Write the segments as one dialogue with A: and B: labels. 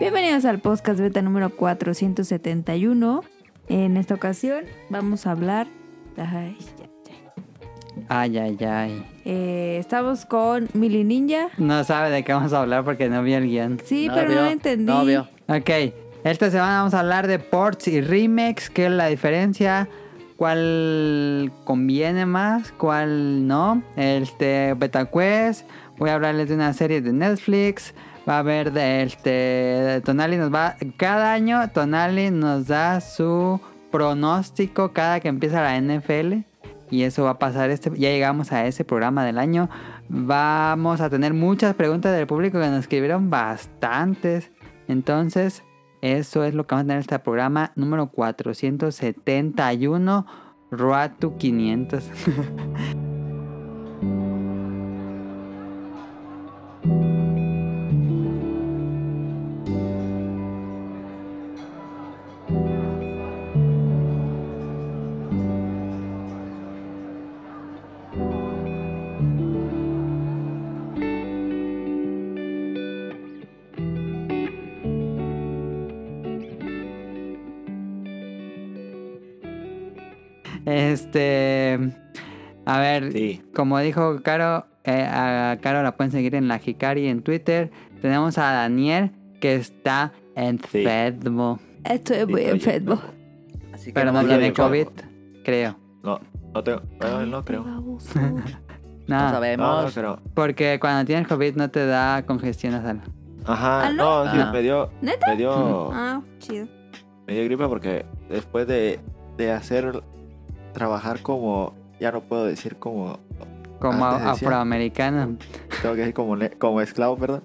A: Bienvenidos al podcast beta número 471. En esta ocasión vamos a hablar. ay, ya, ya.
B: Ay, ay, ay.
A: Eh, estamos con Mili Ninja.
B: No sabe de qué vamos a hablar porque no vio el guión.
A: Sí,
C: No
A: pero no
C: vio,
A: lo entendí.
C: No vio.
B: Ok, esta semana vamos a hablar de ports y remakes. ¿Qué es la diferencia? ¿Cuál conviene más? ¿Cuál no? Este, BetaQuest. Voy a hablarles de una serie de Netflix. Va a haber de este. Tonali nos va. Cada año Tonali nos da su pronóstico cada que empieza la NFL. Y eso va a pasar este. Ya llegamos a ese programa del año. Vamos a tener muchas preguntas del público que nos escribieron bastantes. Entonces, eso es lo que vamos a tener en este programa número 471. Roatu 500. Este. A ver,
C: Sí.
B: como dijo Caro, eh, a Caro la pueden seguir en la Hikari en Twitter. Tenemos a Daniel que está enfermo,
A: Estoy muy
C: Sí, oye,
A: enfermo.
C: Así
B: pero no
C: vamos a hablar
B: tiene
C: de
B: COVID, creo.
C: No, no tengo.
D: ah,
C: No, no creo. No,
A: Baboso.
B: No,
C: Ah, no, sabemos.
D: pero-
B: porque cuando tienes COVID no te da congestión nasal.
D: Ajá,
A: ¿Ah, no?
D: no, sí,
C: Ah.
D: me dio,
A: ¿Neta?
D: me
C: Oh.
D: dio,
A: Ah, chido.
D: me dio gripe porque después de, de hacer, trabajar como, ya no puedo decir como,
B: Como
D: Antes Ah, decía- Mm.
B: afroamericano.
D: tengo que decir como, ne- como esclavo, perdón.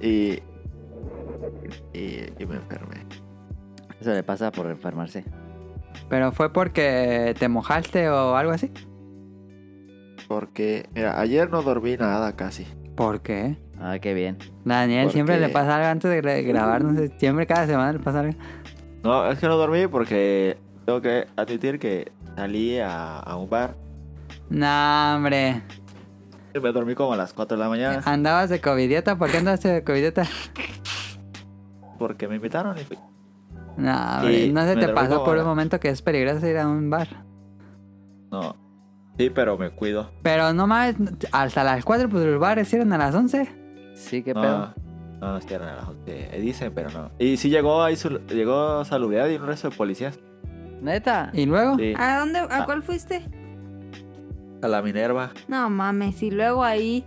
D: Y, y, y me enfermé.
C: Eso le pasa por enfermarse.
B: ¿Pero fue porque te mojaste o algo así?
D: Porque, mira, ayer no dormí nada casi.
B: ¿Por qué?
C: Ah, qué bien.
B: Daniel, siempre
D: Porque-
B: le pasa algo antes de gra- grabar, no sé, siempre cada semana le pasa algo.
D: No, es que no dormí porque tengo que admitir que salí a, a un bar.
B: No, hombre.
D: y Me dormí como a las 4 de la mañana
B: ¿Andabas de covidiota? ¿Por qué andaste de covidiota?
D: porque me invitaron y fui.
B: No, hombre,
D: Sí,
B: ¿no se
D: me
B: te
D: dormí
B: pasó
D: como
B: por un
D: a la-
B: momento que es peligroso ir a un bar?
D: No, sí, pero me cuido.
B: Pero no mames, hasta las 4 pues los bares cierran a las 11.
C: Sí, qué
D: No,
C: pedo.
D: No, no cierran a las 11. Dicen, pero no. Y sí llegó ahí su- llegó salubridad y un resto de policías.
C: Neta.
B: ¿Y luego?
D: Sí.
A: ¿A dónde? ¿A
D: Ah.
A: cuál fuiste?
D: A la Minerva.
A: No mames, y luego ahí.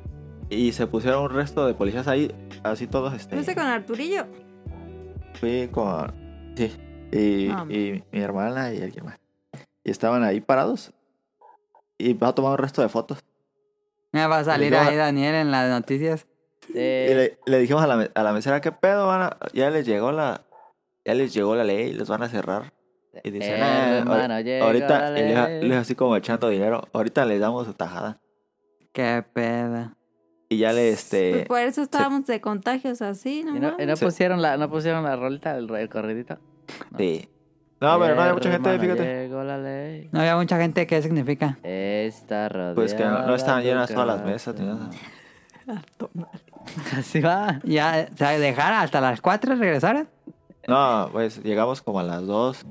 D: Y se pusieron un resto de policías ahí. Así todos este.
A: ¿Fuiste con Arturillo?
D: Fui con. Sí. Y,
A: Ah.
D: y mi hermana y alguien más. Y estaban ahí parados. Y va a tomar un resto de fotos.
B: Me va a salir
D: yo-
B: ahí Daniel en las noticias.
D: Y
C: Eh,
D: le, le dijimos a la, me- a la mesera, ¿qué pedo? Van a- ya les llegó la. Ya les llegó la ley, les van a cerrar. Y dicen, "Ah,
C: hermano, llega,
D: ahorita, y les,
C: dale.
D: les así como echando dinero. Ahorita les damos su tajada.
B: Qué pedo.
D: Y ya le este.
A: Pues por eso estábamos de contagios así, ¿no?
C: ¿Y no, y
A: mames?
C: no
D: Sí.
C: pusieron la, no pusieron la rolita, el, el corridito?
D: Sí. No, pero no había mucha gente,
C: Hermano,
D: fíjate.
C: Llegó la ley.
B: No había mucha gente, ¿qué significa?
C: Está rodeada.
D: Pues que no, no estaban
C: de
D: llenas todas las
C: carros.
D: mesas ni nada.
C: Así va.
B: Ya, o sea, dejar hasta las 4 regresaron.
D: No, pues llegamos como a las 2.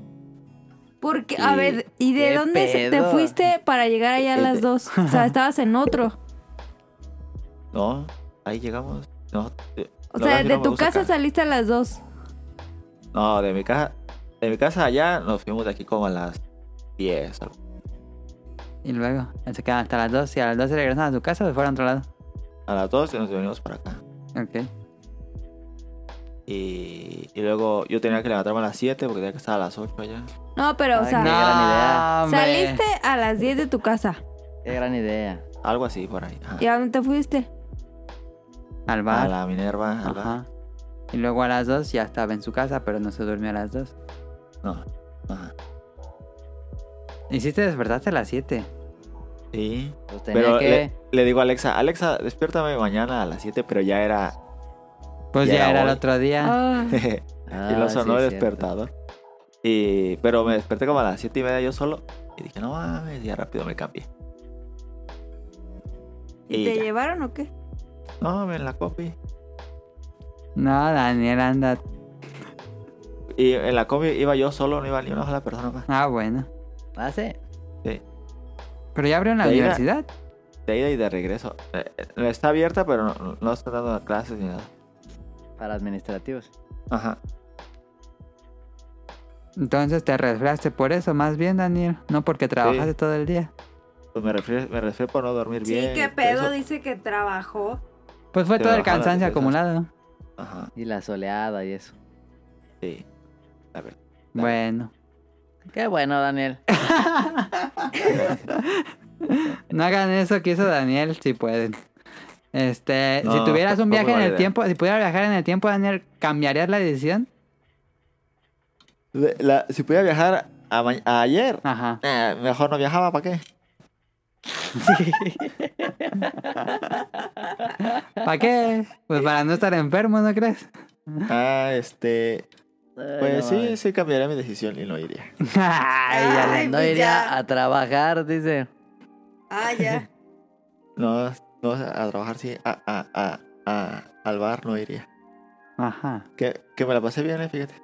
A: Porque, a
D: Y-
A: ver, ¿y de
C: ¿qué
A: dónde se- te
C: pedo?
A: fuiste para llegar allá a las dos? O sea, estabas en otro.
D: No, ahí llegamos. No, eh,
A: O
D: la verdad
A: sea,
D: es que
A: de
D: no me
A: tu
D: gusta
A: casa
D: acá.
A: saliste a las dos.
D: No, de mi casa. De mi casa allá nos fuimos de aquí como a las 10. algo.
B: Y luego, se quedan hasta las 2 y a las 12 regresan a su casa o se fueron a otro lado.
D: A las 2 y nos venimos para acá.
B: Ok.
D: Y, y luego yo tenía que levantarme a las 7 porque tenía que estar a las 8 allá.
A: No, pero, o
C: Ay,
A: sea,
C: no, gran idea.
B: hombre.
A: saliste a las 10 de tu casa.
C: Qué gran idea.
D: Algo así por ahí. Ajá.
A: ¿Y a dónde te fuiste?
B: Al
D: A
B: bar.
D: la Minerva. al bar.
B: Ajá. Y luego a las 2 ya estaba en su casa, pero no se durmió a las 2.
D: No. Ajá.
B: Y sí te despertaste a las 7.
D: Sí.
C: Pues tenía
D: Pero
C: que...
D: le, le digo a Alexa, Alexa, despiértame mañana a las 7, pero ya era
B: Pues
D: Ya
B: ya,
D: era
B: era el
D: hoy.
B: otro día.
A: Ah,
D: y lo
C: Ah, sí,
D: sonó el
C: es cierto.
D: despertador. Y, pero me desperté como a las 7 y media yo solo. Y dije, no mames, ya rápido me cambié.
A: ¿Y
D: Y
A: te
D: ya.
A: llevaron o qué?
D: No, me la copi.
B: No, Daniel anda.
D: Y en la combi iba yo solo, no iba ni una sola persona más.
B: Ah, bueno.
C: ¿Ah, sí?
B: Pero ya abrió la
D: Mira.
B: universidad.
D: De ida y de regreso. Eh, eh, Está abierta, pero no, no está dando clases ni nada.
C: Para administrativos.
D: Ajá.
B: Entonces te resfriaste por eso, más bien, Daniel. No porque trabajaste todo el día.
D: Pues me refiero, me refiero por no dormir
E: Sí,
D: bien.
E: qué
D: por
E: pedo,
D: eso-
E: dice que trabajó.
B: Pues fue
D: Te
B: todo el
D: bajaron,
B: cansancio
D: te
B: acumulado.
D: Ajá,
C: Y la soleada y eso.
D: sí. La verdad.
B: Bueno.
C: Qué bueno, Daniel.
B: No hagan eso que hizo Daniel si pueden. Este, si
D: No,
B: tuvieras un
D: tampoco
B: viaje en
D: buena
B: el
D: idea.
B: tiempo, si pudieras viajar en el tiempo, Daniel, ¿cambiarías la decisión?
D: De- la- si pudiera viajar a, ma- a ayer,
B: Ajá.
D: eh, mejor no viajaba, ¿para qué?
B: ¿Para qué? Pues para no estar enfermo, ¿no crees?
D: Ah, este.
C: Ay,
D: Pues
C: no
D: sí,
C: mames.
D: sí cambiaría mi decisión y no iría.
B: Ay, ya le-
E: Ay,
C: No
E: pues
C: iría
E: ya.
C: a trabajar, dice.
E: Ah, ya.
D: No, no a trabajar, sí. A, a, a, a- al bar no iría.
B: Ajá.
D: Que, que me la pasé bien, eh, fíjate.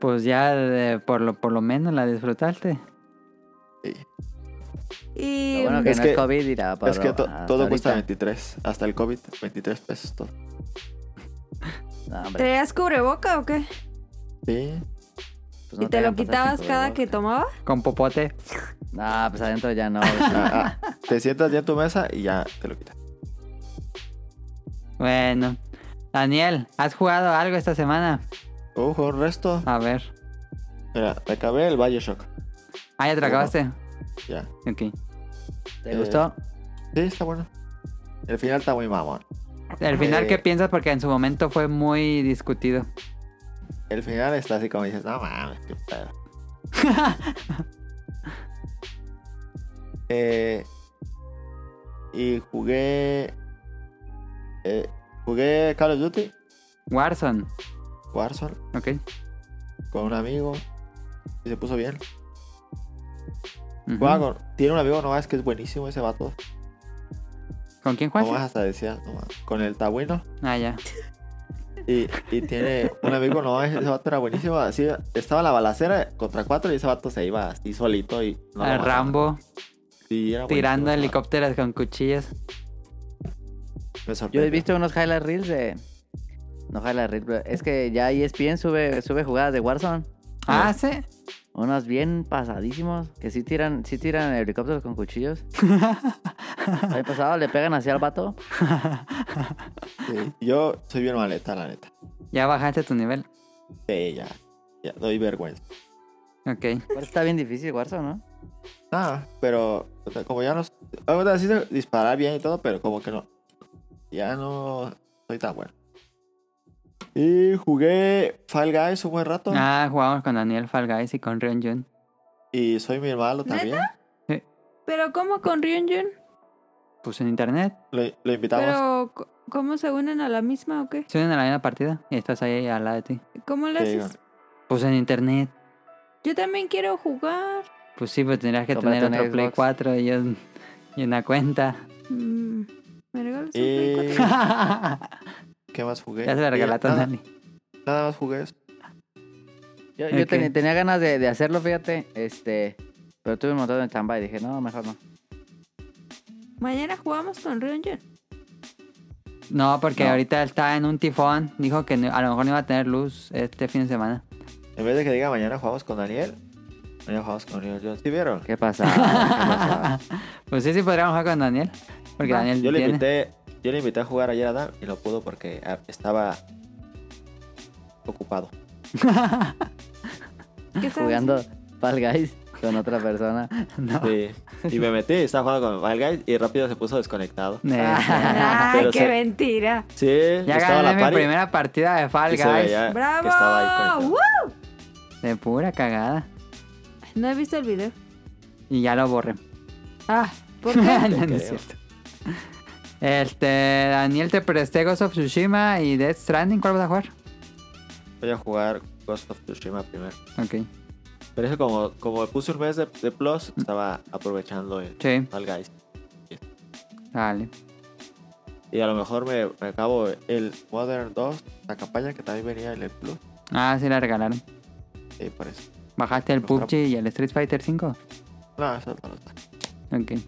B: Pues ya de- por, lo, por lo menos la disfrutaste.
E: Y
C: Lo bueno que
D: Es
C: no
D: que-
C: es COVID, irá para
D: es que to-
C: hasta
D: todo cuesta
C: ahorita.
D: 23, hasta el COVID, 23 pesos todo.
C: No, hombre,
E: ¿traías cubreboca o qué?
D: Sí.
C: pues
E: ¿Y
C: no
E: te lo
C: hagan pasar
E: quitabas
C: sin
E: cada que
C: cubrebocas.
E: tomaba?
B: Con popote.
C: Ah, pues adentro ya no. güey.
D: Ah, ah, te sientas ya en tu mesa y ya te lo quitas.
B: Bueno. Daniel, ¿has jugado algo esta semana?
D: Ojo, el resto.
C: Ah.
B: A ver.
D: Mira, me acabé el Bioshock.
B: Ah, ya te lo
D: Uno.
B: acabaste.
D: Ya.
B: Ok.
C: ¿Te gustó?
D: Sí, está bueno. El final está muy mamón.
B: El final,
D: Eh.
B: ¿qué piensas? Porque en su momento fue muy discutido.
D: El final está así como dices, no mames, qué pedo. Eh, y jugué. eh, jugué Call of Duty,
B: Warzone.
D: Warzone,
B: Ok.
D: con un amigo. Y se puso bien.
B: Ujú.
D: Juega con- tiene un amigo nomás que es buenísimo ese vato.
B: ¿Con quién
D: Nomás
B: juegas?
D: hasta decía, no más, con el Tabuino.
B: Ah, ya.
D: Y, y tiene un amigo nomás, ese vato era buenísimo. Así estaba la balacera contra cuatro y ese vato se iba así solito y no lo
B: Ah,
D: mataban.
B: Rambo,
D: Sí,
B: tirando
D: era buenísimo ese vato.
B: helicópteros con cuchillos.
D: Me
C: Yo he
D: sorprendió.
C: visto unos highlight reels de... No highlight reels, pero es que ya E ESPN sube, sube jugadas de Warzone.
B: Ah, sí.
C: Unos bien pasadísimos, que sí tiran, sí tiran helicópteros con cuchillos. El pasado le pegan hacia al vato.
D: Sí, Yo soy bien maleta, la neta.
B: Ya bajaste tu nivel.
D: Sí, ya. Ya, doy vergüenza.
B: Ok.
C: Pero Está bien difícil Warzone, ¿no?
D: Nada, pero o sea, como ya no... Ahorita sí sé disparar bien y todo, pero como que no... Ya no soy tan bueno. Y jugué Fall Guys un buen rato.
B: Ah, jugamos con Daniel Fall Guys y con Rion Jun.
D: Y soy bien malo también.
A: Pero ¿cómo con Ryunjun?
B: Pues en internet.
D: Lo, lo invitamos.
A: Pero co- ¿cómo se unen a la misma o qué?
B: Suben a la misma partida y estás ahí al lado de ti.
A: ¿Cómo le
D: Sí,
A: haces?
B: Pues en internet.
A: Yo también quiero jugar.
B: Pues sí, pues tendrías que
C: Cómprate
B: tener
C: un
B: otro Play
C: Xbox.
B: 4 y, un- y una cuenta.
A: Mm, ¿Me regalas un Play 4?
D: Y...
B: ya
D: ¿Qué más jugué?
B: se la
D: Y
B: regalaste a
D: nada,
B: Dani.
D: nada más jugué eso.
C: Yo, yo
B: Ok.
C: ten- tenía ganas de, de hacerlo, fíjate, este... Pero tuve un montón de chamba y dije, no, mejor no.
A: Mañana jugamos con Ryunjun.
B: No, porque
C: No.
B: ahorita está en un tifón. Dijo que no- a lo mejor no iba a tener luz este fin de semana.
D: En vez de que diga mañana jugamos con Daniel, mañana jugamos con Daniel Jones. ¿Sí vieron?
C: ¿Qué pasa?
B: pues sí, sí podríamos jugar con Daniel. Porque Daniel
D: Yo le
B: tiene.
D: invité, yo le invité a jugar ayer a Dan y no pudo porque ah, estaba ocupado.
A: ¿Qué estabas
C: Jugando Fall Guys con otra persona.
B: No.
D: Sí. Y me metí, estaba jugando con Fall Guys y rápido se puso desconectado.
B: Eh,
E: Ay,
D: Pero
E: qué
D: se-
E: mentira.
D: Sí,
B: ya gané
D: estaba la
B: mi
D: party
B: primera partida de Fall
D: y se
B: Guys.
D: veía
E: ¡Bravo!
D: que estaba ahí conectado.
E: ¡Woo!
B: De pura cagada.
A: haciendo? No he visto el video.
B: Y ya lo borré.
A: Ah, ¿por
B: No,
A: qué?
B: no es
D: creo.
B: cierto. Este, Daniel, te presté Ghost of Tsushima y Death Stranding. ¿Cuál vas a jugar?
D: Voy a jugar Ghost of Tsushima primero.
B: Ok,
D: Pero eso como, como puse un mes de, de
B: Mm.
D: plus, estaba aprovechando el
B: sí,
D: Fall Guys.
B: dale.
D: Y a lo mejor me, me acabo el Modern 2, la campaña que también venía en el Plus.
B: Ah, sí la regalaron.
D: Sí, por eso.
B: Bajaste el
D: Mejor.
B: PUBG y el Street Fighter 5.
D: No, eso no lo está.
B: Ok.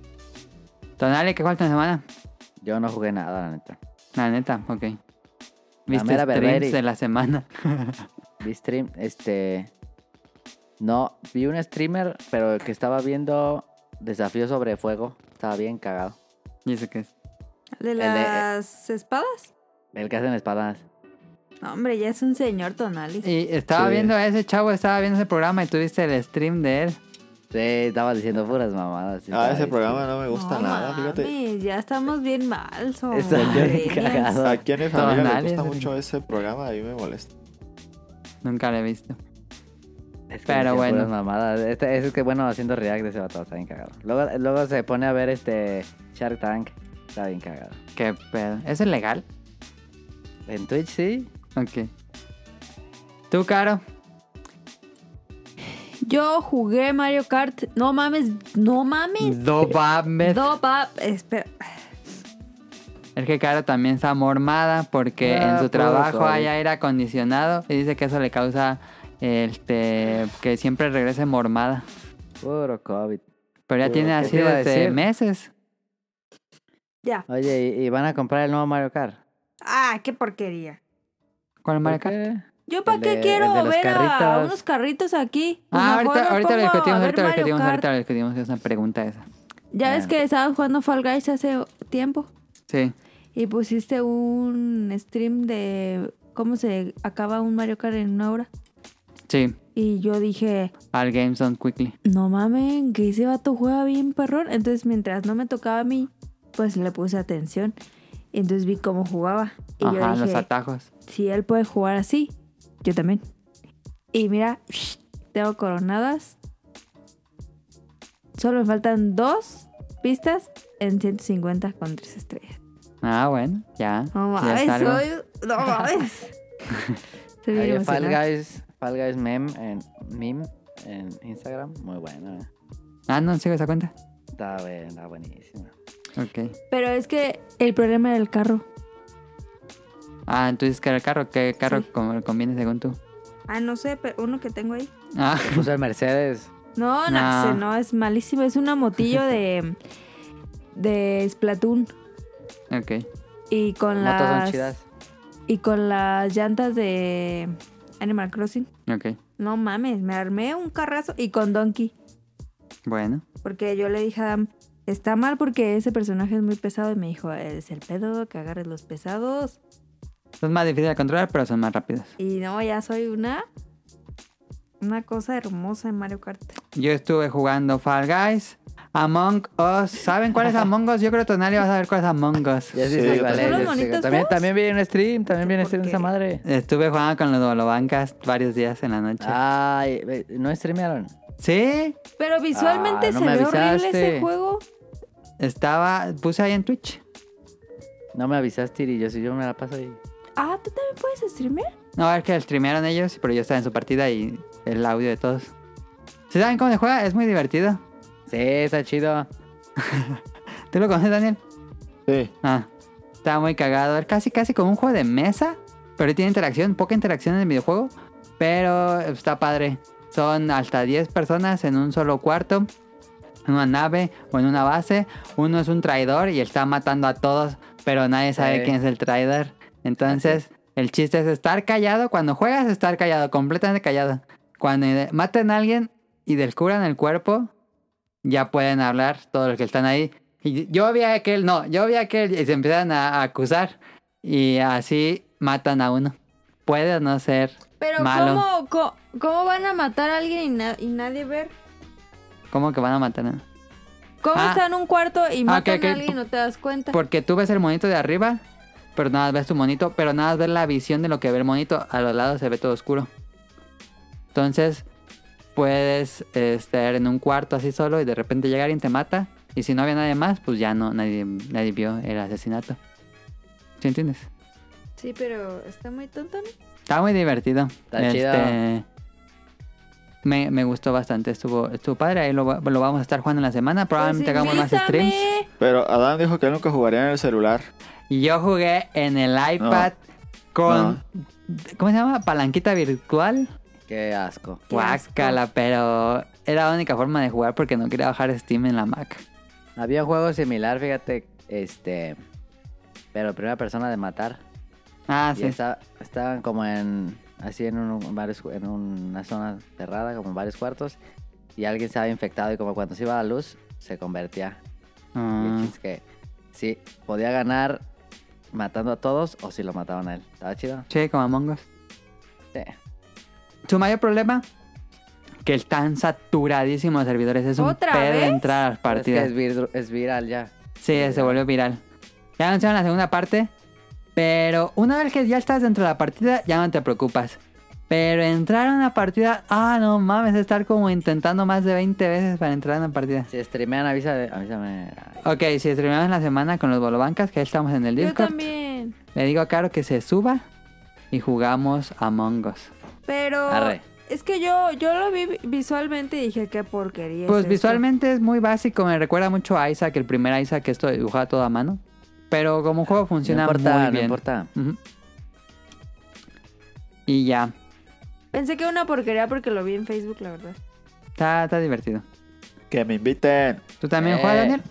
B: Tonale, ¿qué falta en semana?
C: Yo no jugué nada, la neta.
B: La neta, ok. Viste
C: mera
B: streams
C: Berberi.
B: de la semana.
C: Vi stream, este. No, vi un streamer, pero el que estaba viendo Desafío sobre Fuego. Estaba bien cagado.
B: ¿Y eso qué es?
E: ¿De
C: de-
E: las espadas?
C: El que hacen espadas.
E: No, hombre, ya es un señor Tonali.
B: Y estaba
D: Sí.
B: viendo a ese chavo, estaba viendo ese programa y tuviste el stream de él.
C: Sí, estaba diciendo puras mamadas. sí,
D: Ah,
C: estaba
D: ese
C: bien
D: programa no me gusta
E: No
D: nada, fíjate.
E: mames, Ya estamos bien mal, somos
C: Está bien
E: millennials.
C: cagado.
D: Aquí en mi familia
B: Tonali,
D: le gusta
B: ese
D: mucho ese programa, a mí me molesta.
B: Nunca lo he visto.
C: Es que
B: Pero
C: decía
B: bueno.
C: puras mamadas. Este, es que bueno, haciendo react de ese vato está bien cagado. Luego, luego se pone a ver este Shark Tank. Está bien cagado.
B: ¿Qué pedo? ¿Eso es legal?
C: En Twitch sí.
B: Ok. ¿Tú, Caro?
E: Yo jugué Mario Kart. No mames, no mames.
B: Dobamed.
E: No, pa, espera.
B: Es que Caro también está mormada porque
C: Ah,
B: en su
C: puro
B: trabajo
C: suave.
B: hay aire acondicionado y dice que eso le causa este que siempre regrese mormada.
C: Puro COVID.
B: Pero ya
C: Pero,
B: tiene
C: ¿qué
B: así
C: te iba a
B: desde
C: decir?
B: meses.
E: Ya.
C: Oye, ¿y, y van a comprar el nuevo Mario Kart?
E: Ah, qué porquería.
B: ¿Cuál
C: ¿Por
B: marca?
C: qué?
E: ¿Yo para
C: El
E: qué
C: de- el de
E: quiero
C: los
E: ver a
C: carritos.
E: unos carritos aquí? Pues
B: Ah,
E: mejor
B: ahorita,
E: me
B: ahorita lo
E: pongo a
B: discutimos,
E: ver
B: ahorita lo
E: Mario
B: discutimos,
E: Kart.
B: ahorita lo discutimos, es una pregunta esa.
E: Ya ves
C: Ah.
E: que estabas jugando Fall Guys hace tiempo
B: Sí.
E: y pusiste un stream de cómo se acaba un Mario Kart en una hora.
B: Sí.
E: Y yo dije,
B: Al Games on Quickly.
E: no mames, que ese vato juega bien perrón. Entonces mientras no me tocaba a mí, pues le puse atención. Y entonces vi cómo jugaba. Y yo
B: Ajá,
E: dije,
B: los atajos.
E: si él puede jugar así, yo también. Y mira, tengo coronadas. Solo me faltan dos pistas en 150 con tres estrellas.
B: Ah, bueno, ya.
E: No
B: ya es
E: mames,
B: algo.
E: soy... No mames. Estoy bien
C: Oye, Fall
E: emocionada.
C: Guys, Fall Guys meme en, meme en Instagram. Muy buena. eh.
B: Ah, no, sigo esa cuenta.
C: Está, buen- está buenísima.
B: Ok.
E: Pero es que el problema era el carro.
B: Ah, entonces, ¿qué era el carro? ¿Qué carro
E: Sí.
B: com- conviene según tú?
E: Ah, no sé, pero uno que tengo ahí.
B: Ah,
C: Puso Pues el Mercedes.
E: No, no,
B: No.
E: sé, no, es malísimo. Es una motillo de... de Splatoon.
B: ok.
E: Y con
C: Las motos son
E: las-
C: chidas.
E: Y con las llantas de Animal Crossing.
B: Ok.
E: No mames, me armé un carrazo y con Donkey.
B: Bueno.
E: Porque yo le dije a Adam, está mal porque ese personaje es muy pesado. Y me dijo, es el pedo, que agarres los pesados.
B: Son más difíciles de controlar, pero son más rápidos.
E: Y no, ya soy una. Una cosa hermosa en Mario Kart.
B: Yo estuve jugando Fall Guys. Among Us. ¿Saben cuál es Among Us? Yo creo que Tonali va a saber cuál es Among Us.
C: Ya sí,
D: Sí,
C: sé
D: yo también.
C: cuál es,
E: ¿Son los
C: yo sé-
E: monitos
C: También,
E: feos?
C: también vi un stream. También vi un stream de esa
E: porquería.
C: madre.
B: Estuve jugando con los Dolobancas varios días en la noche.
C: Ah. Ay, ve- no streamearon.
B: Sí,
E: Pero visualmente
C: Ah, no
E: se
C: me
E: ve horrible ese
C: avisaste.
E: juego.
B: estaba. Puse ahí en Twitch.
C: No me avisaste y yo si yo me la paso ahí.
E: Ah, ¿tú también puedes streamear?
B: No, es que streamearon ellos, pero yo estaba en su partida y el audio de todos. ¿Sí saben cómo se juega? Es muy divertido.
C: Sí, está chido.
B: ¿Tú lo conoces, Daniel?
D: Sí,
B: Ah, está muy cagado. Es casi, casi como un juego de mesa, pero tiene interacción, poca interacción en el videojuego, pero está padre. Son hasta 10 personas en un solo cuarto, en una nave o en una base. Uno es un traidor y está matando a todos, pero nadie sabe
C: Sí.
B: quién es el traidor. Entonces, el chiste es estar callado. Cuando juegas, estar callado, completamente callado. Cuando maten a alguien y descubran el cuerpo, ya pueden hablar todos los que están ahí. Y yo vi a aquel, no, yo vi a aquel y se empiezan a, a acusar y así matan a uno. Puede no ser.
E: Pero
B: Malo.
E: ¿cómo, co- cómo van a matar a alguien y, na- y nadie ver?
B: ¿Cómo que van a matar? a uno?
E: ¿Cómo
B: Ah.
E: está en un cuarto y matan
B: ok.
E: a alguien y no te das cuenta?
B: Porque tú ves el monito de arriba, pero nada más ves tu monito, pero nada más ves la visión de lo que ve el monito. A los lados se ve todo oscuro. Entonces, puedes eh, estar en un cuarto así solo y de repente llega alguien te mata. Y si no había nadie más, pues ya no, nadie, nadie vio el asesinato. ¿Sí entiendes?
E: Sí, pero está muy tonto, ¿no?
B: Está muy divertido.
C: Está chido.
B: Este, Me, me gustó bastante, estuvo, estuvo padre. Ahí lo, va- lo vamos a estar jugando en la semana.
E: Pues
B: Probablemente hagamos más streams.
D: Pero Adán dijo que él nunca jugaría en el celular.
B: Y yo jugué en el iPad con. ¿Cómo se llama? Palanquita virtual.
C: Qué asco.
E: Qué asco.
B: Guácala, pero era la única forma de jugar porque no quería bajar Steam en la Mac.
C: Había un juego similar, fíjate, este. Pero primera persona de matar.
B: Ah,
C: Y
B: sí.
C: esta- estaban como en. Así en, un- en varios- en una zona cerrada, como en varios cuartos. Y alguien estaba infectado y como cuando se iba la luz, se convertía. Y el
B: Ah,
C: chiste es que sí, podía ganar matando a todos o si lo mataban a él. Estaba chido.
B: sí, como Among Us.
C: Sí.
B: Su mayor problema, que están saturadísimos los servidores. Es un
A: ¿Otra
B: pedo
A: vez?
B: entrar a las
C: Pero es que
B: partidas.
C: Es, vir- es viral ya.
B: Sí, se volvió viral. Ya anunciaron la segunda parte. Pero una vez que ya estás dentro de la partida, ya no te preocupas. Pero entrar a una partida, ah, no mames, estar como intentando más de 20 veces para entrar a una partida.
C: Si streamean, avisa de- avísame. Ay,
B: Ok, si terminamos la semana con los bolobancas, que ya estamos en el
E: Yo
B: Discord,
E: también.
B: le digo a Caro que se suba y jugamos Among Us.
E: Pero
C: Arre.
E: es que yo, yo lo vi visualmente y dije, qué porquería. es
B: Pues
E: esto".
B: visualmente es muy básico, me recuerda mucho a Isaac, el primer Isaac que esto dibujaba todo a mano. Pero como juego
C: No
B: funciona
C: importa,
B: muy
C: no
B: bien.
C: importa.
B: Ujú. Y ya,
E: Pensé que era una porquería porque lo vi en Facebook, la verdad.
B: está, está divertido.
D: Que me inviten.
B: ¿Tú también
C: Eh.
B: juegas, Daniel?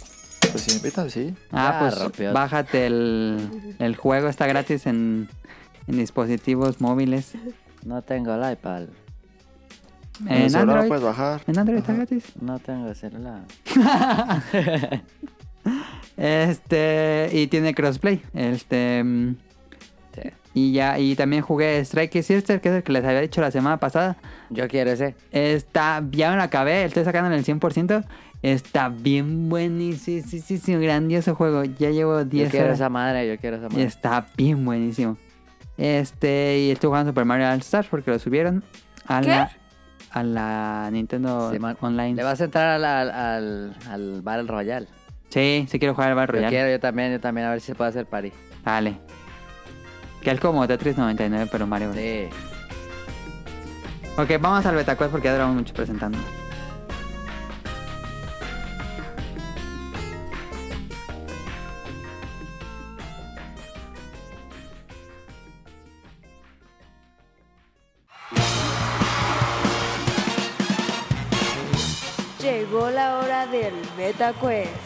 D: Pues si me invitan, sí.
B: Ah,
C: Ya,
B: pues
C: rompió.
B: bájate el, el juego, está gratis en, en dispositivos móviles.
C: No tengo el iPad.
D: En el
B: En
D: celular
B: Android.
D: puedes bajar.
B: En Android está gratis.
C: No tengo celular.
B: Este, y tiene crossplay. Este, mm,
C: Sí.
B: y ya, y también jugué Strike y Sister, que este es el que les había dicho la semana pasada.
C: Yo quiero ese.
B: Está, ya me lo acabé, estoy sacando en el 100%. Está bien buenísimo, sí, sí, sí, grandioso juego. Ya llevo
C: Yo
B: 10
C: quiero
B: horas.
C: esa madre, yo quiero esa
B: Y
C: madre.
B: está bien buenísimo. Este, y estuve jugando Super Mario All Stars porque lo subieron a la a la Nintendo
C: Simón.
B: Online.
C: Le vas a entrar al, al, al, al Battle Royale.
B: Sí, sí quiero jugar al Battle
C: Yo
B: Royale.
C: quiero, yo también, yo también, a ver si se puede hacer party.
B: Dale. Que es como Tetris 99, pero Mario. Bros.
C: Sí.
B: Ok, vamos al Betacuest porque ya duramos mucho presentando.
E: Llegó la hora del Meta Quest.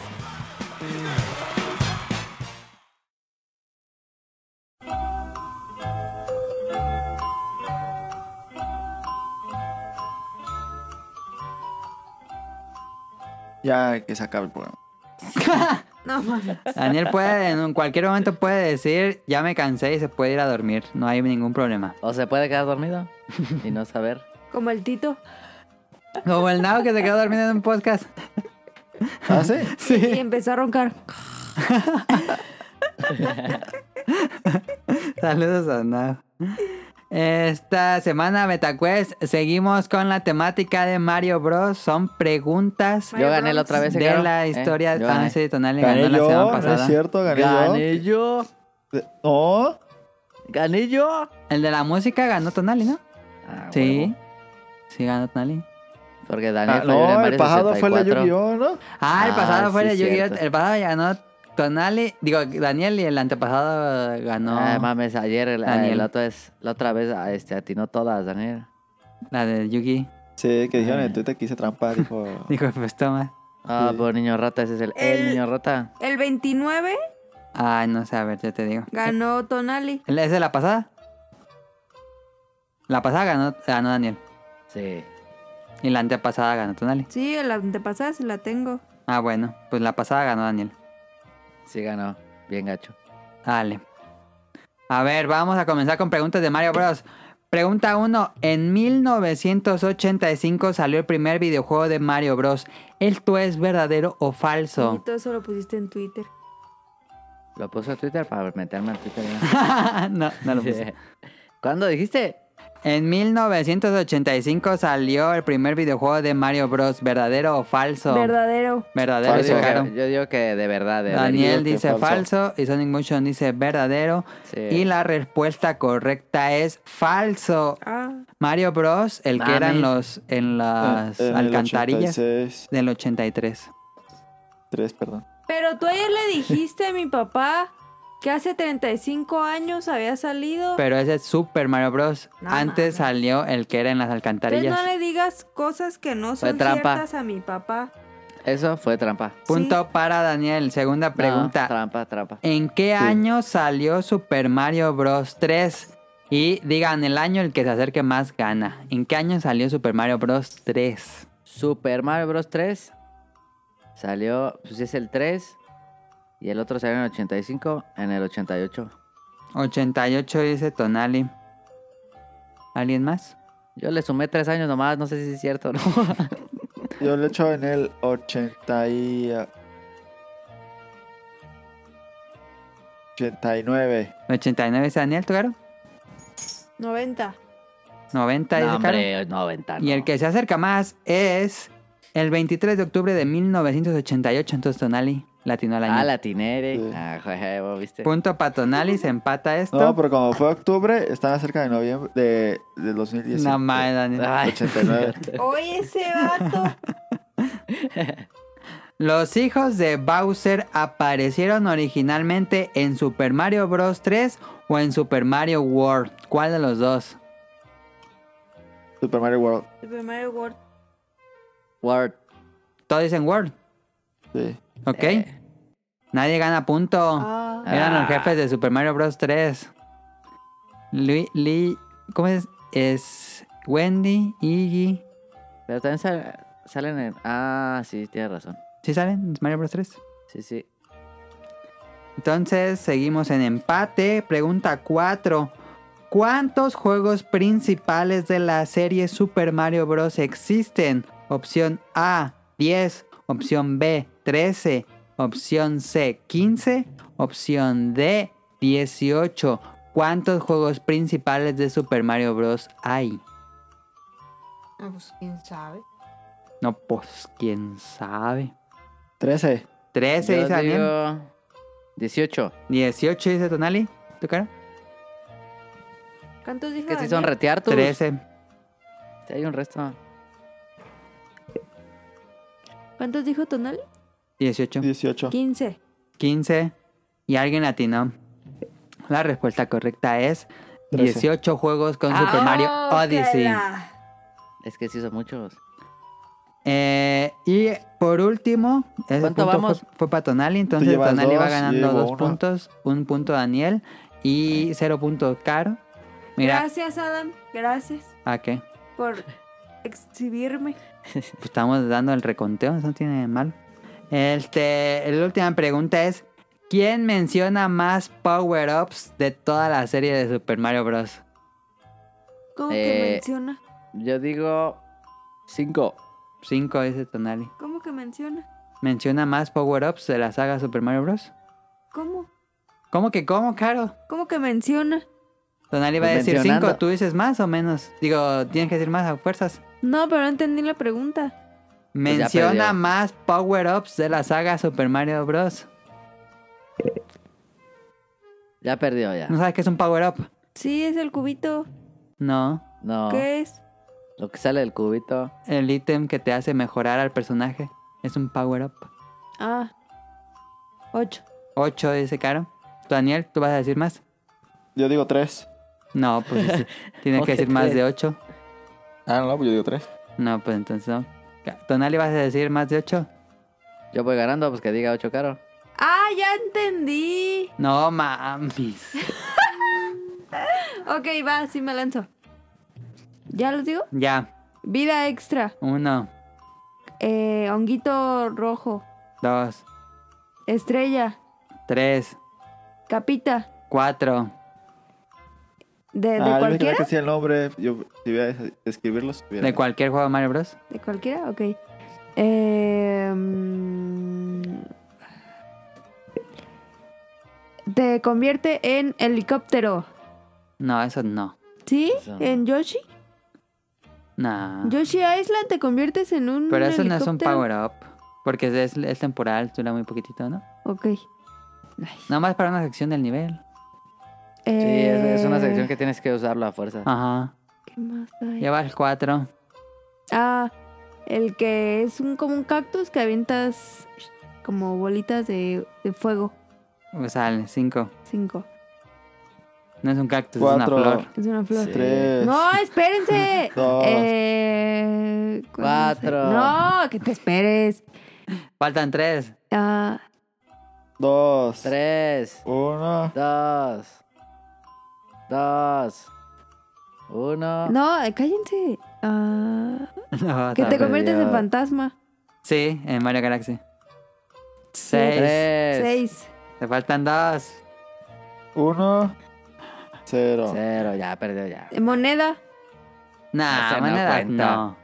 D: Ya que se acabe el programa.
E: No mames.
B: Daniel puede, en cualquier momento puede decir, ya me cansé y se puede ir a dormir. No hay ningún problema.
C: O se puede quedar dormido y no saber.
E: Como el Tito.
B: Como el Nao que se quedó dormido en un podcast.
D: Ah, sí.
E: Y empezó a roncar.
B: Saludos a Nao. Esta semana, Betacuest, seguimos con la temática de Mario Bros. Son preguntas
C: yo gané la otra vez.
B: de
C: claro.
B: la
C: Eh,
B: historia.
C: yo
B: Ah,
C: gané.
B: sí, Tonali ganó
D: Gané
B: la
D: yo,
B: semana
D: no es
B: pasada. Ah,
D: cierto, gané,
C: Gané yo.
D: yo. No,
C: Gané yo.
B: El de la música ganó Tonali, ¿no?
C: Ah,
B: sí.
C: huevo.
B: Sí, ganó Tonali.
C: Porque
D: Ah,
C: Daniel fue libre
D: no
C: en
D: el
C: varios
D: pasado fue el de
C: 64.
D: Yu-Gi-Oh, ¿no?
B: Ah, el
C: Ah,
B: pasado fue
C: sí,
B: de Yu-Gi-Oh!
C: cierto.
B: El pasado ganó Tonali. Digo, Daniel y el antepasado ganó
C: Ah, mames, ayer el-
B: Daniel.
C: el otro es- la otra vez ah, este, atinó todas, Daniel.
B: la de Yugi.
D: Sí, que dijeron en
B: Ah.
D: Twitter que hice trampa, dijo.
B: Dijo, pues toma.
C: Ah,
D: Sí.
C: por niño rata, ese es el, el
E: El-
C: niño rata.
E: El 29
B: Ay, no sé, a ver, yo te digo.
E: ganó Tonali.
B: ¿Esa es de la pasada? La pasada ganó, ganó Daniel.
C: Sí.
B: Y la antepasada ganó Tonali.
E: Sí, la antepasada sí la tengo.
B: Ah, bueno, pues la pasada ganó Daniel.
C: Sí ganó. Bien gacho.
B: Dale. A ver, vamos a comenzar con preguntas de Mario Bros. Pregunta 1. En 1985 salió el primer videojuego de Mario Bros. ¿Esto es verdadero o
E: Y
B: falso?
E: todo eso lo pusiste en Twitter.
C: Lo puso en Twitter para meterme en Twitter.
B: no, no lo puse.
C: ¿Cuándo dijiste?
B: En 1985 salió el primer videojuego de Mario Bros. ¿Verdadero o falso?
E: Verdadero.
B: Verdadero,
D: Falso.
B: dice Caro.
C: Yo, yo digo que de verdad, de
B: Daniel
D: digo que
B: dice falso.
D: falso.
B: y Sonic Motion dice verdadero.
C: verdad. Sí.
B: Y la respuesta correcta es falso.
E: Ah.
B: Mario Bros, el que eran
C: Mames.
B: los en las
D: Ah, En- en el
B: alcantarillas
D: 86,
B: del 83.
D: tres, perdón.
E: Pero tú ayer le dijiste a mi papá que hace 35 años había salido.
B: Pero ese es Super Mario Bros.
E: No
B: Antes
E: mames.
B: salió el que era en las
E: Entonces
B: alcantarillas.
E: no le digas cosas que no
C: Fue
E: son
C: trampa.
E: ciertas a mi papá.
C: Eso fue trampa.
B: Punto para Daniel. Segunda
C: No,
B: pregunta.
C: trampa, trampa.
B: ¿En qué año salió Super Mario Bros 3? Y digan el año el que se acerque más gana. ¿En qué año salió Super Mario Bros 3?
C: Super Mario Bros 3 salió, pues es el 3 y el otro salió en el 85, en el 88.
B: 88 dice Tonali. ¿Alguien más?
C: Yo le sumé 3 años nomás, no sé si es cierto o no.
D: Yo lo he hecho en el 80 y... eh, 89.
B: 89 dice Daniel, ¿tú claro?
E: 90.
B: 90
C: No,
B: dice Caro.
C: hombre, 90.
B: Y el
C: no.
B: que se acerca más es el 23 de octubre de 1988. Entonces Tonali latino al año.
C: Ah, la tinere.
D: Sí.
C: Ah, juego, ¿viste?
B: Punto para Tonali, se empata esto.
D: No, pues, pero como fue octubre, estaba cerca de noviembre de, de 2017.
B: No mames, Daniel.
C: Ay,
D: 89.
E: Oye, ese vato.
B: Los hijos de Bowser aparecieron originalmente en Super Mario Bros. 3 o en Super Mario World. ¿Cuál de los dos?
D: Super Mario World.
E: Super Mario World.
C: Word.
B: Todos dicen World,
D: Sí.
B: ¿ok?
C: Eh,
B: Nadie gana punto.
E: Ah.
B: Eran los
C: Ah.
B: jefes de Super Mario Bros. 3. Li- Li- ¿Cómo es? Es Wendy, Iggy.
C: pero también sal- salen en. Ah, sí, tienes razón.
B: ¿Sí salen? en Mario Bros. 3.
C: Sí, sí.
B: Entonces, seguimos en empate. Pregunta 4. ¿Cuántos juegos principales de la serie Super Mario Bros. existen? Opción A, 10. Opción B, 13. Opción C, 15. Opción D, 18. ¿Cuántos juegos principales de Super Mario Bros. hay?
E: Ah, pues quién sabe.
B: No, pues, quién sabe.
D: 13.
B: 13
C: Yo
B: dice Daniel.
C: digo 18.
B: 18 dice Tonali. ¿Tu cara?
E: ¿Cuántos
C: Es
E: dijo
C: que si son
E: Daniel?
C: retear tú.
B: 13.
C: Sí, hay un resto.
E: ¿Cuántos dijo Tonal?
B: 18.
D: 18.
E: 15.
B: 15 y alguien latino. La respuesta correcta es
D: Trece.
B: 18 juegos con
E: Ah,
B: Super Mario Odyssey.
C: Es que sí son muchos.
B: Eh, y por último, ese
C: ¿Cuánto
B: punto
C: vamos?
B: Fue, fue para Tonali, entonces
D: llevas
B: Tonali va
D: dos, yo
B: ganando
D: llevo
B: dos
D: uno.
B: puntos, un punto Daniel y cero puntos Caro. Mira,
E: Gracias, Adam. Gracias
B: ¿a qué?
E: por exhibirme.
B: Pues estamos dando el reconteo, eso no tiene de malo. Este, la última pregunta es, ¿quién menciona más power-ups de toda la serie de Super Mario Bros?
E: ¿Cómo
C: Eh.
E: que menciona?
C: Yo digo 5.
B: 5 dice Tonali.
E: ¿Cómo que menciona?
B: menciona más power-ups de la saga Super Mario Bros.
E: ¿Cómo?
B: ¿Cómo que cómo, Caro?
E: ¿Cómo que menciona?
B: Tonali va a
C: Pues
B: decir
C: mencionando.
B: 5, tú dices más o menos. Digo, tienes que decir más a fuerzas.
E: No, pero no entendí la pregunta.
C: Pues ya
B: Menciona
C: perdió.
B: más power-ups de la saga Super Mario Bros.
C: Ya perdió ya.
B: ¿No sabes qué es un power-up?
E: Sí, es el cubito.
B: No.
C: No.
E: ¿Qué es?
C: Lo que sale del cubito.
B: El ítem que te hace mejorar al personaje es un power-up.
E: Ah. 8.
B: 8 dice Caro. Daniel, ¿tú vas a decir más?
D: Yo digo 3.
B: No, pues sí. tienes que
C: Oje,
B: decir más de
C: tres.
B: 8.
D: Ah, no, pues yo digo 3.
B: No, pues entonces no. Ca- ¿Tonali vas a decir más de 8?
C: Yo voy ganando, pues que diga 8 caro.
E: Ah, ya entendí.
B: No, mames.
E: Ok, va, sí me lanzo. ¿Ya los digo?
B: Ya.
E: Vida extra.
B: 1,
E: Eh, honguito rojo.
B: 2,
E: Estrella.
B: 3,
E: Capita.
B: 4.
E: ¿De, de
D: Ah, yo me quedé
E: cualquiera?
D: que sí el nombre. Yo, si voy a escribirlos, hubiera-
B: De cualquier juego de Mario Bros.
E: ¿De cualquiera? Ok. Eh, mm, te convierte en helicóptero.
B: No, eso no.
E: ¿Sí?
C: Eso no.
E: ¿En Yoshi?
B: No.
E: Yoshi Island te conviertes en un
B: Ah. Pero eso no es un
E: helicóptero.
B: power up. Porque es, es temporal, dura muy poquitito, ¿no?
E: Ok.
B: Nada más para una sección del nivel.
C: Sí, es, es una
E: Eh,
B: Ah.
C: sección que tienes que usarlo a fuerza.
B: Ajá.
E: ¿Qué más hay?
B: Llevas cuatro.
E: Ah, el que es un, como un cactus que avientas como bolitas de, de fuego.
B: O sea, cinco.
E: Cinco.
B: No es un cactus,
D: Cuatro.
B: es una flor.
E: Es una flor.
D: Tres.
E: No, espérense.
D: Eh, Dos.
E: Eh, ¿cuál es?
C: Cuatro.
E: No, que te esperes.
B: Faltan tres.
E: Ah,
D: Dos.
C: Tres,
D: Uno.
C: dos, dos, uno.
E: no, eh, cállense. Ah,
B: No,
E: que te
B: está bien.
E: conviertes en
C: perdido.
E: fantasma.
B: Sí, en Mario Galaxy. Seis.
C: Tres,
E: Seis.
B: Te faltan dos.
D: Uno. Cero.
C: cero. Ya perdió, ya.
E: Eh, Moneda.
B: Nah,
C: Esa no
B: moneda no,
C: cuenta.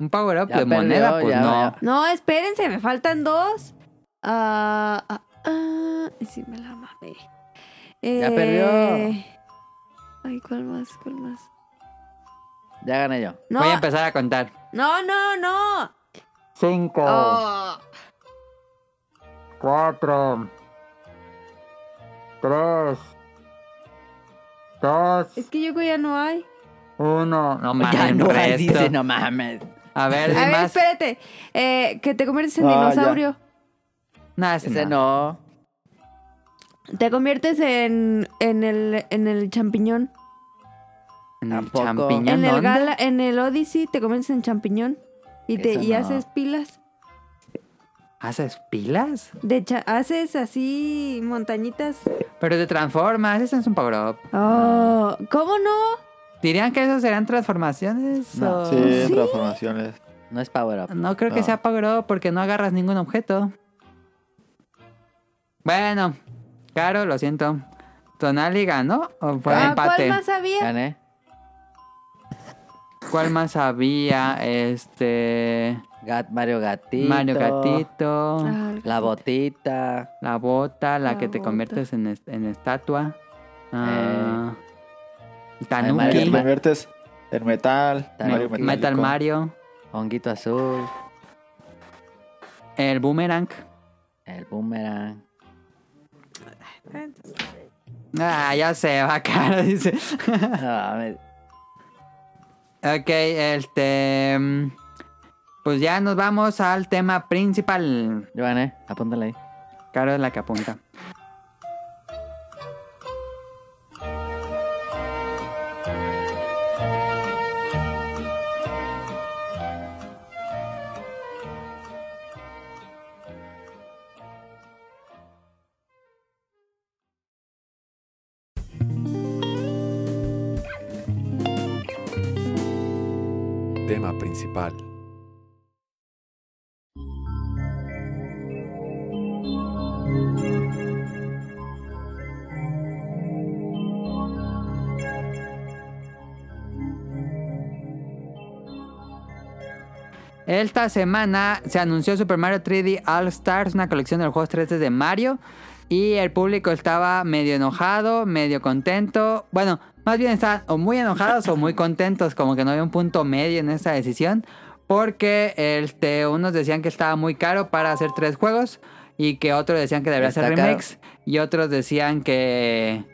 B: Un power up
C: Ya
B: de
C: perdió,
B: moneda, pues
C: ya,
B: no.
E: No, espérense, me faltan dos. Ah, ah, ah, sí, me la mamé.
C: Ya
E: Eh,
C: perdió.
E: Ay, ¿cuál más? ¿Cuál más?
C: Ya gané yo.
E: No,
B: Voy a empezar a contar.
E: no, no, no.
B: Cinco.
E: Oh,
B: Cuatro. Tres. Dos.
E: es que yo creo que ya no hay.
B: Uno. No mames,
C: ya no hay,
B: resto.
C: dice, no mames.
B: A ver,
E: A
B: di
E: ver,
B: más.
E: espérate. Eh, que te conviertes en
D: Ah, ya.
E: dinosaurio.
B: Nah, ese
C: Ese
B: no.
C: no.
E: Te conviertes en, en, el, en el champiñón.
B: En el
C: Tampoco.
B: champiñón.
E: En el,
B: ¿dónde?
E: gala, en el Odyssey te conviertes en champiñón. Y, te,
C: Eso
E: y
C: no.
E: haces pilas.
B: ¿Haces pilas?
E: De cha- haces así montañitas.
B: Pero te transformas. Ese es un power up. Ah.
E: Oh, ¿Cómo no?
B: ¿Dirían que eso serán transformaciones?
C: No.
B: o-
D: Sí, transformaciones.
C: No es power up.
B: No creo que
D: No.
B: sea power up porque no agarras ningún objeto. Bueno, Caro, lo siento. ¿Tonali ganó o fue
E: Ah, ¿Cuál
B: empate?
E: más había?
C: Gané.
B: ¿Cuál más había? Este.
C: Gat, Mario Gatito.
B: Mario Gatito,
E: Ah, el-
C: La botita.
B: la bota, la,
E: La
B: que te
E: bota.
B: conviertes en, est- en estatua. Ah,
C: Mario-
D: Que
B: Tanuki,
D: te
C: Ma-
D: conviertes en metal.
C: Tal-
D: Mario
B: Metal
D: metálico.
B: Mario,
C: Honguito azul.
B: el Boomerang.
C: El boomerang.
B: Ah, ya se va, Caro, dice.
C: Ah, me-
B: Ok, este. mm, Pues ya nos vamos al tema principal.
C: Yo gané. Apúntale ahí.
B: Caro es la que apunta.
F: Tema principal.
B: Esta semana se anunció Super Mario 3D All Stars, una colección de los juegos 3D de Mario. Y el público estaba medio enojado, medio contento. Bueno, más bien estaban o muy enojados o muy contentos, como que no había un punto medio en esta decisión. Porque este, unos decían que estaba muy caro para hacer tres juegos. Y que otros decían que debería
C: Está
B: ser
C: caro.
B: remakes. Y otros decían que.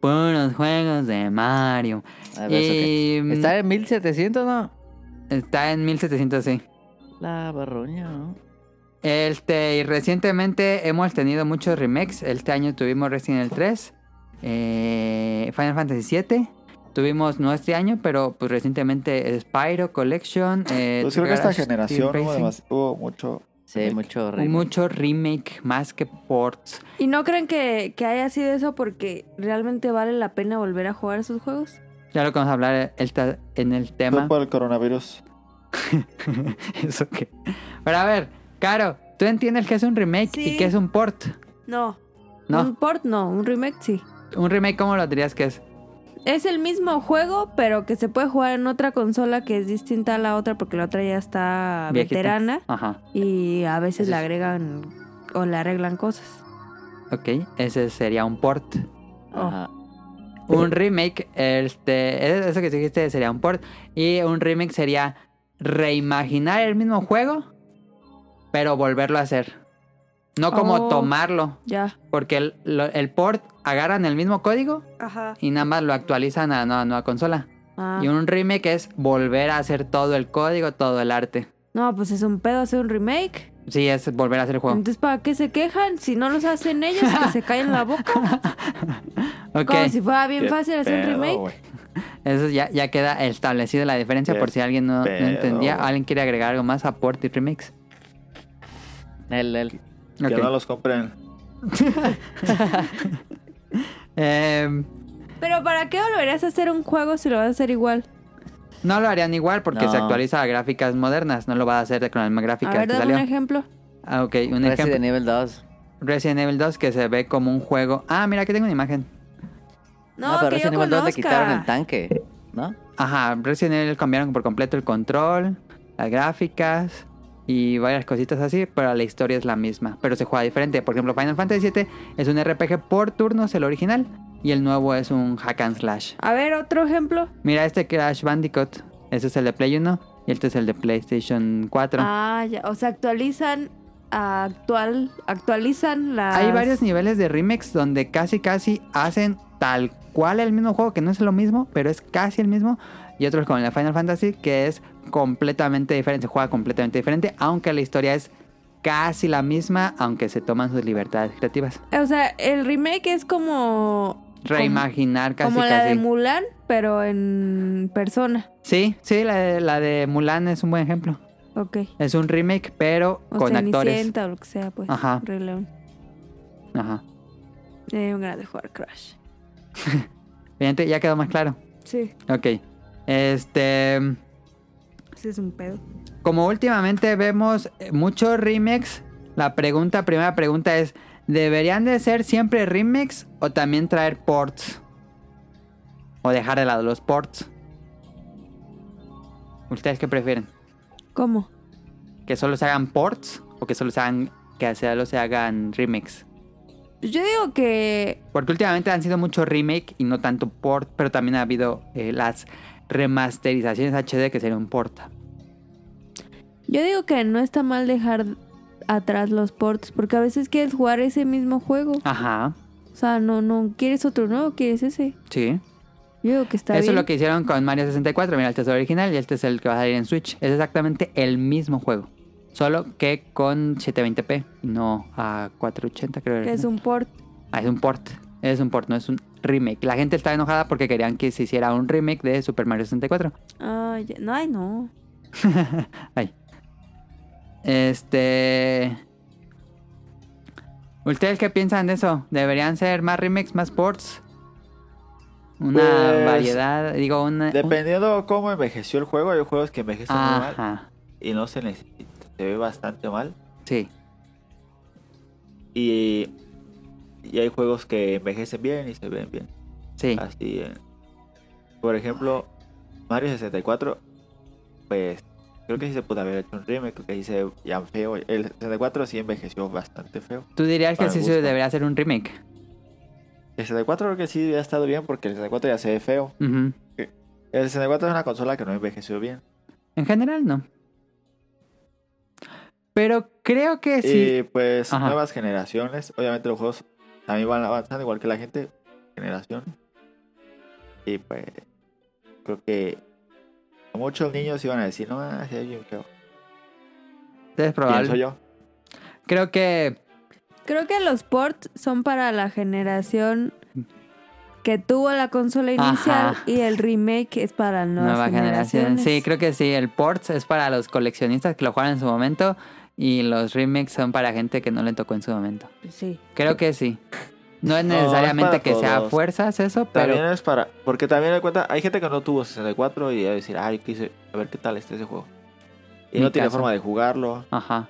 B: Puros juegos de Mario.
C: A ver, Ah, eso qué.
B: Y, mm,
C: pues, ¿Está en 1700, no?
B: está en 1700, sí.
C: La barruña, ¿no?
B: Este, y recientemente hemos tenido muchos remakes. Este año tuvimos Resident Evil 3, eh, Final Fantasy VII. Tuvimos, no este año, pero pues recientemente Spyro Collection. Eh,
D: Pues creo que esta
B: Garage Team
D: generación hubo,
B: Racing.
D: demas- hubo mucho.
C: Sí, mucho
B: Hay
C: remake.
B: mucho remake más que ports.
E: ¿Y no creen que, que haya sido eso porque realmente vale la pena volver a jugar esos juegos?
B: Ya lo que vamos a hablar esta- en el
D: Fue
B: tema.
D: por el coronavirus.
B: Eso que. Pero a ver, Caro, ¿tú entiendes qué es un remake y
E: Sí.
B: qué es un port?
E: No.
B: No,
E: Un port no, un remake sí.
B: un remake, ¿cómo lo dirías que es?
E: Es el mismo juego, pero que se puede jugar en otra consola que es distinta a la otra porque la otra ya está
B: Viejita.
E: veterana
B: Ajá.
E: y a veces
C: Eso
E: le
C: es-
E: agregan o le arreglan cosas.
B: Ok, ese sería un port.
C: Ajá.
B: Un remake, este, eso que dijiste sería un port. Y un remake sería reimaginar el mismo juego, pero volverlo a hacer. No como
E: Oh.
B: tomarlo.
E: Ya.
B: Porque el, lo- el port agarran el mismo código
E: Ajá.
B: y nada más lo actualizan a la nueva, nueva consola.
E: Ah.
B: Y un remake es volver a hacer todo el código, todo el arte.
E: No, pues es un pedo hacer un remake.
B: Sí, es volver a hacer el juego.
E: Entonces, ¿para qué se quejan? Si no los hacen ellos, que se callen la boca.
B: Ok,
E: Como si fuera bien
D: Qué
E: fácil hacer un
D: pedo,
E: remake.
D: güey.
B: eso ya, ya queda establecida la diferencia
D: Qué
B: por si alguien no, no
D: pedo,
B: entendía.
D: güey.
B: ¿Alguien quiere agregar algo más a port y remix?
C: El, el-
D: Que no los
B: Ah,
D: compren.
B: Em,
E: Pero ¿para qué volverías a hacer un juego si lo vas a hacer igual?
B: no lo harían igual porque
C: No.
B: se actualiza a gráficas modernas. No lo va a hacer con las mismas
E: A
B: gráficas
E: ver,
B: que
E: dame un
B: salió.
E: ejemplo.
B: Ah, ok, un ejemplo.
C: Resident Evil 2.
B: Resident Evil 2 que se ve como un juego. Ah, mira, aquí tengo una imagen.
E: No,
C: pero
E: que yo
C: Resident Evil 2 le
E: conozca.
C: quitaron el tanque, ¿no?
B: Ajá, Resident Evil cambiaron por completo el control, las gráficas y varias cositas así, pero la historia es la misma, pero se juega diferente. Por ejemplo, Final Fantasy VII es un RPG por turnos, el original, y el nuevo es un hack and slash.
E: A ver, otro ejemplo.
B: Mira este Crash Bandicoot, ese es el de Play 1 y este es el de PlayStation 4.
E: Ah, ya. O sea, actualizan a actual, actualizan la.
B: Hay varios niveles de remix donde casi casi hacen tal cual el mismo juego, que no es lo mismo, pero es casi el mismo. Y otros como la Final Fantasy, que es completamente diferente, se juega completamente diferente, aunque la historia es casi la misma, aunque se toman sus libertades creativas.
E: O sea, el remake es como.
B: Reimaginar casi
E: como la de
B: casi.
E: Mulan, pero en persona.
B: Sí, sí, la de, la de Mulan es un buen ejemplo.
E: Ok.
B: Es un remake, pero
E: O
B: con actores.
E: Cenicienta o lo que sea, pues.
B: Ajá.
E: Rey León. Eh,
B: Ajá.
E: Ya tengo ganas de jugar Crash.
B: Fíjate, ya quedó más claro.
E: Sí,
B: Ok. Este.
E: ese es un pedo.
B: Como últimamente vemos eh, muchos remakes, la pregunta, primera pregunta es, ¿deberían de ser siempre remakes o también traer ports? O dejar de lado los ports. ¿Ustedes qué prefieren?
E: ¿Cómo?
B: ¿Que solo se hagan ports o que solo se hagan, que solo se hagan remakes?
E: Pues Yo digo que.
B: Porque últimamente han sido muchos remake y no tanto port, pero también ha habido eh, las remasterizaciones HD que serían un port.
E: Yo digo que no está mal dejar atrás los ports, porque a veces quieres jugar ese mismo juego.
B: Ajá,
E: O sea, no, no quieres otro nuevo, quieres ese.
B: sí.
E: Yo digo que está
B: Eso
E: bien.
B: es lo que hicieron con Mario 64. Mira, este es el original y este es el que va a salir en Switch. Es exactamente el mismo juego. Solo que con 720p, no a 480 creo.
E: Que
B: era,
E: es
B: ¿no?
E: un port.
B: Ah, es un port. Es un port, no es un remake. La gente está enojada porque querían que se hiciera un remake de Super Mario 64.
E: Ay, ya- no, ay, no.
B: Este... ¿Ustedes qué piensan de eso? ¿Deberían ser más remakes, más ports? Una
D: Pues,
B: variedad, digo, una... un-
D: Dependiendo cómo envejeció el juego, hay juegos que envejecen muy mal
B: Ajá,
D: y no se necesita. Se ve bastante mal.
B: sí.
D: Y, y hay juegos que envejecen bien y se ven bien.
B: Sí,
D: Así, eh, por ejemplo, Mario 64, pues creo que sí se pudo haber hecho un remake, creo que sí se ya feo. El 64 sí envejeció bastante feo.
B: tú dirías que
D: para mi
B: sí se
D: gusto.
B: debería hacer un remake.
D: El 64 creo que sí ha estado bien porque el 64 ya se ve feo.
B: Ujú.
D: El 64 es una consola que no envejeció bien.
B: En general, no. Pero creo que sí.
D: Y pues
B: Ajá.
D: nuevas generaciones, obviamente los juegos también van avanzando igual que la gente, generación. Y pues creo que muchos niños iban a decir, no, ah, sí, es bien feo.
B: es
D: Pienso
B: probable.
D: yo.
B: Creo que.
E: Creo que los ports son para la generación que tuvo la consola inicial
B: Ajá.
E: y el remake es para nuevas
B: Nueva generación.
E: generaciones.
B: Sí, creo que sí. El Ports es para los coleccionistas que lo jugaron en su momento. Y los remakes son para gente que no le tocó en su momento.
E: Sí.
B: Creo que sí. No es
D: No, es
B: necesariamente
D: para
B: que sea a
D: todos.
B: fuerzas eso,
D: También
B: pero.
D: es para. Porque también hay cuenta, hay gente que no tuvo 64 y va a decir, ay, quise a ver qué tal está ese juego. Y
B: Mi
D: no tiene
B: caso.
D: forma de jugarlo.
B: Ajá.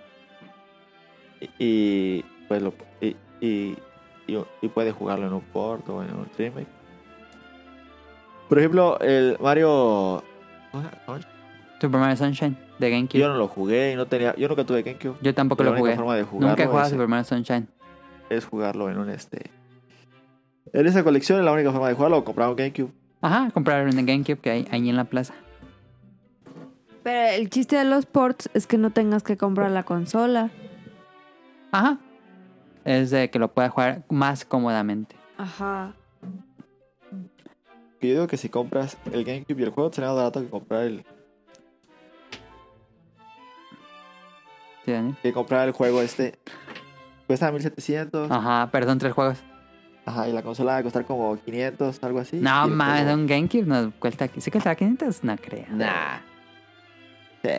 D: Y, y, pues lo. Y, y, y- y puede jugarlo en un port o en un remake. Por ejemplo, el Mario. ¿cómo se llama?
B: Super Mario Sunshine de GameCube.
D: Yo
B: Yo,
D: no lo jugué y no tenía. Yo nunca tuve GameCube.
B: tampoco
D: la
B: lo
D: única
B: jugué.
D: forma de jugarlo
B: Nunca he jugado a
D: es,
B: Super Mario Sunshine.
D: es jugarlo en un este. En esa colección la única forma de jugarlo o comprar un GameCube.
B: Ajá, compraron en GameCube que hay ahí en la plaza.
E: Pero el chiste de los ports es que no tengas que comprar la consola.
B: Ajá. es de que lo pueda jugar más cómodamente.
E: Ajá.
D: Yo digo que si compras el GameCube y el juego, sería más barato que comprar el,
B: ¿Sí, Daniel?
D: que comprar el juego este. Cuesta 1700.
B: Ajá, pero son tres juegos.
D: Ajá, y la consola va a costar como 500, algo así.
B: No
D: Y el
B: mames,
D: juego-
B: un GameCube nos cuesta. ¿Sí cuesta 500? No creo.
C: Nah.
D: Sí.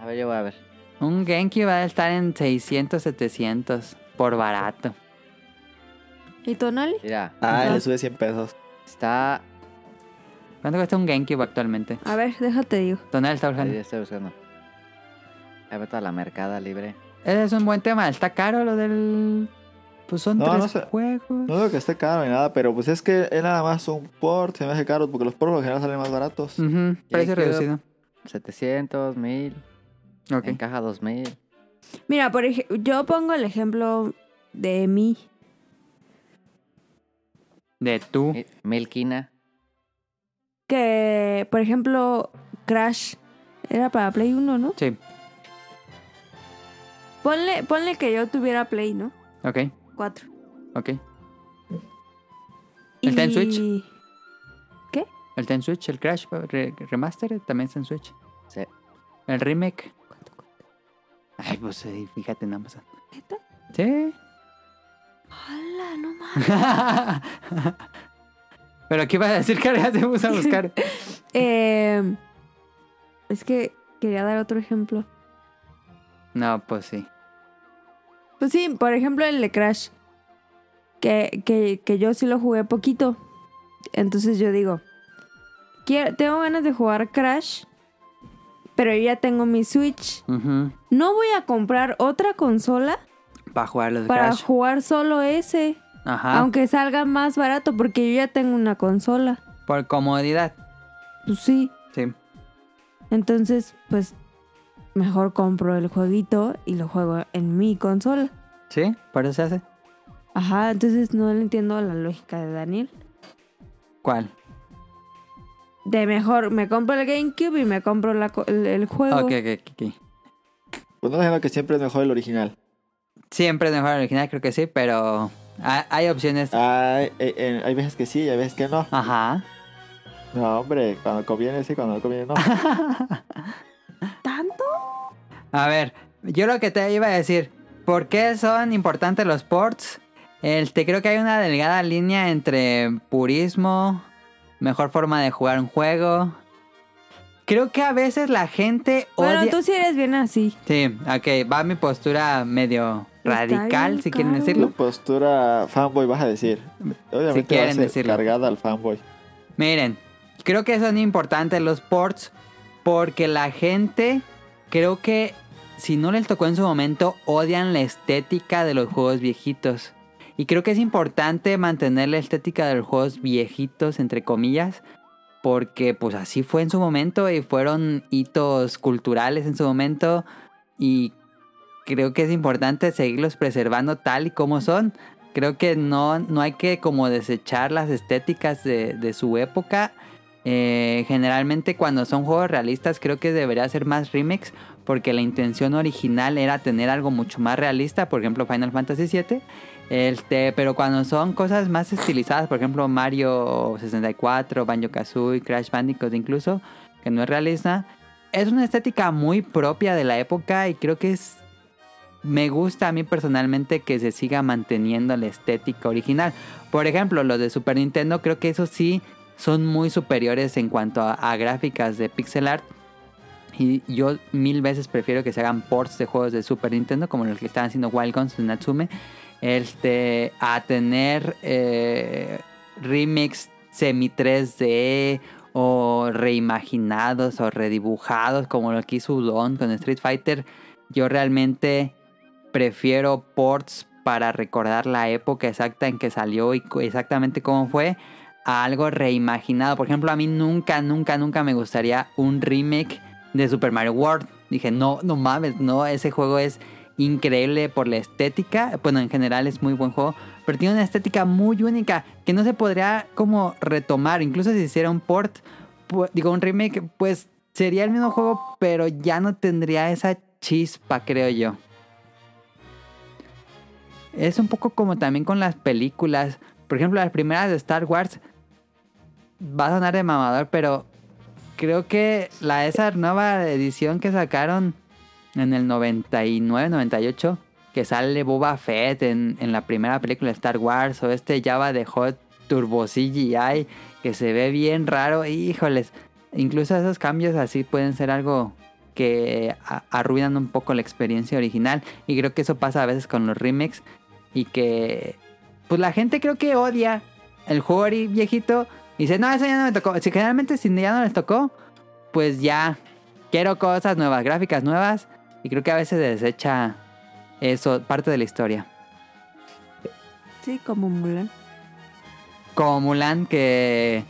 C: A ver, yo voy a ver.
B: Un GameCube va a estar en 600, 700 por barato.
E: ¿Y Tonali?
C: Mira,
D: Ah,
E: Ajá.
D: le sube 100 pesos.
C: está.
B: ¿Cuánto cuesta un GameCube actualmente?
D: Ah.
E: A ver, déjate digo.
B: Donald está
C: Ahí
B: buscando.
C: estoy buscando. Ahí meto a la mercada libre.
B: Ese es un buen tema. Está caro lo del. Pues son
D: No,
B: tres
D: no sé.
B: juegos.
D: No digo que esté caro ni nada, pero pues es que es nada más un port, se me hace caro porque los ports por lo general salen más baratos.
B: Ujú, precio
C: GameCube.
B: reducido.
C: 700, 1000.
B: Ok.
D: Eh.
C: En caja 2000.
E: Mira, por ej- yo pongo el ejemplo de mí.
B: De tú.
C: mi- 1000 quina.
E: Que, por ejemplo, Crash era para Play 1, ¿no?
B: Sí,
E: Ponle, ponle que yo tuviera Play, ¿no?
B: ok,
E: 4.
B: ok. ¿Está en Switch? El está en Switch, el Crash Re- Remastered también está en Switch.
C: Sí.
B: El remake. Ay, pues sí, fíjate en Amazon. Sí.
E: ¡Hala, no mames!
B: Pero ¿qué iba a decir que ahora te vamos a buscar?
E: Eh, es que quería dar otro ejemplo.
B: No, pues sí.
E: Pues sí, por ejemplo, el de Crash. Que, que, que yo sí lo jugué poquito. Entonces yo digo, quiero- tengo ganas de jugar Crash, pero yo ya tengo mi Switch. No voy a comprar otra consola
B: Para jugar los
E: para
B: Crash. Ah.
E: jugar solo ese,
B: Ajá.
E: aunque salga más barato, porque yo ya tengo una consola.
B: Por comodidad.
E: Pues sí.
B: Sí.
E: Entonces, pues mejor compro el jueguito y lo juego en mi consola.
B: Sí, por eso se hace.
E: Ajá, entonces no le entiendo la lógica de Daniel.
B: ¿Cuál?
E: De mejor, me compro el GameCube y me compro la co- el, el juego.
B: Ok, ok, ok, ok.
D: Pues no dejando que siempre es mejor el original.
B: Siempre es mejor el original, creo que sí, pero ha- hay opciones.
D: Hay, eh, eh, hay veces que sí y hay veces que no.
B: Ajá.
D: No, hombre, cuando conviene sí, cuando no conviene no.
E: ¿Tanto?
B: A ver, yo lo que te iba a decir, ¿por qué son importantes los ports? Este, creo que hay una delgada línea entre purismo, mejor forma de jugar un juego. Creo que a veces la gente
E: Bueno,
B: odia.
E: tú sí eres bien así.
B: Sí, ok, va mi postura medio
E: Está
B: radical,
E: bien
B: si quieren
E: caro.
D: Tu
B: decirlo.
D: postura fanboy vas a decir. Obviamente
B: Si quieren
D: va a ser
B: decirlo.
D: cargada al fanboy.
B: Miren, creo que son importantes los ports porque la gente, creo que si no les tocó en su momento, odian la estética de los juegos viejitos. Y creo que es importante mantener la estética de los juegos viejitos, entre comillas, porque pues así fue en su momento y fueron hitos culturales en su momento y creo que es importante seguirlos preservando tal y como son. Creo que no, no hay que como desechar las estéticas de, de su época. Eh, generalmente cuando son juegos realistas creo que debería ser más remix porque la intención original era tener algo mucho más realista, por ejemplo Final Fantasy VII. Este, pero cuando son cosas más estilizadas, por ejemplo Mario 64, Banjo Kazooie, Crash Bandicoot incluso, que no es realista, es una estética muy propia de la época y creo que es me gusta a mí personalmente que se siga manteniendo la estética original. Por ejemplo, los de Super Nintendo creo que eso sí son muy superiores en cuanto a, a gráficas de pixel art. Y yo mil veces prefiero que se hagan ports de juegos de Super Nintendo como los que están haciendo Wild Guns de Natsume. Este, a tener eh, remix semi 3D o reimaginados o redibujados como lo que hizo Udon con Street Fighter. Yo realmente prefiero ports para recordar la época exacta en que salió y cu- exactamente cómo fue a algo reimaginado. Por ejemplo, a mí nunca, nunca, nunca me gustaría un remake de Super Mario World. Dije, no, no mames, no, ese juego es increíble por la estética. Bueno, en general es muy buen juego, pero tiene una estética muy única que no se podría como retomar. Incluso si hiciera un port, pu- digo, un remake, pues sería el mismo juego, pero ya no tendría esa chispa, creo yo. Es un poco como también con las películas. Por ejemplo, las primeras de Star Wars. Va a sonar de mamador, pero creo que la esa nueva edición que sacaron en el 99, 98, que sale Boba Fett en, en la primera película de Star Wars, o este Java de Hot Turbo CGI, que se ve bien raro, híjoles. Incluso esos cambios así pueden ser algo que a- arruinan un poco la experiencia original. Y creo que eso pasa a veces con los remakes. Y que, pues la gente creo que odia el juego ori- viejito. Y dice, no, eso ya no me tocó. Si generalmente si ya no les tocó, pues ya quiero cosas nuevas, gráficas nuevas. Y creo que a veces desecha eso, parte de la historia.
E: Sí, como Mulan.
B: Como Mulan, que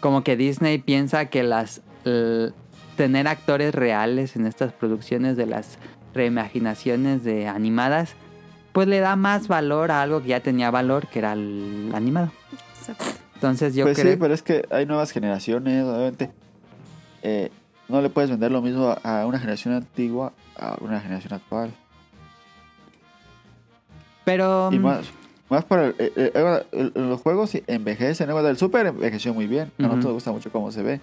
B: como que Disney piensa que las l- tener actores reales en estas producciones de las reimaginaciones de animadas, pues le da más valor a algo que ya tenía valor, que era el animado. Entonces yo
D: pues
B: creo...
D: sí, pero es que hay nuevas generaciones, obviamente. eh, no le puedes vender lo mismo a a una generación antigua a una generación actual.
B: Pero...
D: Y
B: mm,
D: más, más para el- eh, eh, ahora, el- los juegos sí envejecen. ¿no? El Super envejeció muy bien.
B: Ujú.
D: A nosotros nos gusta mucho cómo se ve.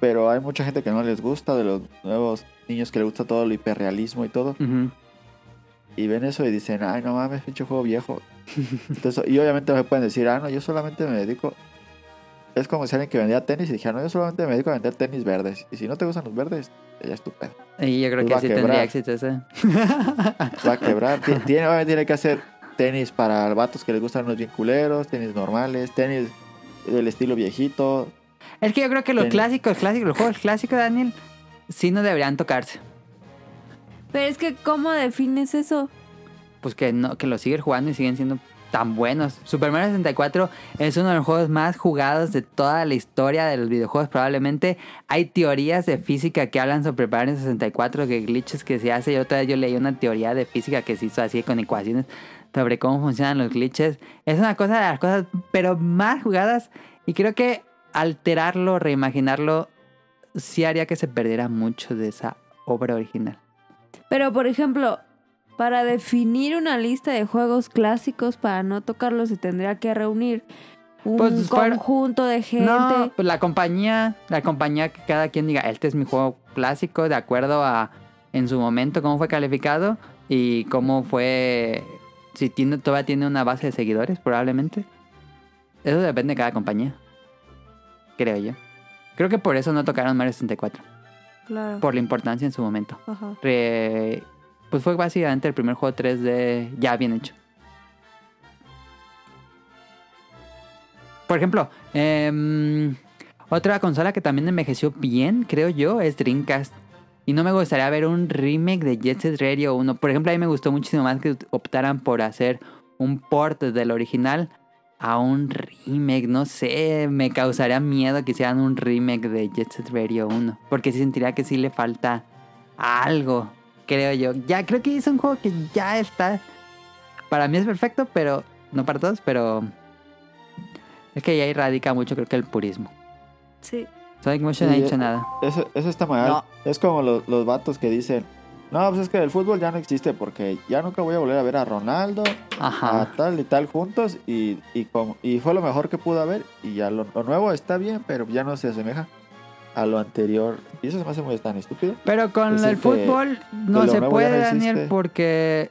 D: Pero hay mucha gente que no les gusta, de los nuevos niños que les gusta todo el hiperrealismo y todo.
B: ujú.
D: Y ven eso y dicen, ay, no mames, pinche juego viejo. Entonces, y obviamente me pueden decir, ah, no, yo solamente me dedico. Es como si alguien que vendía tenis y dijera, no, yo solamente me dedico a vender tenis verdes. Y si no te gustan los verdes, ya es tu pedo.
B: Y yo creo
D: Pues
B: que
D: va a
B: sí
D: quebrar.
B: tendría éxito ese.
D: va a quebrar. Ti- Tiene, obviamente tiene que hacer tenis para vatos que les gustan los bien culeros, tenis normales, tenis del estilo viejito.
B: Es que yo creo que los
D: Tenis.
B: clásicos, clásicos, los juegos clásicos, Daniel, sí no deberían tocarse.
E: Pero es que, ¿cómo defines eso?
B: Pues que no, que lo siguen jugando y siguen siendo tan buenos. Super Mario 64 es uno de los juegos más jugados de toda la historia de los videojuegos. Probablemente hay teorías de física que hablan sobre Mario 64, que glitches que se hace. Y otra vez yo leí una teoría de física que se hizo así con ecuaciones sobre cómo funcionan los glitches. Es una cosa de las cosas, pero más jugadas. Y creo que alterarlo, reimaginarlo, sí haría que se perdiera mucho de esa obra original.
E: Pero, por ejemplo, para definir una lista de juegos clásicos para no tocarlos, se tendría que reunir un
B: Pues, fuera-
E: conjunto de gente.
B: No, pues la compañía, la compañía que cada quien diga, este es mi juego clásico, de acuerdo a en su momento cómo fue calificado y cómo fue, si tiene, todavía tiene una base de seguidores, probablemente. Eso depende de cada compañía, creo yo. Creo que por eso no tocaron Mario 64,
E: Claro.
B: por la importancia en su momento.
E: Ajá.
B: Re- pues fue básicamente el primer juego 3D ya bien hecho. Por ejemplo, em, otra consola que también envejeció bien, creo yo, es Dreamcast. Y no me gustaría ver un remake de Jet Set Radio 1. Por ejemplo, a mí me gustó muchísimo más que optaran por hacer un port del original a un remake. No sé, me causaría miedo que hicieran un remake de Jet Set Radio 1. Porque sí sentiría que sí le falta algo, creo yo. Ya creo que es un juego que ya está. Para mí es perfecto, pero no para todos, pero es que ya ahí radica mucho, creo que el purismo.
E: Sí.
B: Sonic Motion no ha
D: Sí,
B: dicho
D: eh,
B: nada.
D: Eso, eso está mal.
B: No.
D: Es como los, los vatos que dicen, no, pues es que el fútbol ya no existe porque ya nunca voy a volver a ver a Ronaldo,
B: Ajá.
D: a tal y tal juntos y, y, como- y fue lo mejor que pudo haber y ya lo, lo nuevo está bien, pero ya no se asemeja a lo anterior. Y eso se me hace muy tan estúpido.
B: Pero con
D: es
B: el
D: el pues que-
B: fútbol no
D: lo
B: se
D: nuevo ya
B: puede,
D: no
B: Daniel,
D: existe.
B: porque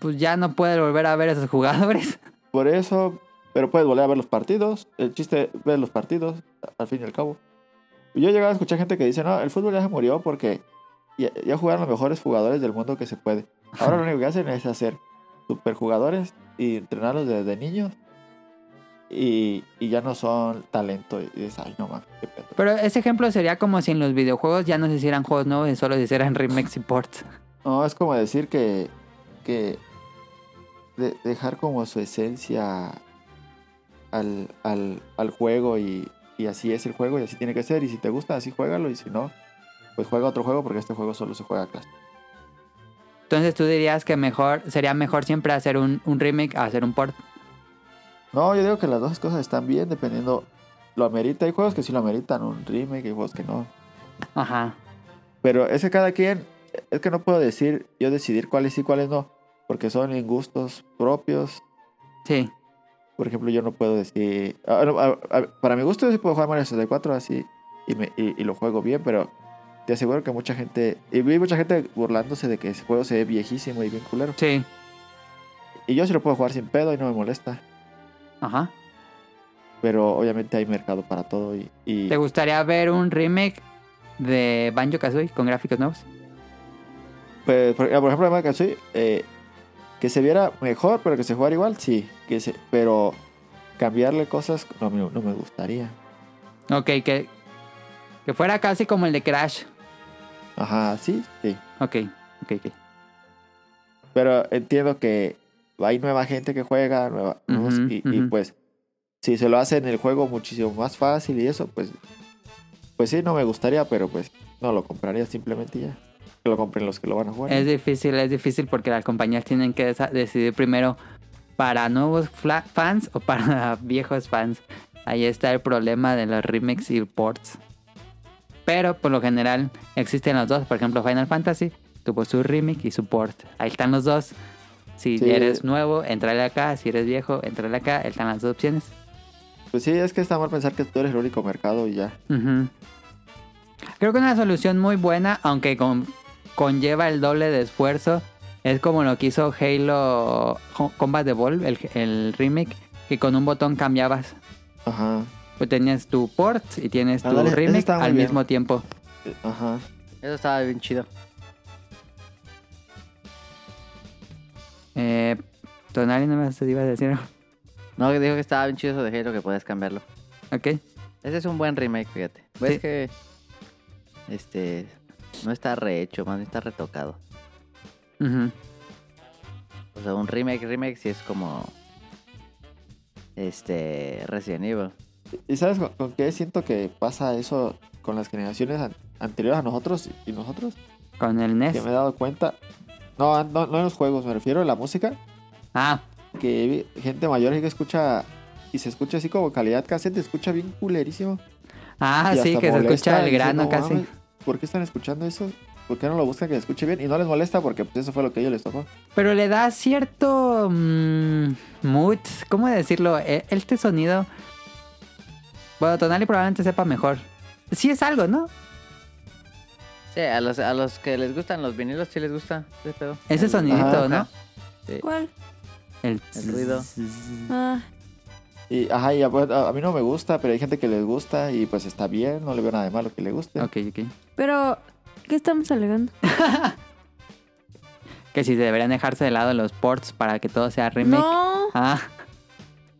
B: pues ya no puede volver a ver a esos jugadores.
D: Por eso, pero puedes volver a ver los partidos. El chiste es ver los partidos, al fin y al cabo. Yo llegaba a escuchar gente que dice, no, el fútbol ya se murió porque ya, ya jugaron los mejores jugadores del mundo que se puede. Ahora lo único que hacen es hacer superjugadores y entrenarlos desde niños. Y, y ya no son talento. Y dices, ay, no mames, qué pedo".
B: Pero ese ejemplo sería como si en los videojuegos ya no se hicieran juegos nuevos y solo se hicieran remakes y ports.
D: No, es como decir que, que de- dejar como su esencia al, al, al juego y, y así es el juego y así tiene que ser. Y si te gusta, así juégalo y si no, pues juega otro juego porque este juego solo se juega clásico.
B: Entonces tú dirías que mejor sería mejor siempre hacer un, un remake a hacer un port.
D: No, yo digo que las dos cosas están bien dependiendo. Lo amerita. Hay juegos que sí lo ameritan, un remake, hay juegos que no.
B: Ajá.
D: Pero es que cada quien, es que no puedo decir, yo decidir cuáles sí, cuáles no. porque son en gustos propios.
B: Sí.
D: Por ejemplo, yo no puedo decir. ah, no, ah, ah, Para mi gusto, yo sí puedo jugar Mario 64 así y, me- y- y lo juego bien, pero te aseguro que mucha gente. Y vi mucha gente burlándose de que ese juego se ve viejísimo y bien culero.
B: Sí.
D: Y yo sí lo puedo jugar sin pedo y no me molesta.
B: Ajá.
D: Pero obviamente hay mercado para todo y. y-
B: ¿Te gustaría ver un remake de Banjo Kazooie con gráficos nuevos?
D: pues, por, por ejemplo, Mario Kazooie, eh, que se viera mejor, pero que se jugara igual, sí. Que se, pero cambiarle cosas no, me- no me gustaría.
B: Ok, que, que fuera casi como el de Crash.
D: Ajá, sí, sí.
B: Ok, ok, ok.
D: Pero entiendo que hay nueva gente que juega, nueva, nuevos-
B: Ujú,
D: y, y
B: ujú.
D: pues si se lo hacen el juego muchísimo más fácil y eso, pues pues sí, no me gustaría, pero pues no lo compraría simplemente y ya. Que lo compren los que lo van a jugar.
B: Es difícil, es difícil porque las compañías tienen que desa- decidir primero para nuevos fla- fans o para viejos fans. Ahí está el problema de los remakes y ports. Pero por lo general existen los dos. Por ejemplo, Final Fantasy tuvo su remake y su port. Ahí están los dos. Si
D: Sí.
B: eres nuevo, entrale acá. Si eres viejo, entrale acá. Ahí están las dos opciones.
D: Pues sí, es que está mal pensar que tú eres el único mercado y ya.
B: Ujú. Creo que una solución muy buena, aunque con- conlleva el doble de esfuerzo, es como lo que hizo Halo Ho- Combat Evolved, el, el remake, que con un botón cambiabas.
D: Ajá,
B: Pues tenías tu port y tienes tu
D: Ándale, Ah, ese
B: remake
D: está muy
B: al
D: bien.
B: mismo tiempo.
D: eh, ajá.
C: Eso estaba bien chido.
B: Eh, Tonali, no me ibas a decir. algo?
C: No, que dijo que estaba bien chido eso de Halo, que podías cambiarlo.
B: Ok.
C: Ese es un buen remake, fíjate. Ves
B: Sí.
C: que. Este. No está rehecho, más bien está retocado.
B: Ujú.
C: O sea, un remake, remake sí es como. Este. Resident Evil.
D: ¿Y sabes con, con qué siento que pasa eso con las generaciones an- anteriores a nosotros y- y nosotros?
B: Con el E
D: Que
B: NES.
D: me he dado cuenta. No, no, no en los juegos, me refiero a la música.
B: Ah,
D: que vi- gente mayor que escucha y se escucha así como calidad cassette, escucha bien culerísimo.
B: ah
D: Y
B: sí,
D: hasta
B: que se
D: molesta,
B: escucha el
D: dice,
B: grano
D: "No
B: casi.
D: mames, ¿Por qué están escuchando eso? ¿Por qué no lo buscan que se escuche bien? Y no les molesta porque pues, eso fue lo que a ellos les tocó.
B: Pero le da cierto mm, mood, ¿cómo decirlo? E- Este sonido. Bueno, Tonali probablemente sepa mejor. Sí es algo, ¿no?
C: Sí, a los, a los que les gustan los vinilos sí les gusta ese pedo.
B: Ese
C: El-
B: sonidito,
D: ajá.
B: ¿no?
E: ¿Cuál?
B: El,
C: El ruido.
E: Ah,
D: Y ajá, y a, pues, a- a mí no me gusta, pero hay gente que les gusta y pues está bien, no le veo nada de malo que le guste.
B: Ok, ok.
E: pero, ¿qué estamos alegando?
B: Que si deberían dejarse de lado los ports para que todo sea remake.
E: No,
B: Ah.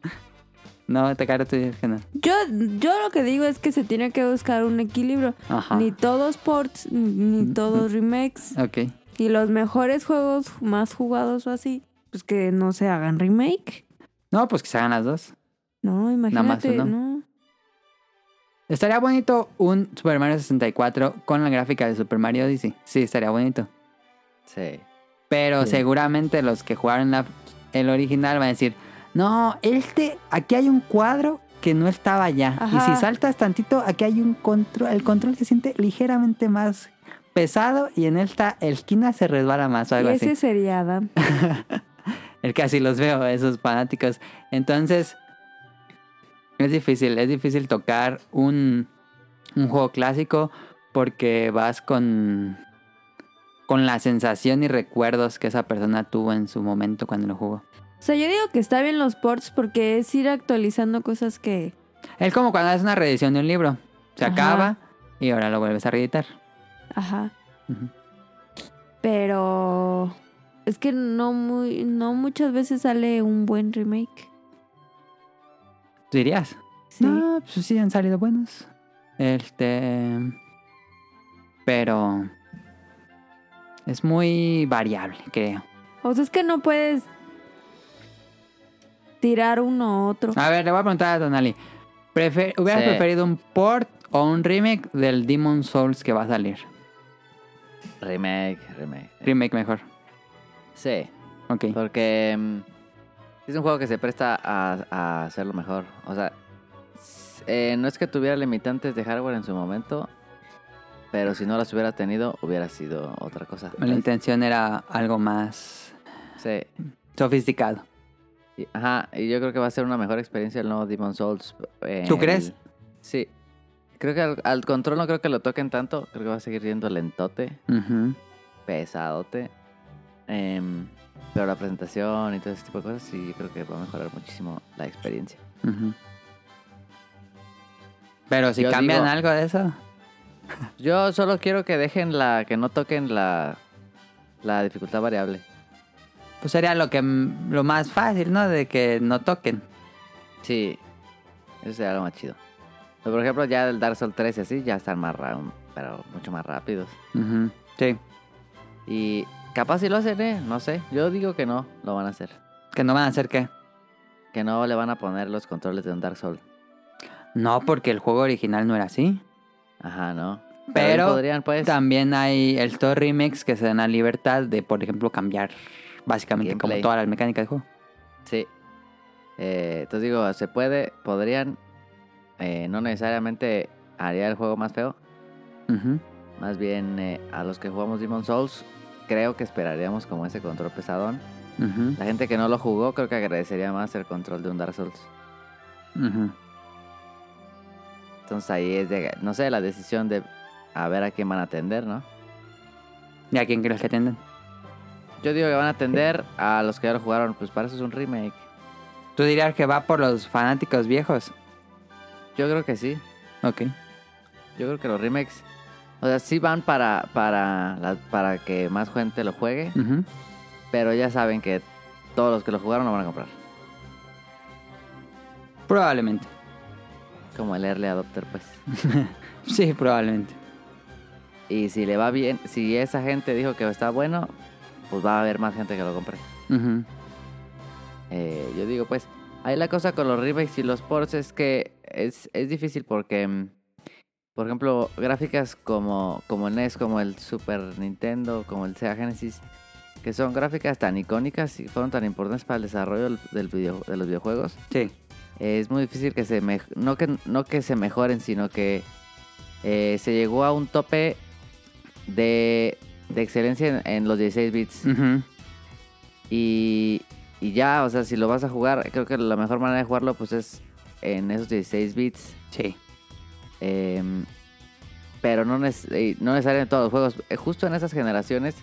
B: No, te cara tú dices que no.
E: yo, yo lo que digo es que se tiene que buscar un equilibrio.
B: Ajá.
E: Ni todos ports, ni ni todos remakes.
B: Ok.
E: Y los mejores juegos más jugados o así, pues que no se hagan remake.
B: No, pues que se hagan las dos.
E: No,
B: más
E: imagínate,
B: uno.
E: ¿no?
B: Estaría bonito un Super Mario 64 con la gráfica de Super Mario Odyssey. Sí, estaría bonito.
C: Sí.
B: Pero
D: Sí.
B: seguramente los que jugaron la, el original van a decir, no, este, aquí hay un cuadro que no estaba allá. Y
E: Ajá.
B: si saltas tantito, aquí hay un control, el control se siente ligeramente más pesado y en esta esquina se resbala más o algo
E: Y
B: así.
E: ese sería Adam.
B: El casi los veo, esos fanáticos. Entonces, es difícil, es difícil tocar un, un juego clásico porque vas con, con la sensación y recuerdos que esa persona tuvo en su momento cuando lo jugó.
E: O sea, yo digo que está bien los ports porque es ir actualizando cosas que...
B: Es como cuando haces una reedición de un libro. Se
E: Ajá.
B: acaba y ahora lo vuelves a reeditar.
E: Ajá.
B: Ujú.
E: Pero... Es que no, muy, no muchas veces sale un buen remake.
B: ¿Tú dirías?
E: Sí.
B: No, pues sí han salido buenos. Este. Pero. Es muy variable, creo.
E: O sea, es que no puedes tirar uno a otro.
B: A ver, le voy a preguntar a Donali. Prefe- ¿Hubieras
C: Sí.
B: preferido un port o un remake del Demon Souls que va a salir?
C: Remake, remake.
B: Remake mejor.
C: Sí.
B: Ok.
C: Porque mm, es un juego que se presta a, a hacerlo mejor. O sea, s- eh, no es que tuviera limitantes de hardware en su momento, pero si no las hubiera tenido, hubiera sido otra cosa.
B: La intención era algo más
C: Sí.
B: Sofisticado.
C: Y- Ajá, y yo creo que va a ser una mejor experiencia el nuevo Demon Souls. eh,
B: ¿Tú crees?
C: Sí. Creo que al, al control no creo que lo toquen tanto. Creo que va a seguir yendo lentote,
B: Ujú.
C: pesadote. Em, pero la presentación y todo ese tipo de cosas sí creo que va a mejorar muchísimo la experiencia.
B: Ujú. Pero si
C: Yo
B: cambian
C: digo-
B: algo de eso.
C: Yo solo quiero que dejen la... Que no toquen la... La dificultad variable.
B: Pues sería lo que lo más fácil, ¿no? De que no toquen.
C: Sí. Eso sería lo más chido. Pero, por ejemplo, ya el Dark Souls 3 y así ya están más... ra- Pero mucho más rápidos.
B: Ujú, Sí.
C: Y capaz si lo hacen, ¿eh? No sé. Yo digo que no, lo van a hacer.
B: Que no van a hacer qué.
C: Que no le van a poner los controles de un Dark Souls.
B: No, porque el juego original no era así.
C: Ajá, ¿no? bien
B: Pero
C: podrían, pues.
B: También hay el todo remix que se dan la libertad de, por ejemplo, cambiar básicamente
C: Gameplay.
B: como todas las mecánicas del juego.
C: Sí. Eh, entonces digo, se puede, podrían. eh, no necesariamente haría el juego más feo.
B: Ujú.
C: Más bien, eh, a los que jugamos Demon Souls, creo que esperaríamos como ese control pesadón.
B: Ujú,
C: La gente que no lo jugó, creo que agradecería más el control de un Dark Souls.
B: ujú.
C: Entonces ahí es de, no sé, la decisión de a ver a quién van a atender, ¿no?
B: ¿Y a quién crees que atienden?
C: Yo digo que van a atender a los que ya lo jugaron, pues para eso es un remake.
B: Tú dirías que va por los fanáticos viejos.
C: Yo creo que sí.
B: Ok.
C: Yo creo que los remakes. O sea, sí van para, para, la- para que más gente lo juegue,
B: Ujú.
C: pero ya saben que todos los que lo jugaron lo van a comprar.
B: Probablemente.
C: Como el Early Adopter, pues.
B: Sí, probablemente.
C: Y si le va bien, si esa gente dijo que está bueno, pues va a haber más gente que lo compre.
B: Ujú.
C: Eh, yo digo, pues, ahí la cosa con los remakes y los ports es que es, es difícil porque, mm, por ejemplo, gráficas como, como el NES, como el Super Nintendo, como el Sega Genesis, que son gráficas tan icónicas y fueron tan importantes para el desarrollo del, del video, de los videojuegos,
B: Sí.
C: eh, es muy difícil que se mej- no que no que se mejoren, sino que eh, se llegó a un tope de, de excelencia en, en los 16 bits.
B: Ujú.
C: Y, y ya, o sea, si lo vas a jugar, creo que la mejor manera de jugarlo pues es en esos 16 bits.
B: Sí.
C: em, pero no, neces eh, no necesariamente en todos los juegos. Eh, Justo en esas generaciones,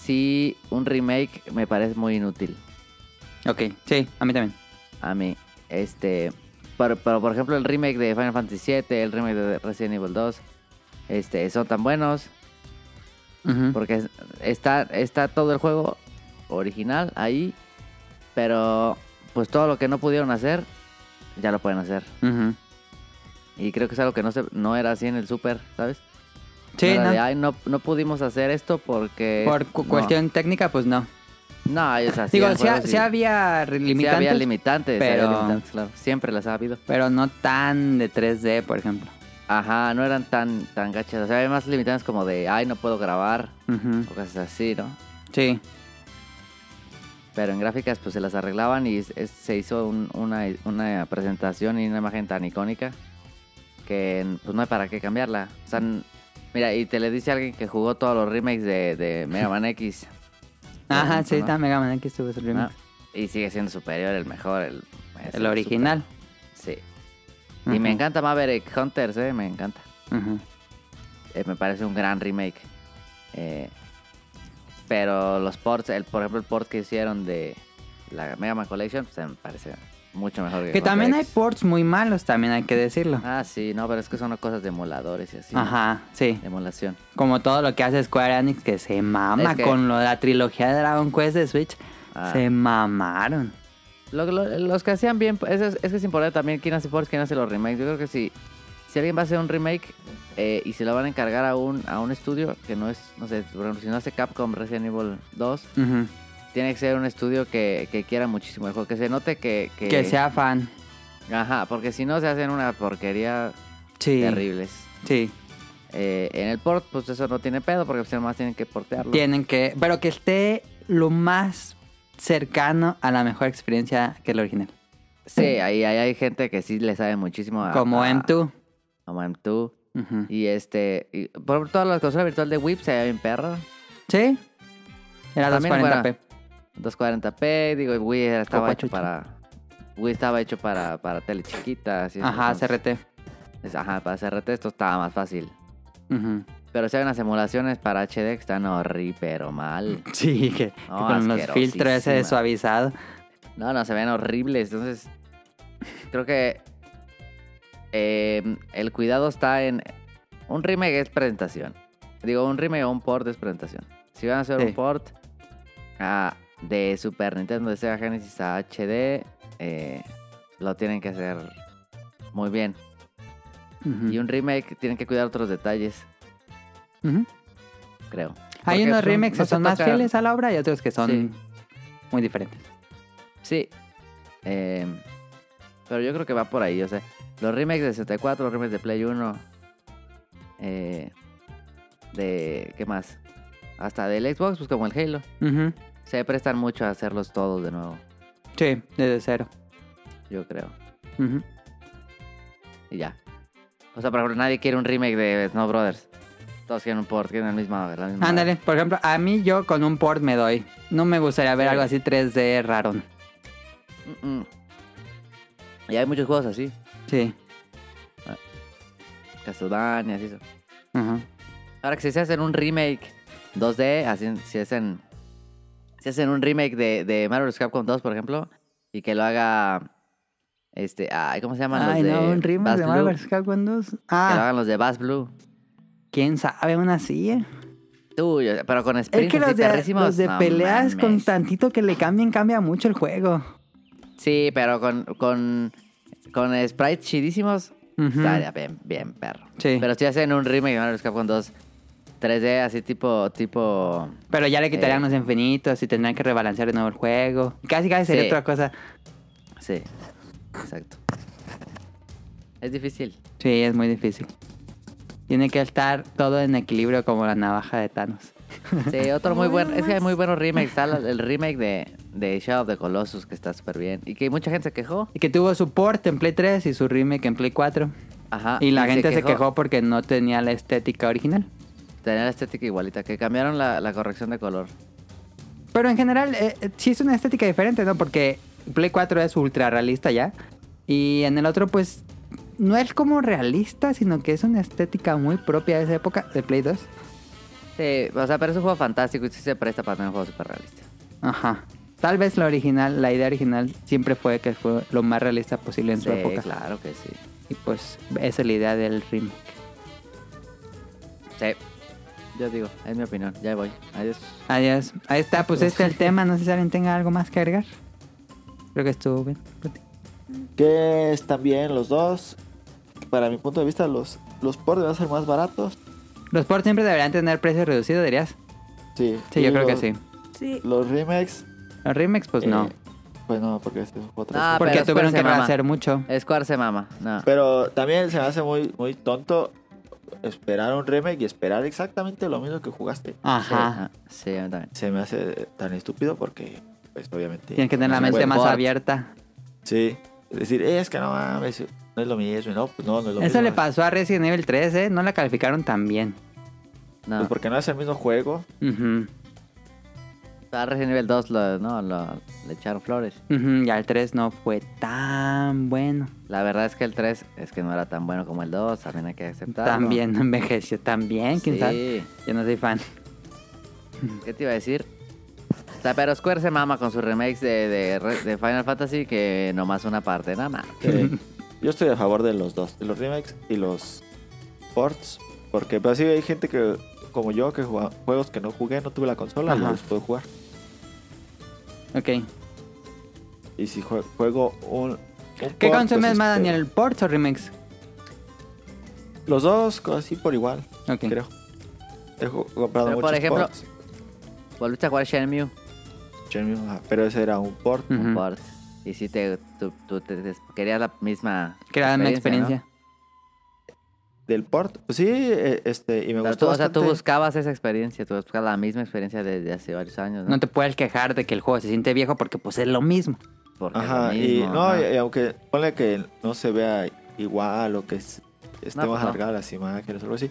C: sí, un remake me parece muy inútil
B: Ok. Sí, a mí también.
C: a mí. Este, pero, pero, por ejemplo, el remake de Final Fantasy VII, el remake de Resident Evil 2, este, son tan buenos
B: Ujú.
C: Porque es- está, está todo el juego original ahí, pero pues todo lo que no pudieron hacer, ya lo pueden hacer.
B: Ujú.
C: Y creo que es algo que no, se, no era así en el Super, ¿sabes?
B: Sí,
C: no. era de,
B: no.
C: "Ay, no, no pudimos hacer esto porque...
B: Por cu-
C: no".
B: cuestión técnica, pues no.
C: No, o sea, sí
B: Digo,
C: hay
B: sí, ha-
C: juegos y-
B: sí había
C: sí
B: limitantes,
C: había limitantes, sí había
B: pero-
C: limitantes, claro. Siempre las ha habido.
B: pero no tan de 3D, por ejemplo.
C: Ajá, no eran tan, tan gachas. O sea, había más limitantes como de, ay, no puedo grabar,
B: Ujú.
C: o cosas así, ¿no?
B: Sí.
C: Pero en gráficas pues se las arreglaban y es- es- se hizo un- una, una presentación y una imagen tan icónica que pues no hay para qué cambiarla. O sea, n- mira, y te le dice a alguien que jugó todos los remakes de, de Mega Man X. por
B: Ajá,
C: ejemplo,
B: sí,
C: ¿no?
B: está Mega Man X estuvo su remake.
C: Ah, y sigue siendo superior, el mejor, el... es
B: El original.
C: super- sí. Y me
B: Ujú.
C: encanta Maverick Hunters, eh, me encanta.
B: Ujú.
C: Eh, me parece un gran remake. Eh, pero los ports, el, por ejemplo, el port que hicieron de la Mega Man Collection, pues, me parece mucho mejor que
B: Que también hay
C: Contra X.
B: ports muy malos, también hay que decirlo.
C: Ah, sí, no, pero es que son cosas de emuladores y así. ¿no?
B: Ajá, sí.
C: De emulación.
B: Como todo lo que hace Square Enix, que se mama
C: Es que-
B: con lo de la trilogía de Dragon Quest de Switch.
C: Ah.
B: Se mamaron.
C: Lo- lo- los que hacían bien, es, es que es importante también quién hace ports, quién hace los remakes. Yo creo que si, si alguien va a hacer un remake eh, y se lo van a encargar a un, a un estudio que no es, no sé, por ejemplo, si no hace Capcom Resident Evil 2,
B: Ujú.
C: tiene que ser un estudio que, que quiera muchísimo el juego, que se note que... Que,
B: Que sea fan.
C: Ajá, porque si no se hacen una porquería
B: Sí.
C: terribles.
B: Sí.
C: Eh, en el port, pues eso no tiene pedo, porque ustedes más tienen que portearlo.
B: Tienen que. Pero que esté lo más cercano a la mejor experiencia que el original.
C: Sí, ahí, ahí hay gente que sí le sabe muchísimo a...
B: Como
C: a-
B: M2.
C: Como M2.
B: Ujú.
C: Ah, Y este... y, por pues, ejemplo, todas las consolas virtuales de Whip se ve bien perro.
B: Sí. Era
C: También
B: 240p.
C: 240p, digo, Wii era- estaba hecho
B: Copachucho.
C: para... Wii estaba hecho para, para tele chiquita. así es,
B: Ajá,
C: entonces-
B: CRT.
C: es- Ajá, para CRT esto estaba más fácil.
B: Ujú.
C: Pero si hay unas emulaciones para HD que están horrible, pero mal.
B: Sí, que, que
C: No,
B: con los filtros ese de
C: asquerosísima.
B: suavizado.
C: No, no, se ven horribles. Entonces, creo que eh, el cuidado está en... Un remake es presentación. Digo, un remake o un port es presentación. Si van a hacer
B: Sí.
C: un port ah, de Super Nintendo de Sega Genesis a HD, eh, lo tienen que hacer muy bien.
B: Ujú.
C: Y un remake tienen que cuidar otros detalles,
B: Ujú.
C: creo.
B: Hay
C: Porque
B: unos
C: son-
B: remakes
C: no
B: que
C: se
B: son más
C: tocan-
B: fieles a la obra y otros que son
C: Sí.
B: muy diferentes.
C: Sí. Eh, pero yo creo que va por ahí, o sea, los remakes de 64, los remakes de Play 1, eh, de... ¿qué más? Hasta del Xbox, pues como el Halo.
B: Ujú.
C: Se prestan mucho a hacerlos todos de nuevo,
B: Sí, desde cero.
C: yo creo.
B: Ujú.
C: Y ya. O sea, por ejemplo, nadie quiere un remake de Snow Brothers. Todos quieren un port, quieren el mismo... la misma-
B: Ándale, por ejemplo, a mí yo con un port me doy. No me gustaría ver
C: Sí.
B: algo así 3D raro.
C: Mm, mm. Y hay muchos juegos así.
B: Sí.
C: Castlevania, así eso.
B: Ajá.
C: Ahora que si se hacen un remake 2D, así, si hacen, si hacen un remake de, de Marvel vs. Capcom 2, por ejemplo, y que lo haga, este, ay, ¿cómo se llaman
B: Ay,
C: los de
B: no, un remake
C: Bass
B: de
C: Blue?
B: Marvel vs. Capcom 2.
C: Que lo
B: Ah,
C: hagan los de Bass Blue.
B: quién sabe, una así, eh.
C: Tú, yo- pero con sprints
B: Es que
C: así
B: los de,
C: perrísimos,
B: los de
C: no
B: peleas con
C: mames.
B: tantito que le cambien, cambia mucho el juego.
C: Sí, pero con, con, con sprites chidísimos,
B: Ujú.
C: estaría bien, bien perro.
B: Sí.
C: Pero si hacen un remake de Marvel vs. Capcom 2, 3D, así tipo, tipo...
B: Pero ya le quitarían
C: Eh.
B: los infinitos y tendrían que rebalancear de nuevo el juego. Casi, casi sería
C: Sí.
B: otra cosa.
C: Sí, exacto. Es difícil.
B: Sí, es muy difícil. Tiene que estar todo en equilibrio como la navaja de Thanos.
C: Sí, otro muy bueno. Es que hay muy buenos remakes. Está el el remake de, de Shadow of the Colossus, que está súper bien. Y que mucha gente se quejó.
B: Y que tuvo su port en Play 3 y su remake en Play 4.
C: Ajá.
B: Ah, Y la gente se quejó porque no tenía la estética original.
C: Tenía la estética igualita, que cambiaron la, la corrección de color.
B: Pero en general, eh, eh, sí es una estética diferente, ¿no? Porque Play 4 es ultra realista ya. Y en el otro, pues, no es como realista, sino que es una estética muy propia de esa época, de Play 2.
C: Sí, o sea, pero es un juego fantástico y sí se presta para tener un juego súper realista.
B: Ajá. Tal vez la original, la idea original siempre fue que fue lo más realista posible en su
C: Sí,
B: época.
C: claro que sí.
B: Y pues, esa es la idea del remake.
C: Sí. Yo digo, es mi opinión. Ya voy. Adiós.
B: Adiós. Ahí está, pues este es el tema. No sé si alguien tenga algo más que agregar. Creo que estuvo bien.
D: Que están bien los dos. Para mi punto de vista, los, los ports van a ser más baratos.
B: Los ports siempre deberían tener precio reducido, dirías.
D: Sí,
B: Sí,
D: Y
B: yo creo que
D: los-
B: sí.
E: Sí.
D: Los remakes,
B: Los remakes, pues
D: eh,
B: no.
D: pues no, porque este es un juego
C: Ah,
D: 3D.
B: Porque
C: pero
B: tuvieron
C: espérense,
B: que
C: mamá.
B: hacer mucho.
C: Square se mama. No.
D: Pero también se me hace muy, muy tonto esperar un remake y esperar exactamente lo mismo que jugaste.
C: Sí,
B: Ajá.
C: ah, sí, a mí también.
D: Se me hace tan estúpido porque, pues obviamente.
B: Tienes que tener
D: no
B: la
D: se
B: mente
D: puede.
B: más
C: port.
B: abierta.
D: Sí. Es decir, "Eh, es que no mames, no es lo mismo. No, pues no, no es lo mismo.
B: Eso le pasó a Resident Evil 3, ¿eh? No la calificaron tan bien.
C: No.
D: Pues porque no es el mismo juego.
B: Ujú.
C: A Resident Evil 2 lo- no, lo- le echaron flores.
B: Ujú, Ya el 3 no fue tan bueno.
C: La verdad es que el 3 es que no era tan bueno como el 2, también hay que aceptarlo.
B: También no envejeció tan bien, quién sabe.
C: Sí.
B: Yo no soy fan.
C: ¿Qué te iba a decir? O sea, pero Square se mama con sus remakes de, de, re- de Final Fantasy que nomás una parte, nada más.
D: Eh, yo estoy a favor de los dos, de los remakes y los ports. Porque, pero sí hay gente que, como yo, que juega juegos que no jugué, no tuve la consola,
B: Ajá.
D: no los puedo jugar.
B: Ok.
D: Y si jue- juego un. un
B: ¿Qué
D: port,
B: consumes
D: pues,
B: más,
D: este,
B: Daniel? ¿Ports o remakes?
D: Los dos, así por igual,
B: Ok.
D: creo. He ju- comprado
C: Pero, por
D: muchos
C: ejemplo,
D: ports.
C: Volviste a jugar Pues Shenmue,
D: Yo mismo, ajá, Pero ese era un port.
B: Ujú.
C: un port, y sí te, tú, tú te- te- querías la misma
B: Que era una experiencia.
D: Del port, pues sí, eh, este, y me
C: ¿no? Pero
D: gustó
C: tú, o sea, tú
D: bastante.
C: buscabas esa experiencia, tú buscabas la misma experiencia desde hace varios años, ¿no?
B: No te puedes quejar de que el juego se siente viejo porque pues es lo mismo.
C: Porque es lo
D: Ajá, y
C: mismo,
D: no,
C: ajá.
D: y- eh, y aunque ponle que no se vea igual o que es- esté
C: No, pues
D: más
C: no.
D: alargada las imágenes o algo así.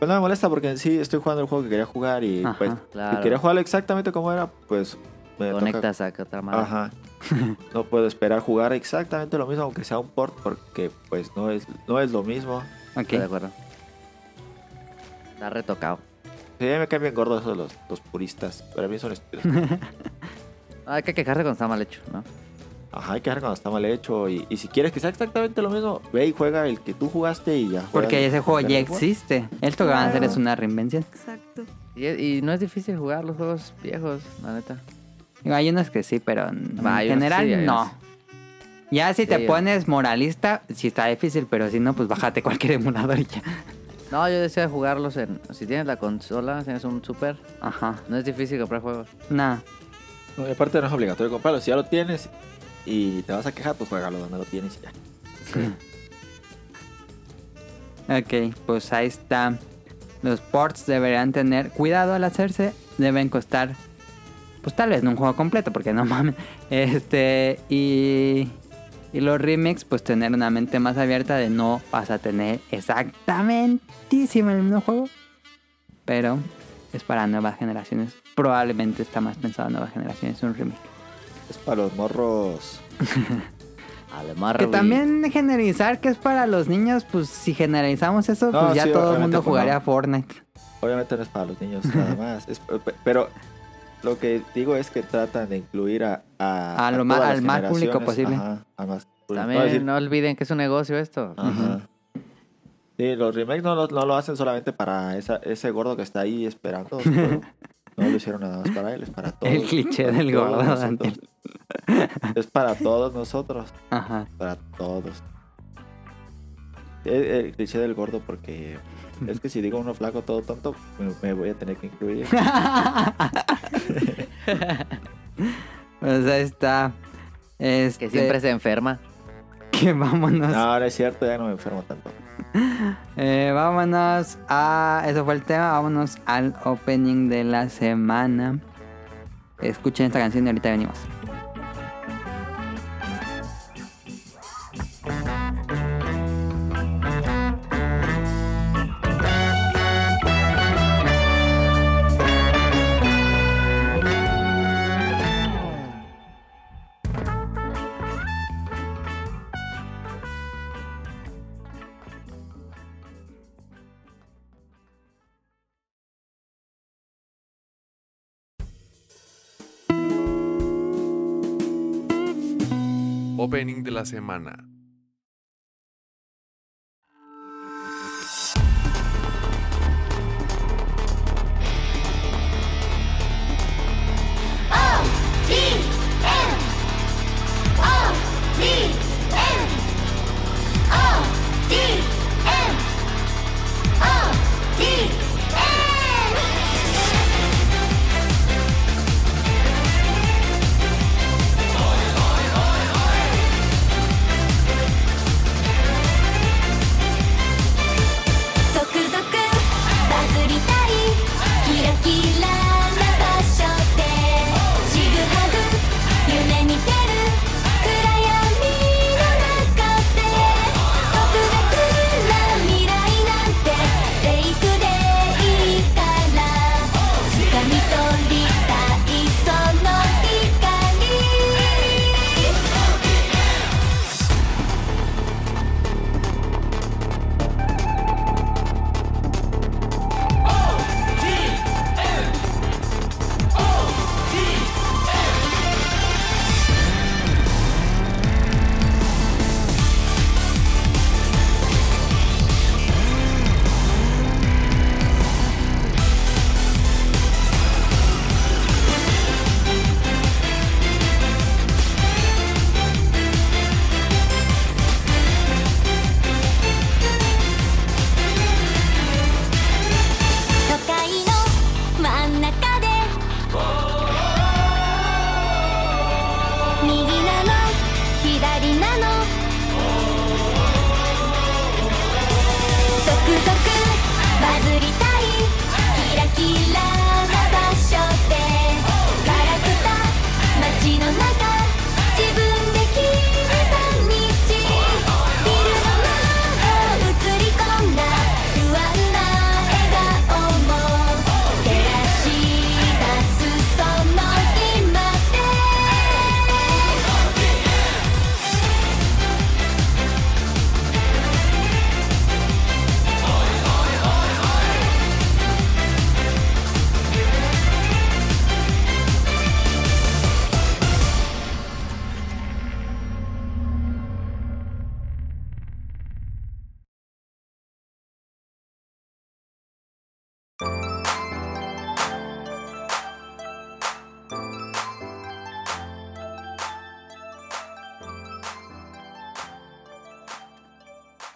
D: Pues no me molesta porque en sí estoy jugando el juego que quería jugar y
B: Ajá,
D: pues si
C: claro.
D: quería jugarlo exactamente como era, pues me toca-
C: conectas a otra madre.
D: Ajá. No puedo esperar jugar exactamente lo mismo, aunque sea un port, porque pues no es, no es lo mismo.
C: Estoy de
B: Ok.
C: acuerdo. Está retocado.
D: Sí, me cambian gordos esos los, los puristas. Para mí son estúpidos.
C: No, hay que quejarse cuando está mal hecho, ¿no?
D: Ajá, hay que ver cuando está mal hecho. Y, y si quieres que sea exactamente lo mismo, ve y juega el que tú jugaste y ya. juegas
B: Porque ese
D: el
B: juego
D: que
B: ya
D: juegas.
B: existe. Esto que van a hacer
A: Claro.
B: es una reinvención.
A: Exacto.
C: Y, es- y no es difícil jugar los juegos viejos, la neta.
B: Digo, Hay unos que sí, pero en
C: Va, Ah, hay unos que
B: general
C: sí, hay
B: no.
C: unos-
B: Ya si te
C: Sí,
B: pones moralista, sí está difícil, pero si no, pues bájate cualquier emulador y ya.
C: No, yo deseo jugarlos en... Si tienes la consola, si tienes un super,
B: Ajá.
C: no es difícil comprar juegos.
B: Nada.
D: No, y aparte no es obligatorio comprarlo. Si ya lo tienes y te vas a quejar, pues juégalo donde lo tienes y ya.
B: Ok, pues ahí está. Los ports deberán tener cuidado al hacerse. Deben costar, pues tal vez no un juego completo, porque no mames. Este, y, y los remix, pues tener una mente más abierta de no vas a tener exactamentísimo el mismo juego. Pero es para nuevas generaciones. Probablemente está más pensado en nuevas generaciones un remix.
D: Es para los morros.
C: Además,
B: Que
C: Ruby,
B: también generalizar que es para los niños, pues si generalizamos eso,
D: No,
B: pues ya
D: sí,
B: todo el
D: obviamente,
B: mundo
D: pues, no.
B: jugaría a Fortnite.
D: Obviamente no es para los niños nada más. Es- pe- pero lo que digo es que tratan de incluir a... A,
B: A lo
D: todas
B: ma-
D: las
B: al más público
D: generaciones.
B: posible.
D: Ajá, al más público.
C: También
D: No, es decir,
C: no olviden que es un negocio esto.
D: Ajá. Sí, los remakes no, lo- no lo hacen solamente para esa- ese gordo que está ahí esperando. su juego. No lo hicieron nada más para él, es para todos.
B: El cliché
D: para
B: del
D: todos
B: gordo de
D: nosotros. Es para todos nosotros,
B: Ajá.
D: para todos. El, el cliché del gordo porque es que si digo uno flaco todo tonto, me, me voy a tener que incluir.
B: Pues ahí está. Este,
C: Que siempre se enferma.
B: que vámonos.
D: No, no es cierto, ya no me enfermo tanto.
B: Eh, vámonos a. Eso fue el tema. Vámonos al opening de la semana. Escuchen esta canción y ahorita venimos.
F: Opening de la semana.
G: 続々バズりたいキラキラな場所でちぐはぐ夢見てる暗闇の中で特別な未来なんてフェイクでいいから掴み取りたいその光都会の真ん中で右なの左なの続々バズりたいキラキラな場所でガラクタ街の中自分で決めた道ビルの中映り込んだ不安な笑顔も照らし出すその今で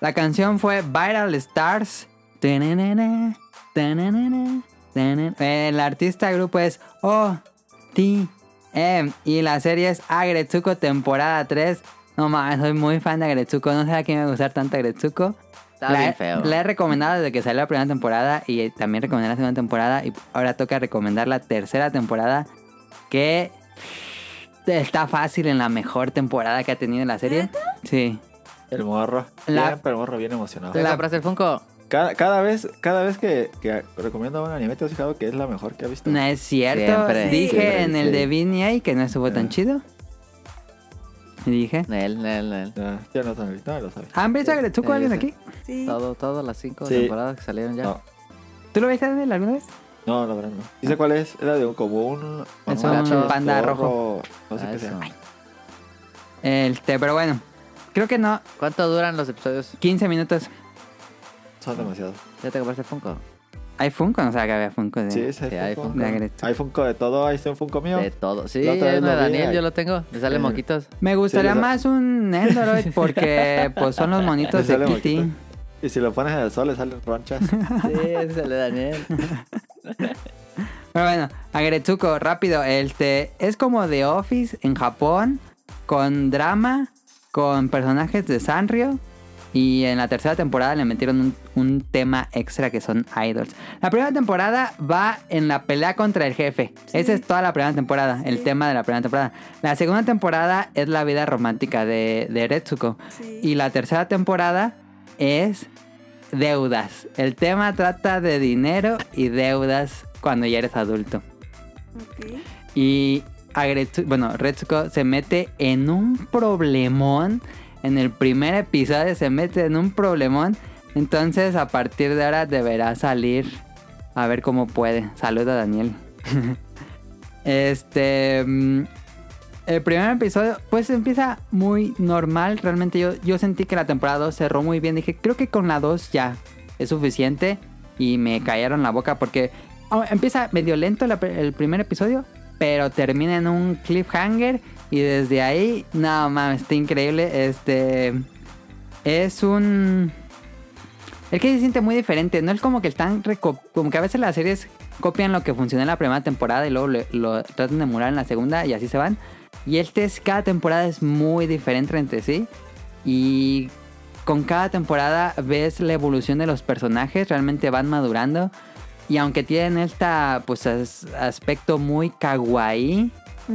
B: La canción fue Viral Stars. Tananana, tananana, tanan- El artista del grupo es O.T.M. Y la serie es Agretsuko temporada 3. No mames, soy muy fan de Agretsuko. No sé a quién me va a gustar tanto Agretsuko.
C: Está
B: la, e-
C: bien feo.
B: la he recomendado desde que salió la primera temporada y eh, también recomendé la segunda temporada. Y ahora toca recomendar la tercera temporada que está fácil en la mejor temporada que ha tenido la serie. Sí.
D: El morro.
B: La-
D: Bien, pero el morro bien emocionado.
C: ¿Te
B: La-
C: compraste el Funko?
D: Cada, cada vez, cada vez que, que recomiendo un anime, te has fijado que es la mejor que ha visto.
B: No es cierto.
C: Siempre,
B: Dije
C: siempre,
B: en el
D: sí. Ah.
B: de Vinny ahí que no estuvo tan chido. Dije. "Ah,
C: Nel, Nel, Nel.
D: No, Ah, ya no, sabe, no lo sabe.
B: ¿Han visto a Gretsuko
C: sí,
B: alguien
C: sí.
B: aquí?
A: Sí.
C: Todo, todas las cinco
D: Sí.
C: temporadas que salieron ya.
D: No.
B: ¿Tú lo viste Daniel, alguna vez?
D: No, la verdad no. Dice cuál es. Era de un como un.
B: Es
D: mamucho,
B: un panda
D: zorro,
B: rojo.
D: No sé
C: Ah,
D: qué
C: eso.
D: sea.
B: Este, pero bueno. Creo que no.
C: ¿Cuánto duran los episodios?
B: 15 minutos.
D: Son demasiados.
C: ¿Ya te compraste el Funko?
B: ¿Hay Funko, no sabía que había Funko de.
D: Sí, es
C: sí, hay
D: hay Funko.
C: Funko.
B: De Agretsuko.
D: Hay Funko de todo. Ahí está un Funko mío.
C: De todo. Sí,
D: La
C: hay
D: otra vez
C: uno de
D: lo vi,
C: Daniel,
D: ahí.
C: yo lo tengo. Le salen
D: Eh,
C: moquitos.
B: Me gustaría
D: Sí, lo-
B: más un Endoroid porque pues son los monitos de
D: Le sale
B: Kitty.
D: moquito. Y si lo pones en el sol, le salen ronchas.
C: Sí, ese sale Daniel.
B: Pero bueno, Agretsuko, rápido. Este es como The Office en Japón, con drama, con personajes de Sanrio. Y en la tercera temporada le metieron un, un tema extra que son idols. La primera temporada va en la pelea contra el jefe. Esa es toda la primera temporada, el tema de la primera temporada. La segunda temporada es la vida romántica de, de Retsuko. Y la tercera temporada es deudas. El tema trata de dinero y deudas cuando ya eres adulto. Y Agretsu- bueno, Retsuko se mete en un problemón. En el primer episodio se mete en un problemón. Entonces a partir de ahora deberá salir a ver cómo puede. Saluda Daniel. este... mm, El primer episodio pues empieza muy normal. Realmente yo, yo sentí que la temporada 2 cerró muy bien. Dije, creo que con la 2 ya es suficiente. Y me callaron la boca porque ah, empieza medio lento la pr- el primer episodio, pero termina en un cliffhanger y desde ahí, no mames, está increíble. Este es un es que se siente muy diferente, no es como que están reco- como que a veces las series copian lo que funcionó en la primera temporada y luego lo, lo tratan de emular en la segunda y así se van. Y este es cada temporada es muy diferente entre sí y con cada temporada ves la evolución de los personajes, realmente van madurando. Y aunque tienen esta pues as- aspecto muy kawaii,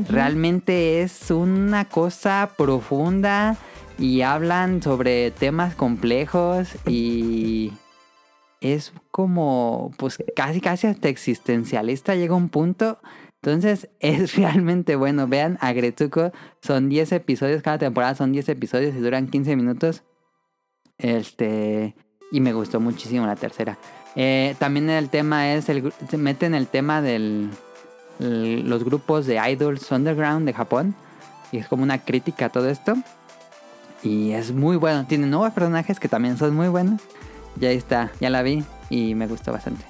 B: realmente es una cosa profunda y hablan sobre temas complejos y es como pues casi casi hasta existencialista llega un punto. Entonces es realmente bueno. Vean a Gretsuko, son 10 episodios, cada temporada son 10 episodios y duran 15 minutos. Este y me gustó muchísimo la tercera. Eh, también el tema es el gru- se meten el tema del el- los grupos de idols underground de Japón y es como una crítica a todo esto y es muy bueno. Tiene nuevos personajes que también son muy buenos. Ya está, ya la vi y me gustó bastante.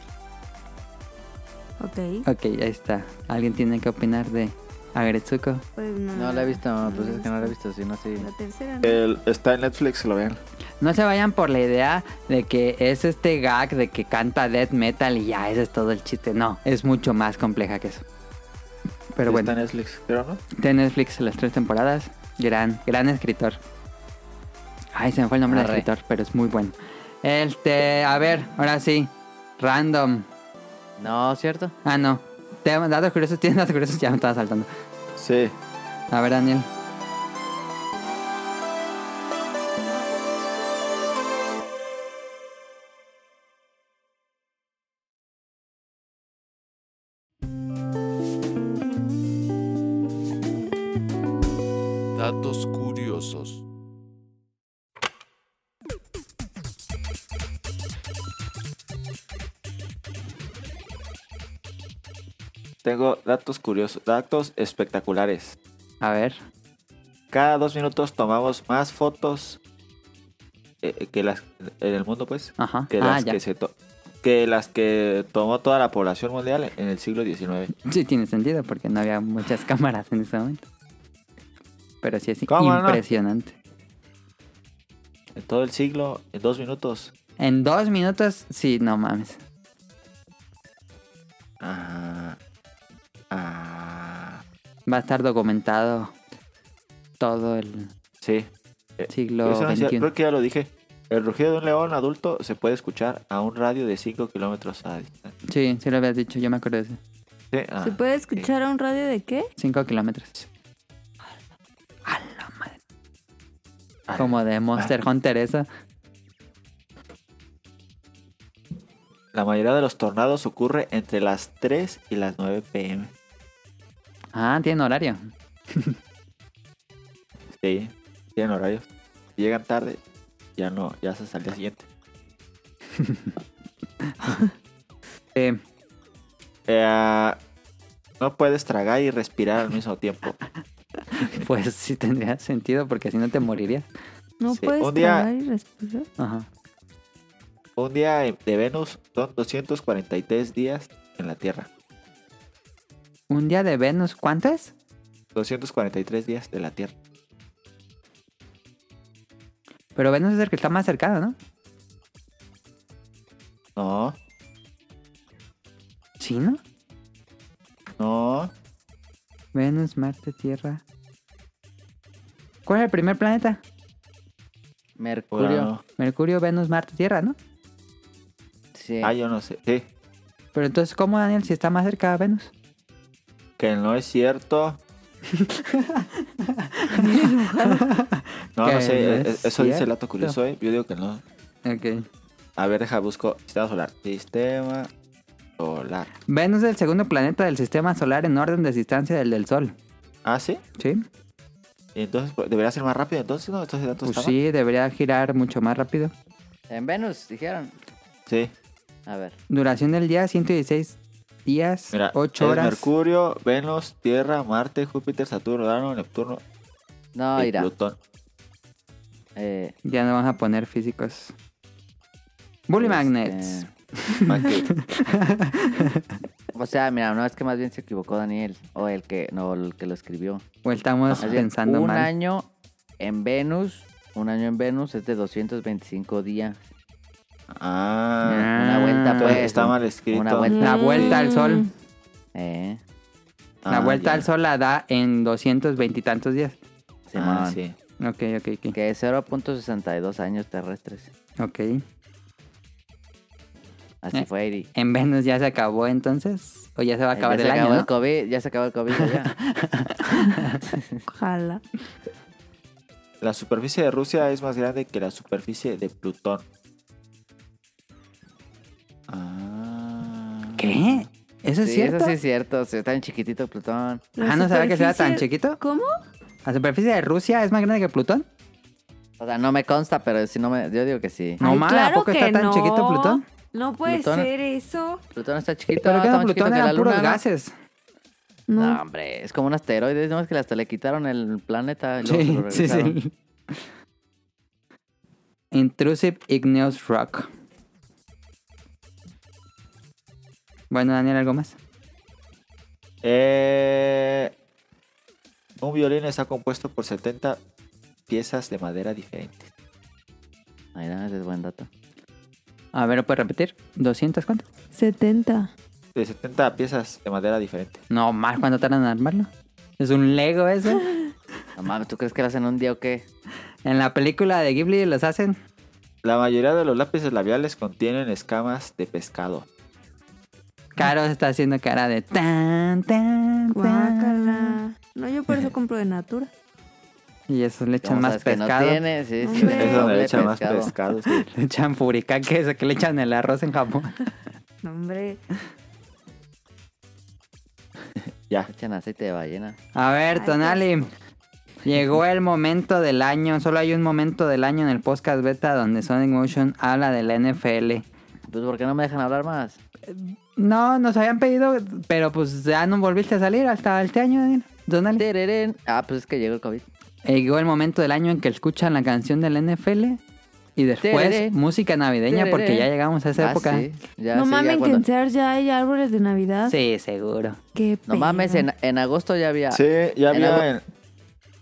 E: Ok.
B: Ok, ahí está. ¿Alguien tiene que opinar de Agretsuko?
A: Pues no.
C: No la he visto, pues es que no la he visto, si no, sí.
A: La tercera no.
D: El- está en Netflix, lo vean.
B: No se vayan por la idea de que es este gag de que canta death metal y ya, ese es todo el chiste. No, es mucho más compleja que eso. Pero
D: Sí,
B: bueno,
D: Está en Netflix, creo, ¿no?
B: de Netflix las tres temporadas. Gran, gran escritor. Ay, se me fue el nombre
C: Arre.
B: del escritor, pero es muy bueno. Este, a ver, ahora sí. Random.
C: No, ¿cierto?
B: Ah, no. Tema- Datos curiosos, tienes datos curiosos, ya me estaba saltando.
D: Sí.
B: A ver, Daniel.
F: Datos curiosos.
D: Tengo datos curiosos, datos espectaculares.
B: A ver.
D: Cada dos minutos tomamos más fotos eh, que las en el mundo, pues,
B: Ajá.
D: que
B: ah,
D: las
B: ya.
D: que se to- que las que tomó toda la población mundial en el siglo XIX.
B: Sí, tiene sentido porque no había muchas cámaras en ese momento. Pero sí es
D: ¿Cómo no?
B: impresionante.
D: todo el siglo en dos minutos.
B: En dos minutos, sí, no mames.
D: Ah, ah,
B: Va a estar documentado todo el
D: sí.
B: siglo
D: Eso no sé,
B: XXI.
D: creo que ya lo dije. El rugido de un león adulto se puede escuchar a un radio de 5 kilómetros a distancia.
B: Sí, sí lo habías dicho, yo me acuerdo de eso.
D: Sí, ah,
E: ¿Se puede escuchar a un radio de qué?
B: Cinco kilómetros. A la madre. Como de Monster Hunter eso.
D: La mayoría de los tornados ocurre entre las 3 y las 9 pm.
B: Ah, tiene horario.
D: Sí, tienen horarios. Si llegan tarde, ya no, ya hasta el día siguiente.
B: Sí.
D: Eh, no puedes tragar y respirar al mismo tiempo.
B: Pues sí tendría sentido porque si no te morirías.
E: No
D: Sí,
E: puedes
D: un día-
E: tragar y respirar.
B: Ajá.
D: Un día de Venus son 243 días en la Tierra.
B: Un día de Venus, ¿cuánto es?
D: 243 días de la Tierra.
B: Pero Venus es el que está más cercano, ¿no?
D: No,
B: Sí, ¿no?
D: no.
B: Venus, Marte, Tierra. ¿Cuál es el primer planeta?
C: Mercurio.
D: Urano.
B: Mercurio, Venus, Marte, Tierra, ¿no?
C: Sí.
D: Ah, yo no sé. Sí,
B: Pero entonces, ¿cómo Daniel si está más cerca a Venus?
D: que no es cierto. no,
B: Que
D: no
B: no
D: sé. eh,
B: es
D: eh, Eso dice el
B: cierto.
D: dato curioso, ¿eh? Yo digo que no.
B: Ok.
D: A ver, deja, busco sistema solar. Sistema solar.
B: Venus es el segundo planeta del sistema solar en orden de distancia del del Sol.
D: Ah, sí.
B: ¿Sí?
D: Y Entonces, pues, debería ser más rápido. Entonces, no, entonces datos
B: Pues sí, debería girar mucho más rápido.
C: En Venus, dijeron.
D: Sí,
C: A ver.
B: Duración del día, 116 días,
D: mira.
B: 8
D: es
B: horas.
D: Mercurio, Venus, Tierra, Marte, Júpiter, Saturno, Urano, Neptuno
C: No,
D: y
C: irá.
D: Plutón.
C: Eh,
B: Ya no vamos a poner físicos. Bully
C: este,
B: Magnets.
D: Ah, Magnet.
C: O sea, mira, no, es que más bien se equivocó Daniel. O el que, no, el que lo escribió.
B: O estamos
C: Más bien,
B: pensando
C: un
B: mal.
C: año en Venus, un año en Venus es de 225 días.
D: Ah,
C: Una vuelta,
B: Ah,
C: pues.
D: está mal escrito.
C: Una vuelta.
B: La vuelta al sol.
E: Mm,
C: Eh,
B: la
D: Ah,
B: vuelta
D: ya.
B: al sol la da en 220 y tantos días.
D: Ah,
C: Simón.
D: sí.
B: Ok, ok, ok.
C: Que es 0.62 años terrestres.
B: Ok.
C: Así
B: Eh,
C: fue, Iri.
B: En Venus ya se acabó entonces. O ya se va a
C: Eh,
B: acabar
C: ya
B: el
C: se
B: año.
C: acabó
B: ¿no?
C: el COVID, ya se acabó el COVID. ya.
E: Ojalá.
D: La superficie de Rusia es más grande que la superficie de Plutón. Ah.
B: ¿Qué? ¿Eso es
C: Sí,
B: cierto?
C: Eso sí es cierto. Se está en chiquitito Plutón.
B: Ah, no sabía que sea tan
E: superficie-
B: chiquito.
E: ¿Cómo?
B: ¿La superficie de Rusia es más grande que Plutón?
C: O sea, no me consta, pero si no me, yo digo que sí.
B: No
E: Ay,
B: mames, ¿a
E: claro
B: poco está
E: que
B: tan
E: no.
B: chiquito Plutón?
E: No puede
C: Plutón-
E: ser eso.
C: Plutón está chiquito,
B: Pero que
C: está
B: no,
C: más chiquito
B: Plutón
C: que la
B: eran puros
C: luna. ¿no?
B: gases.
E: No.
C: No, hombre, es como un asteroide, no es que hasta le quitaron el planeta. y luego se
B: Sí,
C: lo
B: sí,
C: regresaron.
B: sí. Intrusive Igneous Rock. Bueno, Daniel, ¿algo más?
D: Eh, un violín está compuesto por 70 piezas de madera diferentes.
C: Ahí no, ese es buen dato.
B: A ver, ¿puedes repetir? ¿200 cuánto?
E: 70.
D: De 70 piezas de madera diferente.
B: No, más cuando tardan en armarlo. Es un Lego eso.
C: No mames, ¿tú crees que lo hacen un día o qué?
B: En la película de Ghibli los hacen.
D: La mayoría de los lápices labiales contienen escamas de pescado.
B: Caro
C: Ah.
B: está haciendo cara de tan, tan, tan.
E: Guácala. No, yo por eso compro de Natura.
B: Y eso le echan
C: ¿Cómo
B: más
C: sabes que
B: pescado.
C: no tiene, sí,
E: Hombre.
C: sí.
D: Es donde
C: doble
D: le echan más
C: pescado.
D: pescado. sí.
B: Le echan furicaque, eso que le echan el arroz en Japón.
E: No, hombre.
D: Ya.
C: Le Echan aceite de ballena.
B: A ver,
E: Ay,
B: Tonali. Llegó el momento del año. Solo hay un momento del año en el podcast beta donde Sonic Motion habla de la NFL.
C: Pues, ¿por qué no me dejan hablar más?
B: No, nos habían pedido, pero pues ya no volviste a salir hasta este año, Daniel. Tonali.
C: Tererén. Ah, pues es que llegó el COVID.
B: Llegó el momento del año en que escuchan la canción de la NFL y después
C: Tereré.
B: música navideña porque ya llegamos a esa
C: Ah,
B: época.
C: sí, ya,
E: no
C: sí, ya
E: mames, que
C: cuando-
E: en Sears ya hay árboles de Navidad.
B: Sí, seguro.
E: Qué
C: No mames,
E: pena.
C: en, en agosto ya había.
D: Sí, ya
C: En
D: había
C: agua-
D: en-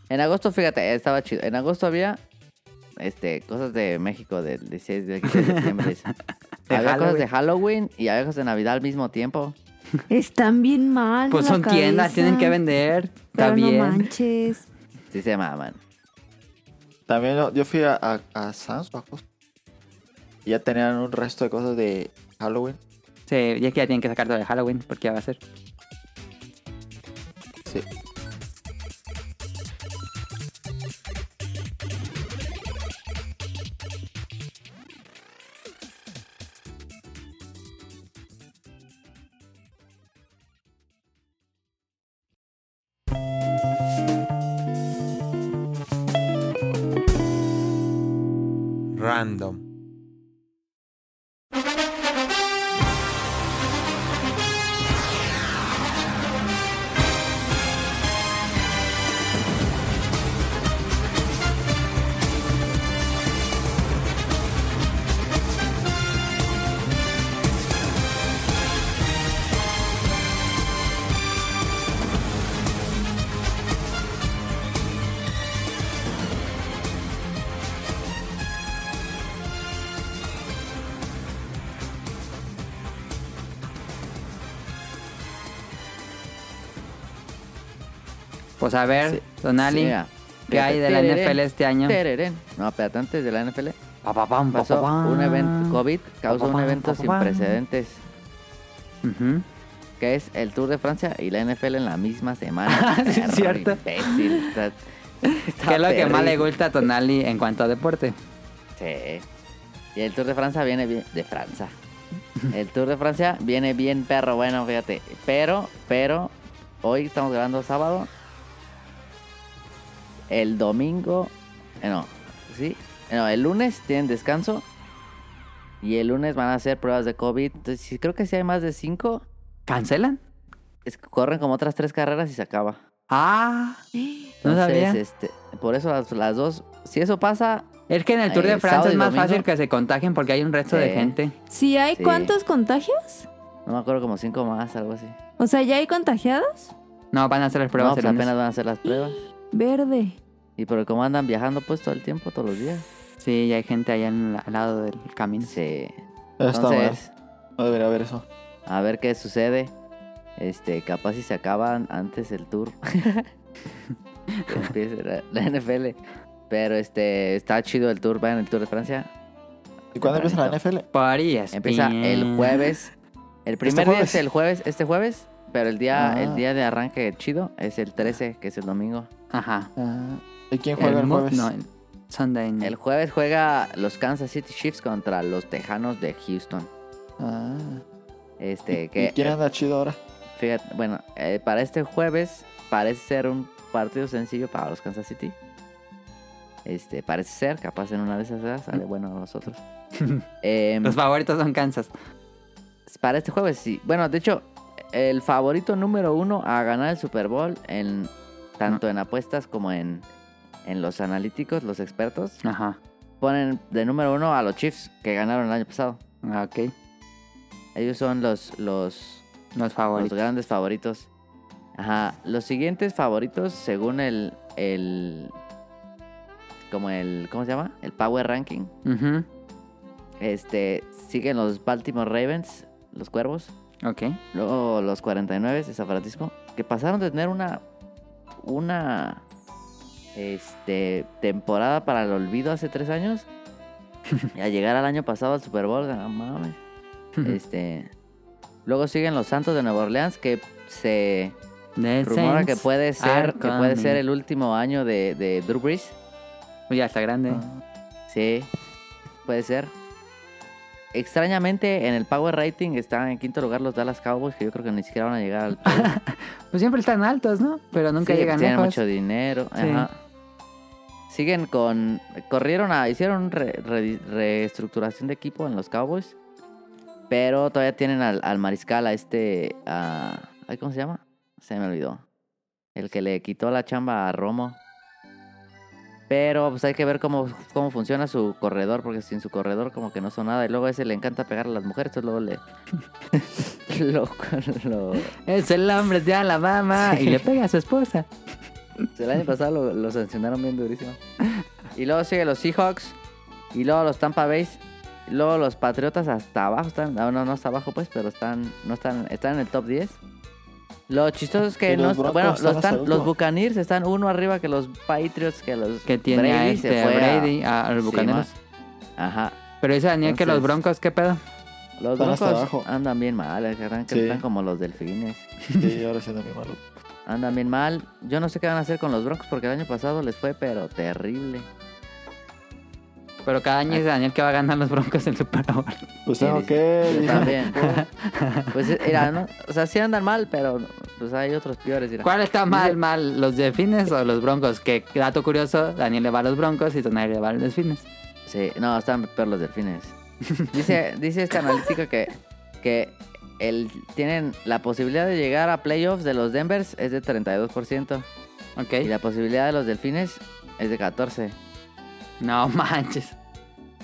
C: En agosto, fíjate, estaba chido. En agosto había este, cosas de México del 16 de septiembre. había cosas
B: Halloween.
C: de Halloween y había cosas de Navidad al mismo tiempo.
E: Están bien mal. de
B: Pues
E: la
B: son tiendas,
E: cabeza.
B: tienen que vender. Está
E: Pero
B: bien.
E: No manches.
C: Sí se maman.
D: También yo- yo fui a, a, a Sam's o a Costco. Y ya tenían un resto de cosas de Halloween.
B: Sí, y es que ya tienen que sacar todo de Halloween, porque ya va a ser.
D: Sí.
H: Random.
B: Pues a ver,
C: Sí.
B: Don Ali,
C: Sí, mira.
B: ¿qué hay de la
C: Tererén,
B: NFL este año?
C: tererén. No, espérate, antes de la NFL
B: Pa, pa, pam, pa,
C: pasó
B: pa, pam.
C: un evento, COVID causó un
B: Papapam,
C: evento sin
B: papapam.
C: precedentes,
B: Ujú.
C: que es el Tour de Francia y la NFL en la misma semana.
B: Sí,
C: Perro
B: es cierto.
C: imbécil, está- está
B: ¿Qué es lo que más le
C: perrísimo.
B: gusta a Tonali en cuanto a deporte?
C: Sí. Y el Tour de Francia viene bien. De Francia. El Tour de Francia viene bien, perro. Bueno, fíjate. Pero, pero, hoy estamos grabando sábado. El domingo. eh, no, sí. eh, No, el lunes tienen descanso. Y el lunes van a hacer pruebas de COVID. Entonces, sí, creo que si hay más de cinco,
B: ¿Cancelan?
C: es que corren como otras tres carreras y se acaba.
B: Ah, no
C: Entonces,
B: sabía.
C: este, por eso las, las dos. Si eso pasa,
B: Es que en el Tour
C: eh,
B: de Francia
C: sábado
B: es
C: y
B: más
C: domingo.
B: fácil que se contagien porque hay un resto de
C: Sí.
B: gente.
E: ¿Si hay
C: Sí.
E: cuántos contagios?
C: no me acuerdo, como cinco más, algo así.
E: O sea, ¿ya hay contagiados?
B: No, van a hacer las
C: Pero
B: pruebas el lunes.
C: apenas van a hacer las pruebas.
E: Verde.
C: Y pero como andan viajando pues todo el tiempo, todos los días.
B: Sí, ya hay gente allá en la- al lado del camino.
C: Sí.
D: Está bueno.
C: Entonces,
D: No debería haber eso.
C: a ver qué sucede. Este, capaz si se acaban antes el tour. Que empiece la, la NFL. Pero este, está chido el tour, vayan el Tour de Francia.
D: ¿Y cuándo empieza la NFL?
B: París.
C: Empieza el jueves. El primer día
D: Este jueves?
C: es el jueves, este jueves, pero el día,
D: Ah.
C: el día de arranque chido es el 13, que es el domingo.
B: Ajá.
D: Ah, ¿Y quién
B: El
D: juega el,
B: mu-
D: jueves?
B: No, el Sunday
D: Mm.
B: night.
C: El jueves juega los Kansas City Chiefs contra los Tejanos de Houston.
D: Ah.
C: Este,
D: ¿Y-
C: que
D: ¿Y quién anda chido ahora?
C: Fíjate, bueno, eh, para este jueves parece ser un partido sencillo para los Kansas City. Este, parece ser, capaz en una de esas edades sale bueno a nosotros. Em,
B: Los favoritos son Kansas.
C: para este jueves sí. Bueno, de hecho, el favorito número uno a ganar el Super Bowl, en, tanto en apuestas como en, en los analíticos, los expertos,
B: Ajá.
C: ponen de número uno a los Chiefs que ganaron el año pasado.
B: Ah, Ok.
C: Ellos son los, los,
B: Los
C: Los
B: favoritos.
C: grandes favoritos. Ajá. Los siguientes favoritos, según el. el como el. ¿Cómo se llama? El Power Ranking.
B: Ujú,
C: Este. Siguen los Baltimore Ravens, los cuervos.
B: Ok.
C: Luego los 49 de San Francisco. Que pasaron de tener una. Una. Este. Temporada para el olvido hace tres años. y a llegar al año pasado al Super Bowl. No mames. Este. Luego siguen los Santos de Nueva Orleans que se
B: The
C: rumora que
B: Saints
C: puede ser
B: are
C: que puede ser
B: coming.
C: el último año de, de Drew Brees.
B: Uy, Ya está grande.
C: Sí, puede ser. Extrañamente en el Power Rating están en quinto lugar los Dallas Cowboys que yo creo que ni siquiera van a llegar al
B: Pues siempre están altos, ¿no? Pero nunca
C: Sí, pues
B: llegan
C: tienen
B: lejos.
C: mucho dinero.
B: Sí.
C: ajá. Siguen con. Corrieron a. Hicieron re- re- reestructuración de equipo en los Cowboys. Pero todavía tienen al, al mariscal, a este. A, ay, ¿Cómo se llama? Se me olvidó. El que le quitó la chamba a Romo. Pero pues hay que ver cómo, cómo funciona su corredor, porque sin su corredor como que no son nada. Y luego a ese le encanta pegar a las mujeres, entonces luego le... lo- lo,
B: Es el hombre de Alabama
C: Sí.
B: y le pega a su esposa.
C: El año pasado lo, lo sancionaron bien durísimo. Y luego sigue los Seahawks. Y luego los Tampa Bay. y Luego los Patriotas hasta abajo están. No, no, no hasta abajo pues, pero están. No están. Están en el top 10. Lo chistoso es
D: Y
C: que
D: los
C: no
D: Broncos
C: est- bueno,
D: están
C: los,
D: hasta
C: están,
D: el
C: los
D: último.
C: Buccaneers están uno arriba que los Patriots, que los
B: Que tiene a
C: Brady se
B: este a
C: fue a-
B: Brady, a, a los
C: Sí,
B: bucaneros.
C: ma. Ajá.
B: Pero dice Daniel que los
C: Entonces-
B: broncos, ¿qué pedo?
C: Los
D: Están hasta
C: Broncos
D: abajo.
C: andan bien mal, eh, que están, que
D: Sí.
C: están como los delfines.
D: Sí, ahora sí anda muy malo.
C: Andan bien mal. Yo no sé qué van a hacer con los Broncos porque el año pasado les fue pero terrible.
B: Pero cada
C: Ah.
B: año dice Daniel que va a ganar los broncos el Super Bowl.
D: Pues
C: Sí,
D: tengo
C: dice-
D: que.
C: Yo
D: dice,
C: también. pues era, ¿no? O sea, sí andan mal, pero pues hay otros peores. mira.
B: ¿Cuál está mal,
C: Dice-
B: mal? ¿Los delfines o los broncos? Que dato curioso, Daniel le va a los broncos y Tonali le va a los delfines.
C: Sí, no, están peor los delfines. Dice, dice esta analítica que, que el, tienen la posibilidad de llegar a playoffs de los Denvers es de 32% y
B: ¿Ok?
C: la posibilidad de los delfines es de 14%.
B: No manches.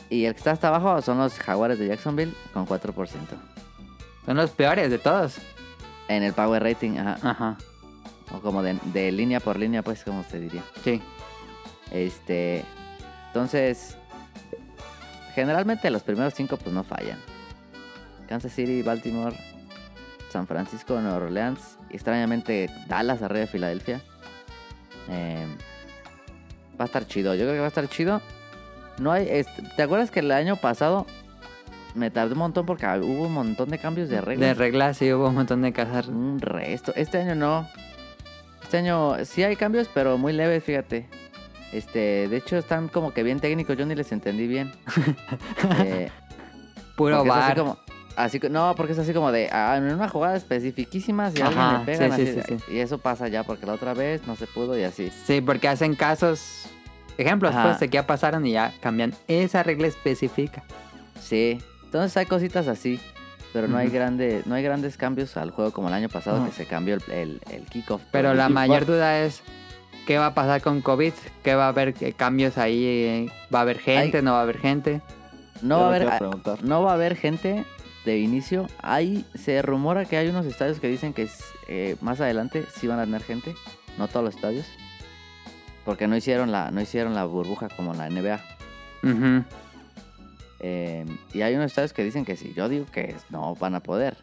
C: Y el que está hasta abajo son los Jaguares de Jacksonville con 4%.
B: Son los peores de todos.
C: En el Power Rating, ajá.
B: Ajá.
C: O como de, de línea por línea, pues, como se diría.
B: Sí.
C: Este. Entonces. Generalmente los primeros cinco, pues no fallan. Kansas City, Baltimore, San Francisco, Nueva Orleans. Extrañamente, Dallas arriba de Filadelfia. Eh, va a estar chido. Yo creo que va a estar chido. No hay. es- ¿Te acuerdas que el año pasado me tardé un montón porque hubo un montón de cambios de reglas?
B: De reglas sí hubo un montón de cazar.
C: Un resto. Este año no. Este año sí hay cambios, pero muy leves, fíjate. Este, de hecho están como que bien técnicos, yo ni les entendí bien. Eh,
B: Puro
C: porque es
B: bar.
C: Así como, así, co- no, porque es así como de, ah, en una jugada especifiquísima, si alguien
B: Ajá,
C: le pegan,
B: sí, sí,
C: así,
B: sí,
C: y eso pasa ya, porque la otra vez no se pudo y así.
B: Sí, porque hacen casos, ejemplos
C: Ajá.
B: pues de que ya pasaron y ya cambian esa regla específica.
C: Sí, entonces hay cositas así, pero no hay
B: Ujú.
C: grande, no hay grandes cambios al juego como el año pasado
B: No.
C: que se cambió el, el, el kickoff.
B: Pero la
D: Y-
B: mayor duda es qué va a pasar con COVID, qué va a haber eh, cambios ahí, eh, va a haber gente,
C: Ay.
B: no va a haber gente.
C: no
D: ya
C: va a ah,
D: me
C: haber,
D: quiero
C: a-
D: preguntar.
C: No va a haber gente de inicio. Ahí se rumora que hay unos estadios que dicen que s- eh, más adelante sí van a tener gente. No todos los estadios. Porque no hicieron la, no hicieron la burbuja como la NBA.
B: Ujú.
C: Eh, y hay unos estadios que dicen que sí. Yo digo que no van a poder.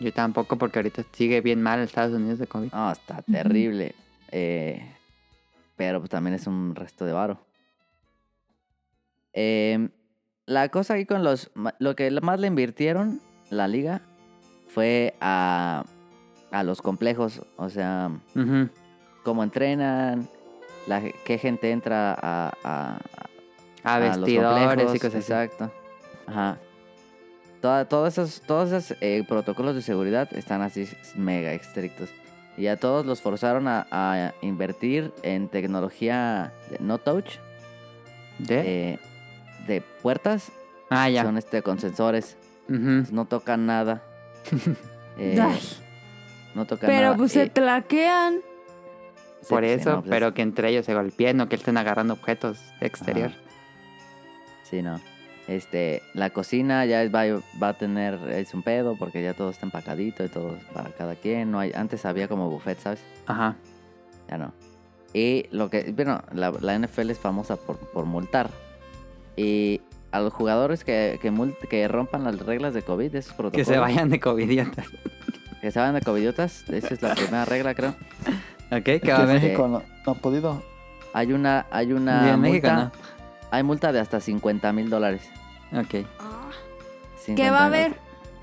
B: Yo tampoco porque ahorita sigue bien mal Estados Unidos de COVID.
C: No, está terrible. Eh, pero pues también es un resto de varo. Eh, la cosa aquí con los... ma- Lo que más le invirtieron la liga fue a, a los complejos. O sea,
B: Ujú.
C: cómo entrenan, la, ge- qué gente entra a, a-
B: A
C: Ah, los
B: vestidores y
C: complejos,
B: cosas así.
C: Exacto. Ajá. Toda- todos esos, todos esos eh, protocolos de seguridad están así mega estrictos. Y a todos los forzaron a, a invertir en tecnología de no touch,
B: ¿De?
C: eh, de puertas,
B: ah, ya.
C: son este con sensores,
B: Ujú.
C: no tocan nada. Eh,
E: Ay,
C: no eh, tocan nada.
E: pero pues se
C: Y-
E: tlaquean.
C: sí,
B: Por
C: sí,
B: eso,
C: no, pues,
B: pero que entre ellos se golpeen o que estén agarrando objetos de exterior.
C: Sí, no. Este, la cocina ya es- va, va a tener, es un pedo porque ya todo está empacadito y todo es para cada quien. No hay, antes había como buffet, ¿sabes?
B: Ajá.
C: Ya no. Y lo que, bueno, la, la NFL es famosa por, por multar. Y a los jugadores que, que, mult- que rompan las reglas de COVID, de esos
B: Que
C: protocolos.
B: se vayan de covidiotas.
C: Que se vayan de covidiotas, esa es la primera regla, creo.
B: ¿Ok? Que
D: Es
B: va a
D: que
B: haber.
C: este,
D: México no, no ha podido.
C: Hay una, hay
B: Sí,
C: una
B: en México
C: multa, hay multa de hasta 50 mil dólares.
B: no. Ok.
E: ¿Qué va a
C: 50,000
E: haber?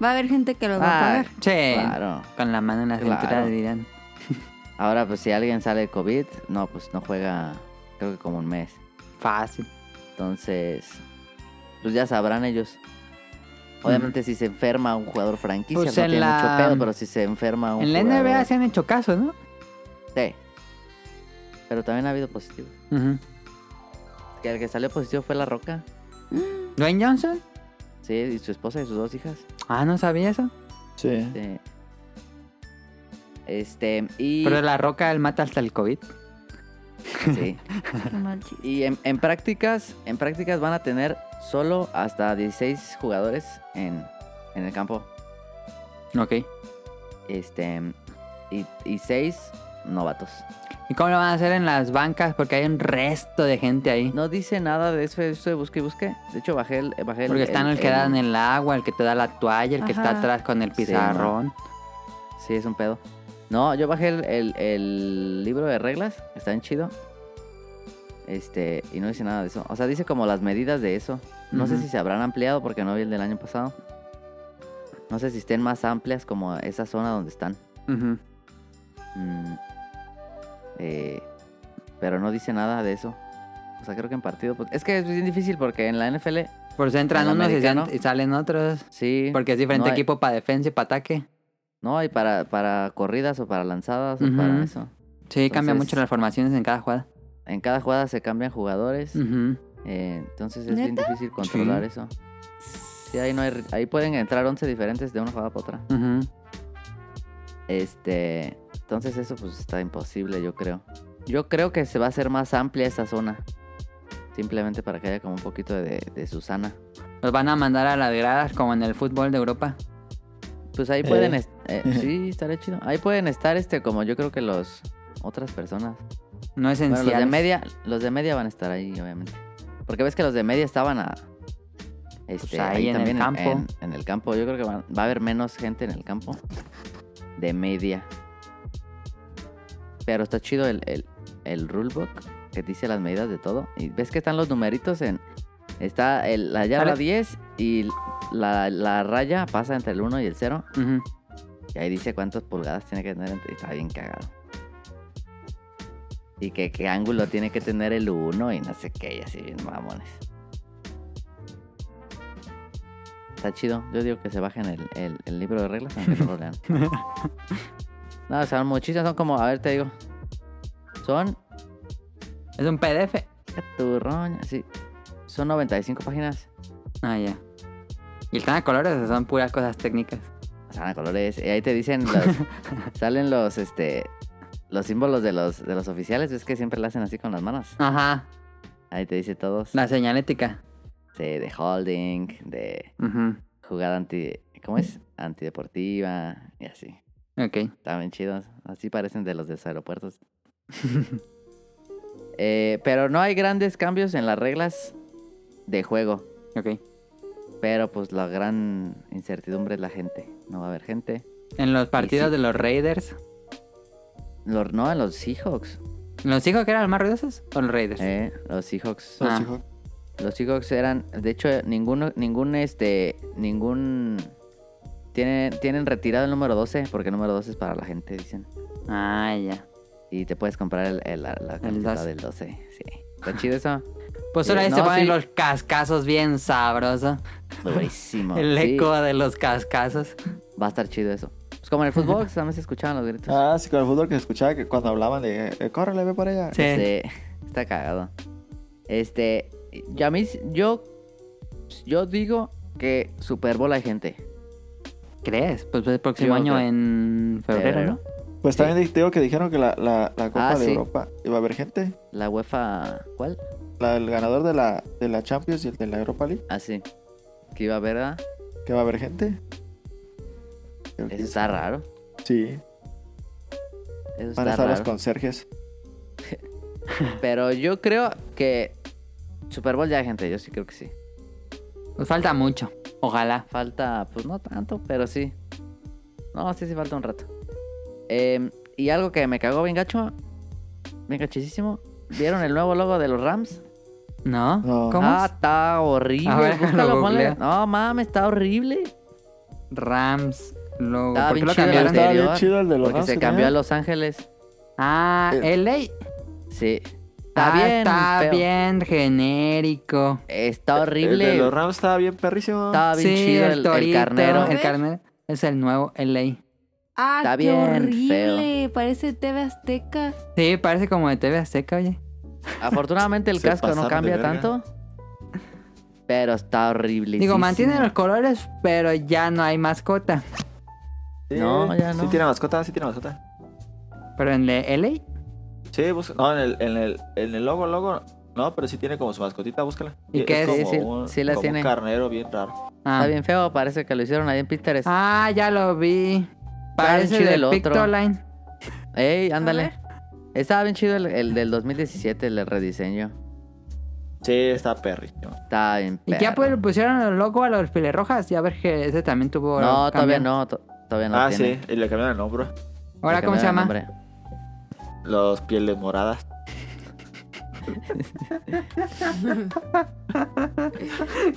E: Va a haber gente que los va a
C: Ah,
E: pagar.
B: Sí.
C: claro.
B: Con la mano en la cintura
C: Claro.
B: dirán.
C: Ahora, pues si alguien sale de COVID, no, pues no juega, creo que como un mes.
B: Fácil.
C: Entonces, pues ya sabrán ellos. Obviamente, si se enferma un jugador franquicia,
B: Pues
C: no
B: en
C: tiene
B: la-
C: mucho pedo, pero si se enferma un
B: En la
C: jugador-
B: NBA se han hecho caso, ¿no?
C: Sí. Pero también ha habido positivos.
B: Ujú.
C: Que el que salió positivo fue La Roca.
B: Dwayne Johnson.
C: Sí, y su esposa y sus dos hijas.
B: Ah, no sabía eso.
D: Sí.
C: Sí. Este, y...
B: Pero la roca él mata hasta el COVID.
C: Sí.
A: No manches.
C: Y en, en prácticas, en prácticas van a tener solo hasta 16 jugadores en, en el campo.
B: Ok.
C: Este y, y 6 novatos.
B: ¿Y cómo lo van a hacer en las bancas? Porque hay un resto de gente ahí.
C: No dice nada de eso, eso de busque y busque. De hecho, bajé el... Bajé
B: Porque están el, que dan el agua, el que te da la toalla, el que está
A: Ajá.
B: atrás con el
C: Sí,
B: pizarrón.
C: Sí, es un pedo. No, yo bajé el, el- el libro de reglas, está en chido. Este, y no dice nada de eso. O sea, dice como las medidas de eso. No sé
B: Ujú.
C: si se habrán ampliado porque no vi el del año pasado. No sé si estén más amplias como esa zona donde están.
B: Ujú.
C: Mm. Eh, pero no dice nada de eso. O sea, creo que en partido. pues, es que es bien difícil porque en la NFL,
B: Por eso entran
C: El
B: unos y,
C: americano.
B: sal- y salen otros.
C: sí.
B: Porque es diferente
C: no hay-
B: equipo para defensa y para ataque.
C: No, y para, para corridas o para lanzadas
B: Ujú.
C: o para eso.
B: Sí, cambia
C: Entonces-
B: mucho las formaciones en cada jugada.
C: En cada jugada se cambian jugadores.
B: Ujú.
C: Eh, entonces es bien difícil controlar
B: Sí.
C: eso. Sí, ahí, no hay, ri- ahí pueden entrar 11 diferentes de una jugada para otra.
B: Ujú.
C: Este, entonces eso pues está imposible, yo creo. Yo creo que se va a hacer más amplia esa zona. Simplemente para que haya como un poquito de, de Susana.
B: Los van a mandar a las gradas como en el fútbol de Europa.
C: Pues ahí
D: Eh.
C: pueden... est- eh, sí, estaría chido. Ahí pueden estar este como yo creo que los... Otras personas.
B: No
C: Bueno,
B: esencial.
C: los de media, los de media van a estar ahí, obviamente. Porque ves que los de media estaban a, este,
B: Pues ahí en el campo.
C: En, en el campo, yo creo que van- va a haber menos gente en el campo de media. Pero está chido el, el, el rulebook que dice las medidas de todo. Y ves que están los numeritos en. Está el- la yarda
B: Sale.
C: 10 y la, la raya pasa entre el 1 y el 0. Y ahí dice cuántas pulgadas tiene que tener. y Está bien cagado. Y que qué ángulo tiene que tener el 1 y no sé qué, y así bien mamones. Está chido. Yo digo que se bajen el, el- el libro de reglas aunque no lo lean. No, son muchísimas. Son como, a ver, te digo. Son...
B: Es un PDF.
C: Caturroña, sí. Son 95 páginas.
B: Ah, ya. Y están a colores, o son puras cosas técnicas.
C: Salen colores. Y ahí te dicen los- salen los este los símbolos de los de los oficiales, ves que siempre lo hacen así con las manos.
B: Ajá.
C: Ahí te dice todos.
B: La señalética.
C: Sí, de holding, de
B: Ujú.
C: jugada anti ¿cómo es? antideportiva y así.
B: Ok.
C: Están bien chidos. Así parecen de los de los aeropuertos. Eh, pero no hay grandes cambios en las reglas de juego.
B: Ok.
C: Pero pues la gran incertidumbre es la gente. No va a haber gente.
B: En los partidos
C: sí.
B: de los Raiders.
C: Los- no, en los Seahawks.
B: ¿Los hijos que eran los más ruidosos o los Raiders?
C: Eh, los Seahawks.
D: Los
B: Ah.
D: hijos.
C: Los Seahawks eran, de hecho, ninguno, ningún, este, ningún... Tienen, tienen retirado el número 12, porque el número 12 es para la gente, dicen.
B: Ah, ya.
C: Y te puedes comprar el, el- la, la camiseta
B: 12.
C: del 12. Sí. Está chido eso.
B: Pues
C: Eh,
B: ahora ahí se
C: no,
B: ponen
C: sí.
B: los cascazos bien sabrosos.
C: Buenísimo.
B: El
C: Sí,
B: eco de los cascazos.
C: va a estar chido eso. Pues como en el fútbol, que también se escuchaban los gritos.
D: Ah, sí, con el fútbol que escuchaba que cuando hablaban de eh, córrele, ve para allá.
B: Sí.
C: Sí, Este, está cagado. Este, y a mí, yo, yo digo que Super Bowl hay gente.
B: ¿Crees? Pues, pues, el próximo
C: Yo
B: año
C: creo.
B: en febrero, ¿no?
D: Pues
C: Sí.
D: también te digo que dijeron que la, la, la Copa
C: Ah,
D: de
C: sí.
D: Europa iba a haber gente.
C: La UEFA, ¿cuál?
D: La- el ganador de la, de la Champions y el de la Europa League,
C: Ah, sí. Que iba a haber, ¿verdad?
D: que va a haber gente. Creo que
C: Eso está raro.
D: Sí,
C: Eso
D: van a
C: está
D: estar los
C: raro.
D: conserjes.
C: Pero yo creo que Super Bowl ya hay gente, yo sí creo que sí.
B: Pues falta mucho. Ojalá.
C: Falta, pues no tanto, pero sí. No, sí, sí falta un rato. Eh, y algo que me cagó bien gacho, bien gachísimo. ¿Vieron el nuevo logo de los Rams?
B: ¿No?
D: No.
B: ¿Cómo?
C: Ah,
B: es?
C: está horrible.
B: A ver,
C: Búscalo,
B: lo
C: ponle-
B: googlea.
C: No, mames, está horrible.
B: Rams. Logo.
C: Estaba
B: ¿Por qué
C: Ah, bien
B: lo
C: chido
B: cambiaron?
D: Estaba bien chido
C: el anterior,
D: el de los
C: Porque
D: Rams
C: se
D: que
C: cambió
D: tenía.
C: a Los Ángeles.
B: Ah,
D: Eh,
B: LA.
C: Sí.
B: Ah,
C: Está bien.
B: Está
C: feo.
B: bien genérico.
C: Está
D: El de
C: horrible.
D: los Rams estaba bien perrísimo.
C: Estaba bien chido el- el,
B: torito,
C: carnero.
B: El carnero. Es el nuevo LA.
E: Ah,
C: Está
E: qué
C: bien feo.
E: horrible. Parece TV Azteca.
B: Sí, parece como de TV Azteca, oye.
C: Afortunadamente el
D: Se
C: casco no
D: pasaron
C: cambia
D: de verga.
C: tanto. Pero está horrible.
B: Digo, mantiene los colores, pero ya no hay mascota.
D: Sí,
C: No, ya no.
D: Sí tiene mascota, sí tiene mascota.
B: Pero en la LA,
D: Sí, busca. No, en el, en el, en el logo, logo. No, pero sí tiene como su mascotita, búscala.
B: ¿Y qué es?
D: como
C: Sí, sí,
D: un,
C: sí la
D: como
C: tiene.
D: un carnero bien raro.
B: ah.
C: Está bien feo, parece que lo hicieron ahí en Pinterest.
B: Ah, ya lo vi.
C: Está bien
B: Parece
C: chido
B: de
C: el otro.
B: Pictoline.
C: Ey, ándale.
E: ver.
C: Estaba bien chido el, el del 2017, el rediseño.
D: Sí, está perrísimo.
C: Estaba bien
B: Y
C: perro.
B: ya pues le pusieron el logo a los pelirrojas. Ya ver que ese también tuvo.
C: No,
B: cambio.
C: todavía no, to- todavía no
D: ah,
C: tiene.
D: sí, y le cambiaron el nombre.
B: Ahora,
C: Le
B: ¿cómo se llama?
C: cambiaron el nombre.
D: Los pieles moradas.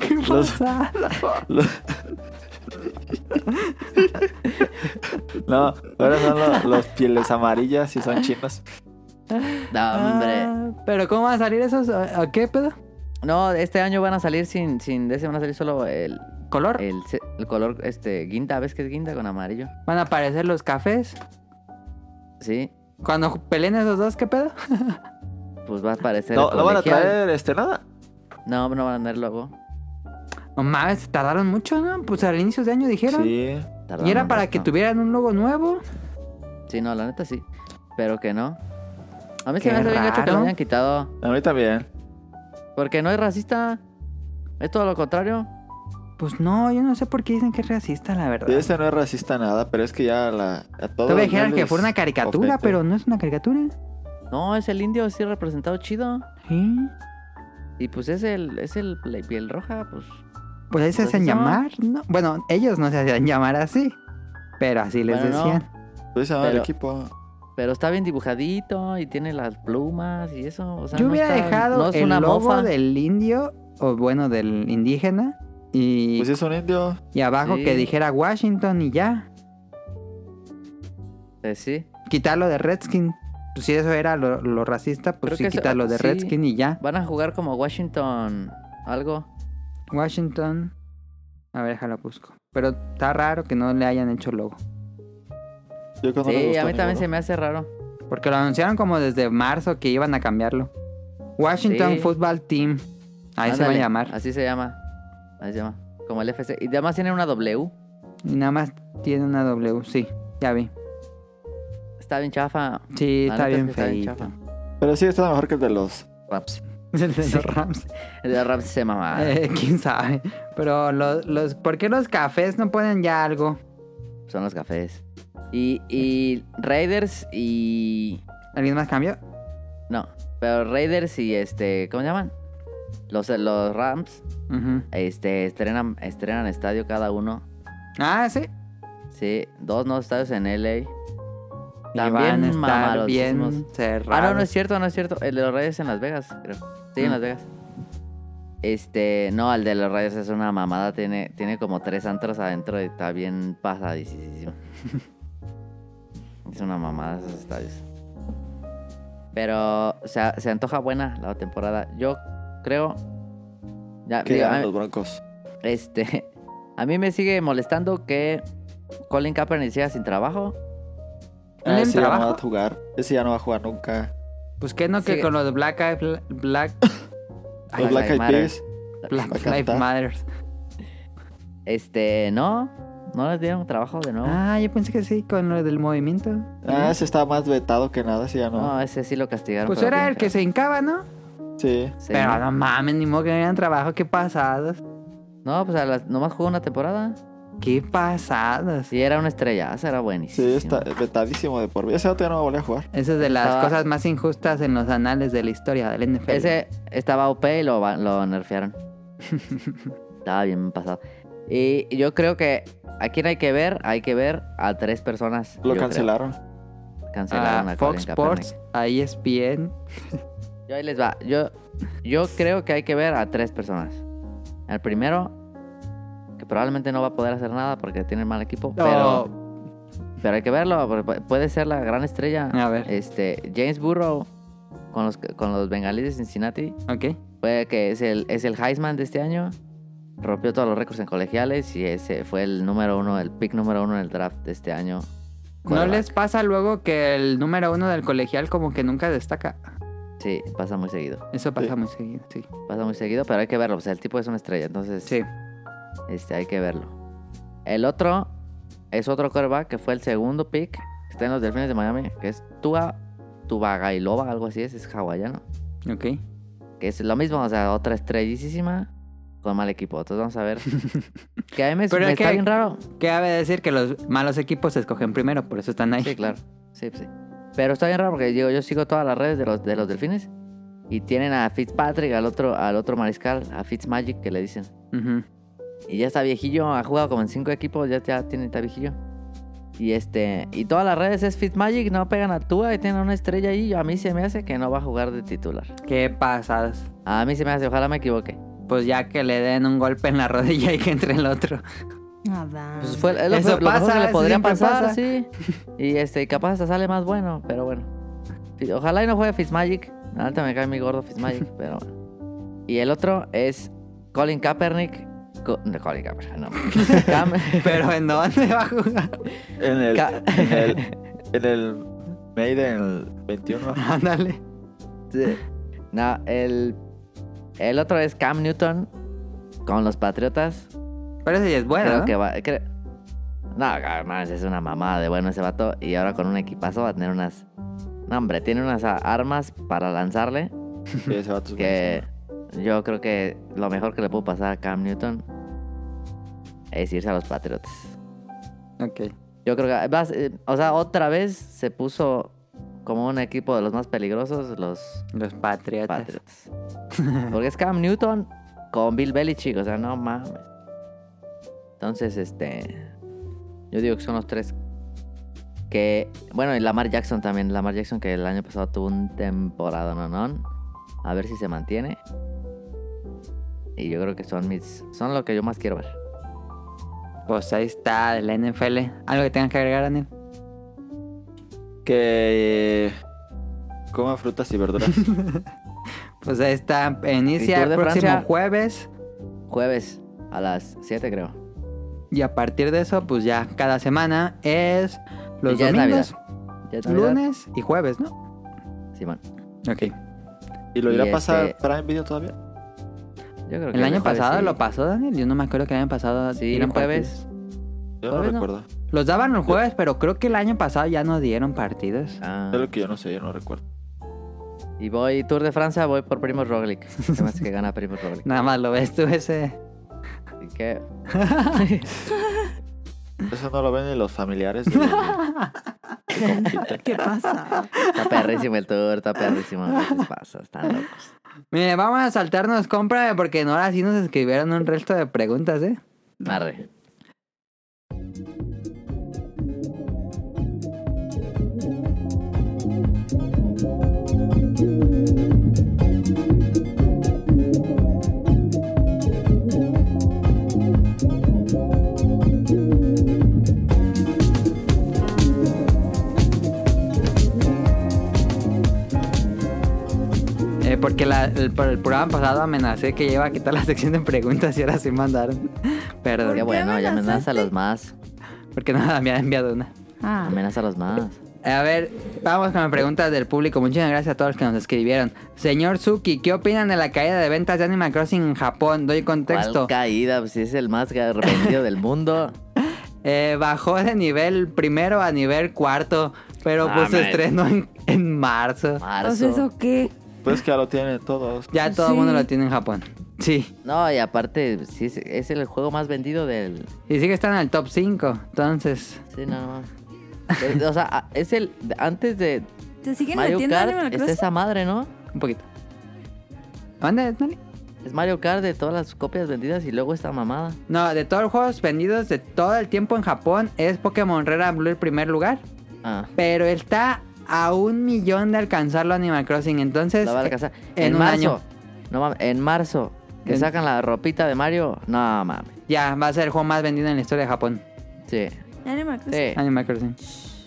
B: ¿Qué
D: Los-
B: pasa?
D: No, ahora son los, los pieles amarillas y son chinos.
C: No, hombre.
B: Ah, Pero ¿cómo van a salir esos? ¿A a qué pedo?
C: No, este año van a salir sin, sin de ese, van a salir solo el,
B: ¿Color?
C: el, ce- el color este guinda, ¿ves que es guinda con amarillo?
B: ¿Van a aparecer los cafés?
C: Sí,
B: Cuando peleen esos dos, ¿qué pedo?
C: pues va a aparecer.
D: No,
C: el
D: no van a
C: colegial.
D: traer este nada.
C: No, no van a tener logo.
B: No mames, tardaron mucho, ¿no? Pues al inicio de año dijeron.
D: Sí.
C: Tardaron
B: Y era
C: un
B: para
C: resto.
B: que tuvieran un logo nuevo.
C: Sí, no, la neta sí. Pero que no. A mí
B: Qué
C: se me hace bien gacho que lo
B: raro.
C: hayan quitado.
D: A mí también.
C: Porque no es racista. Es todo lo contrario.
B: Pues no, yo no sé por qué dicen que es racista, la verdad.
D: Sí, Este no es racista nada, pero es que ya la, a todos.
B: Todavía
D: ya
B: dijeron que
D: les
B: fue una caricatura,
D: ofende.
B: pero no es una caricatura.
C: No, es el indio sí representado chido.
B: Sí.
C: Y pues es el, es el pl- piel roja, pues.
B: Pues ahí se hacen
C: Entonces, no.
B: llamar, ¿no? Bueno, ellos no se hacían llamar así. Pero así les
C: Bueno, no.
B: decían.
D: Pues se llama el
C: pero-
D: equipo.
C: Pero está bien dibujadito y tiene las plumas y eso. O sea,
B: Yo
C: no
B: hubiera
C: está-
B: dejado
C: no es
B: el
C: una
B: logo
C: mofa.
B: del indio, o bueno, del indígena, y,
D: Pues es un indio.
B: y abajo
C: Sí.
B: que dijera Washington y ya.
C: Eh, sí.
B: Quitarlo de Redskin. Pues si eso era lo, lo racista, pues
C: Creo
B: sí,
C: que eso-
B: quitarlo de
C: sí.
B: Redskin y ya.
C: Van a jugar como Washington. Algo.
B: Washington. A ver, déjalo busco. Pero está raro que no le hayan hecho logo.
D: Yo creo que no les
C: sí,
D: gustó
C: a mí también se
D: ninguno.
C: me hace raro.
B: Porque lo anunciaron como desde marzo que iban a cambiarlo. Washington
C: Sí.
B: Football Team. Ahí se va a
C: Ándale,
B: llamar.
C: Así se llama. Así se llama. Como el FC. Y además tienen una W.
B: Y nada más tiene una W. Sí, ya vi.
C: Está bien chafa.
B: Sí,
C: La
B: está
C: neta es
B: bien
C: que está bien
B: feito.
C: chafa.
D: Pero sí, está mejor que el de los
C: Rams.
B: El de
C: Sí. Ah.
B: los Rams.
C: El de Rams se mamá.
B: Eh, quién sabe. Pero los, los. ¿Por qué los cafés no ponen ya algo?
C: Son los cafés. Y, y Raiders y.
B: ¿Alguien más cambió?
C: No. Pero Raiders y este. ¿Cómo se llaman? Los, los Rams.
B: Ujú.
C: Este. Estrenan, estrenan estadio cada uno.
B: Ah, sí.
C: Sí. Dos nuevos estadios en LA.
B: Y
C: También
B: van a estar
C: mamalosísimos.
B: bien
C: Ah,
B: cerrados.
C: no, no es cierto, no es cierto. El de los Raiders en Las Vegas, creo. Sí, en
B: Mm.
C: Las Vegas. Este, no, el de los Raiders es una mamada. Tiene, tiene como tres antros adentro y está bien pasadísimo. es una mamada esos estadios. Pero o sea, se antoja buena la temporada. Yo creo. Ya,
D: que
C: digo,
D: ganan
C: a-
D: los broncos.
C: este, a mí me sigue molestando que Colin Kaepernick siga sin trabajo.
B: ¿Tienen
D: Ah, Ese ya no va
B: trabajo?
D: a jugar. Ese ya no va a jugar nunca.
B: Pues que no que
C: Sí.
B: con los Black Eyed- Black,
D: Los
C: Ay,
D: Black Eyed
C: madre.
D: Peas. Va a
B: Black Lives
D: cantar.
B: Matter.
C: Este, no, no les dieron trabajo de nuevo.
B: Ah, yo pensé que sí, con lo del movimiento.
D: Ah,
C: ¿Mm?
D: ese está más vetado que nada. Ese ya
C: No,
D: no.
C: ese sí lo castigaron.
B: pues
C: pero
B: era
C: bien
B: el que
C: feo.
B: se hincaba, ¿no?
D: Sí.
C: Sí.
B: Pero no mames, ni modo que no eran trabajo, qué pasados.
C: No, pues a las- nomás jugó una temporada.
B: Qué pasados.
C: Sí, era una estrellaza, era buenísimo.
D: Sí, está vetadísimo de por vida. Ese otro ya no va a volver a jugar.
B: Esa es de las
C: Estaba-
B: cosas más injustas en los anales de la historia del NFL.
C: Ese estaba OP y lo, ba- lo nerfearon. estaba bien pasado. Y yo creo que a quién hay que ver, hay que ver a tres personas. yo
D: Lo
C: creo.
D: cancelaron.
C: Cancelaron
B: a
C: a
B: Ah, Fox
C: Colin Kaepernick.
B: Sports, a ESPN.
C: Yo ahí les va. Yo, yo creo que hay que ver a tres personas. El primero, que probablemente no va a poder hacer nada porque tiene mal equipo, pero, pero hay que verlo. porque pu- Puede ser la gran estrella.
B: A ver.
C: Este, James Burrow con los, con los bengalíes de Cincinnati.
B: Ok.
C: Puede que es el, es el Heisman de este año. Rompió todos los récords en colegiales y ese fue el número uno, el pick número uno en el draft de este año.
B: ¿No
C: Quarterback.
B: les pasa luego que el número uno del colegial como que nunca destaca?
C: Sí, pasa muy seguido.
B: Eso pasa
D: Sí.
B: muy seguido, sí.
C: Pasa muy seguido, pero hay que verlo. O sea, el tipo es una estrella, entonces...
B: Sí.
C: Este, hay que verlo. El otro es otro quarterback que fue el segundo pick. Está en los Delfines de Miami, que es Tua Tubagailova, algo así es, es hawaiano.
B: Ok.
C: Que es lo mismo, o sea, otra estrellísima con mal equipo. Entonces vamos a ver. que a mí me,
B: Pero es
C: me está
B: que-
C: bien raro.
B: ¿Qué cabe decir que los malos equipos se escogen primero? Por eso están ahí.
C: Sí, claro. Sí, sí. Pero está bien raro porque digo, yo sigo todas las redes de los, de los delfines. Y tienen a Fitzpatrick, al otro, al otro mariscal, a Fitzmagic que le dicen.
B: Ujú.
C: Y ya está viejillo, ha jugado como en cinco equipos, ya, ya tiene, está viejillo. Y este, y todas las redes es Fitzmagic, no pegan a Tua y tienen una estrella ahí. A mí se me hace que no va a jugar de titular.
B: Qué pasadas.
C: A mí se me hace, ojalá me equivoque.
B: Pues ya que le den un golpe en la rodilla y que entre el otro.
A: Nada.
C: Pues fue, es lo,
B: Eso
C: peor- lo mejor
B: pasa,
C: que le
B: eso
C: podría
B: siempre
C: pasar,
B: pasa.
C: sí. Y este, capaz hasta sale más bueno, pero bueno. Fi- Ojalá y no juegue Fitzmagic. Ahorita me cae mi gordo Fitzmagic, pero bueno. Y el otro es Colin Kaepernick. Co- no, Colin Kaepernick, no. Cam-
B: Pero ¿en dónde va a jugar?
D: En el,
C: Ca-
D: en el, en el Maiden, el 21.
B: Ándale.
C: No, el, el otro es Cam Newton con los Patriotas.
B: Pero ese ya es bueno.
C: Creo
B: ¿no?
C: que va. cre- No, carnal, es una mamada de bueno ese vato. Y ahora con un equipazo va a tener unas. No, hombre, tiene unas a- armas para lanzarle.
D: Sí, ese vato es
C: Que
D: buenísimo.
C: yo creo que lo mejor que le pudo pasar a Cam Newton es irse a los Patriotas.
B: Ok.
C: Yo creo que. vas- eh, o sea, otra vez se puso como un equipo de los más peligrosos, los
B: Los patriotas.
C: Patriots. Porque es Cam Newton con Bill Belichick, o sea, no mames. Entonces, este. Yo digo que son los tres. Que. Bueno, y Lamar Jackson también. Lamar Jackson que el año pasado tuvo un temporada no A ver si se mantiene. Y yo creo que son mis. Son lo que yo más quiero ver.
B: Pues ahí está, de la NFL. ¿Algo que tengan que agregar, Daniel?
D: Que. eh, Coma frutas y verduras.
B: Pues ahí está. Inicia
C: Tour
B: el
C: de
B: próximo
C: Francia?
B: jueves.
C: Jueves a las 7, creo.
B: Y a partir de eso, pues ya cada semana es los
C: Y ya es
B: domingos,
C: ¿Ya es Navidad?
B: lunes y jueves, ¿no?
C: Simón.
B: Ok.
D: ¿Y lo
C: Y
D: irá a pasar
C: este-
D: para Prime Video todavía?
C: Yo creo que
B: El año
C: jueves
B: pasado
C: sí.
B: lo pasó, Daniel. Yo no me acuerdo que el año pasado.
C: Sí,
B: dieron
C: jueves.
D: Yo no
B: Todavía no.
D: recuerdo.
B: partidos. Los daban los jueves, pero creo que el año pasado ya no dieron partidos.
C: Ah.
D: Es lo que yo no sé, yo no recuerdo.
C: Y voy Tour de Francia, voy por Primo Roglic. Se me hace que gana Primo Roglic.
B: Nada más lo ves tú ese.
C: Así que
D: Eso no lo ven ni los familiares. de- que compiten.
A: ¿Qué pasa?
C: está perrísimo el Tour, está perrísimo. No se pasa, están locos.
B: Mire, vamos a saltarnos, cómprame, porque en ahora sí nos escribieron un resto de preguntas, ¿eh?
C: Arre.
B: Eh, porque la- el, por el programa pasado amenacé que iba a quitar la sección de preguntas y ahora sí mandaron. Perdón.
C: Qué bueno, y amenaza a los más.
B: Porque nada, me ha enviado una.
A: Ah,
C: Amenaza a los más.
B: A ver, vamos con las preguntas del público. Muchas gracias a todos los que nos escribieron. Señor Suki, ¿qué opinan de la caída de ventas de Animal Crossing en Japón? Doy
C: ¿Cuál
B: contexto.
C: caída? Pues es el más arrepentido del mundo.
B: Eh, bajó de nivel primero a nivel cuarto, pero pues se
C: Mames.
B: estrenó en, en marzo.
C: Marzo.
E: Entonces, ¿eso qué?
D: Pues que ya lo tienen todos.
B: Ya todo el
E: Sí.
B: mundo lo tiene en Japón. Sí.
C: No, y aparte, sí, es, es el juego más vendido del.
B: Y sigue estando en el top 5. Entonces,
C: Sí, no, no. O sea, a- es el. Antes de
A: ¿Te siguen
C: Mario
A: metiendo Animal
C: Kart, está
A: Crossing?
C: esa madre, ¿no?
B: un poquito. ¿Dónde, Nani?
C: Es Mario Kart de todas las copias vendidas y luego esta mamada.
B: No, de todos los juegos vendidos de todo el tiempo en Japón, es Pokémon Red and Blue el primer lugar.
C: Ah,
B: Pero está a un millón de alcanzarlo Animal Crossing. Entonces,
C: la va a alcanzar.
B: en
C: En,
B: un
C: marzo.
B: año.
C: No mames, en marzo. Que
B: En-
C: sacan la ropita de Mario. No mames.
B: eh, ya va a ser el juego más vendido en la historia de Japón.
C: Sí.
A: Animal Crossing.
C: Sí.
B: Animal Crossing.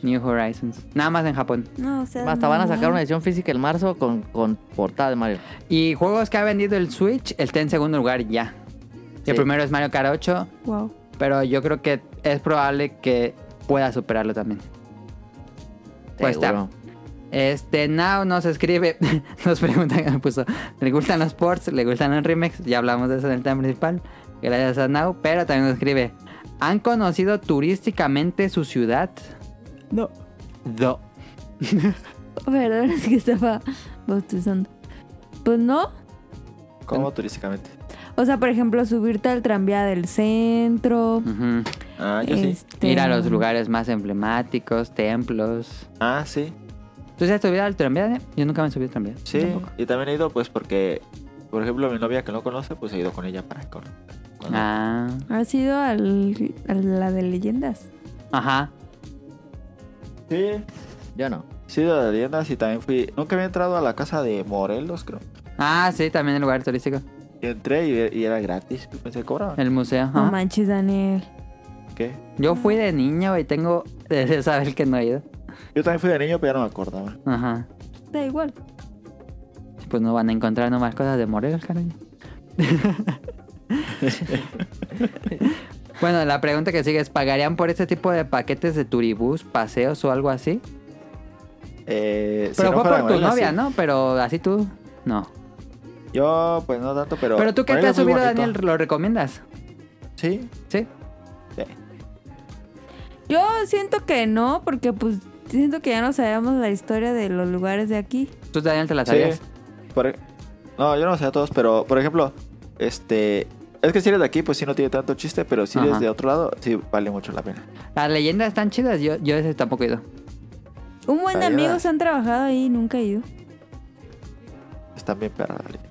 B: New Horizons. Nada más en Japón.
A: No, o sea.
C: Hasta van a
A: no.
C: sacar una edición física en marzo con, con portada de Mario.
B: Y juegos que ha vendido el Switch está en segundo lugar ya. Y
C: Sí.
B: El primero es Mario Kart 8,
A: Wow.
B: pero yo creo que es probable que pueda superarlo también. Pues
C: Seguro.
B: Este, Now nos escribe, nos pregunta, puso, ¿le gustan los ports? ¿Le gustan los remakes? Ya hablamos de eso en el tema principal, gracias a Now, pero también nos escribe, ¿han conocido turísticamente su ciudad?
A: No.
B: No.
A: Perdón, es que estaba bostezando. Pues no.
D: ¿Cómo turísticamente?
A: O sea, por ejemplo, subirte al tranvía del centro.
B: Ujú.
D: Ah, yo sí.
A: este,
B: Ir a los lugares más emblemáticos, templos.
D: Ah, sí.
B: ¿Tú ya has subido al tranvía, Daniel? Yo nunca me he subido al tranvía.
D: Sí, y también he ido pues porque, por ejemplo, mi novia que no conoce, pues he ido con ella para con. cuando-
B: Ah,
E: ¿Has ido al, a la de leyendas?
B: ajá.
D: Sí,
C: Yo no.
D: sí, he ido a leyendas y también fui. Nunca había entrado a la casa de Morelos, creo.
B: Ah, sí, también el lugar turístico.
D: Y entré y, y era gratis. Yo Pensé, cobraban.
B: El museo. ajá.
E: No manches, Daniel.
B: Eh.
D: ¿Qué?
B: Yo fui de niño, güey. Tengo desde saber que no he ido.
D: Yo también fui de niño, pero ya no me acordaba.
B: Ajá.
E: Da igual.
B: Pues no van a encontrar nomás cosas de Morelos, cariño. bueno, la pregunta que sigue es, ¿pagarían por este tipo de paquetes de turibús, paseos o algo así?
D: Eh, si
B: Pero
D: no
B: fue
D: fuera
B: por tu
D: Morelos,
B: novia,
D: sí.
B: ¿no? Pero así tú, no.
D: Yo, pues no tanto, pero.
B: Pero tú que te
D: Morelos
B: has
D: es muy
B: subido,
D: bonito.
B: Daniel, ¿lo recomiendas?
D: Sí,
B: ¿Sí?
E: Yo siento que no, porque pues siento que ya no sabemos la historia de los lugares de aquí.
B: ¿Tú, Daniel, te la
D: sí.
B: sabías?
D: Por e- No, yo no sé a todos, pero por ejemplo, este. Es que si eres de aquí, pues sí no tiene tanto chiste, pero si eres
B: Ajá.
D: de otro lado, sí vale mucho la pena.
B: Las leyendas están chidas, yo, yo ese tampoco he ido.
E: Un buen de
D: Ayuda.
E: amigos han trabajado ahí y nunca he ido.
D: Están bien perra la leyenda.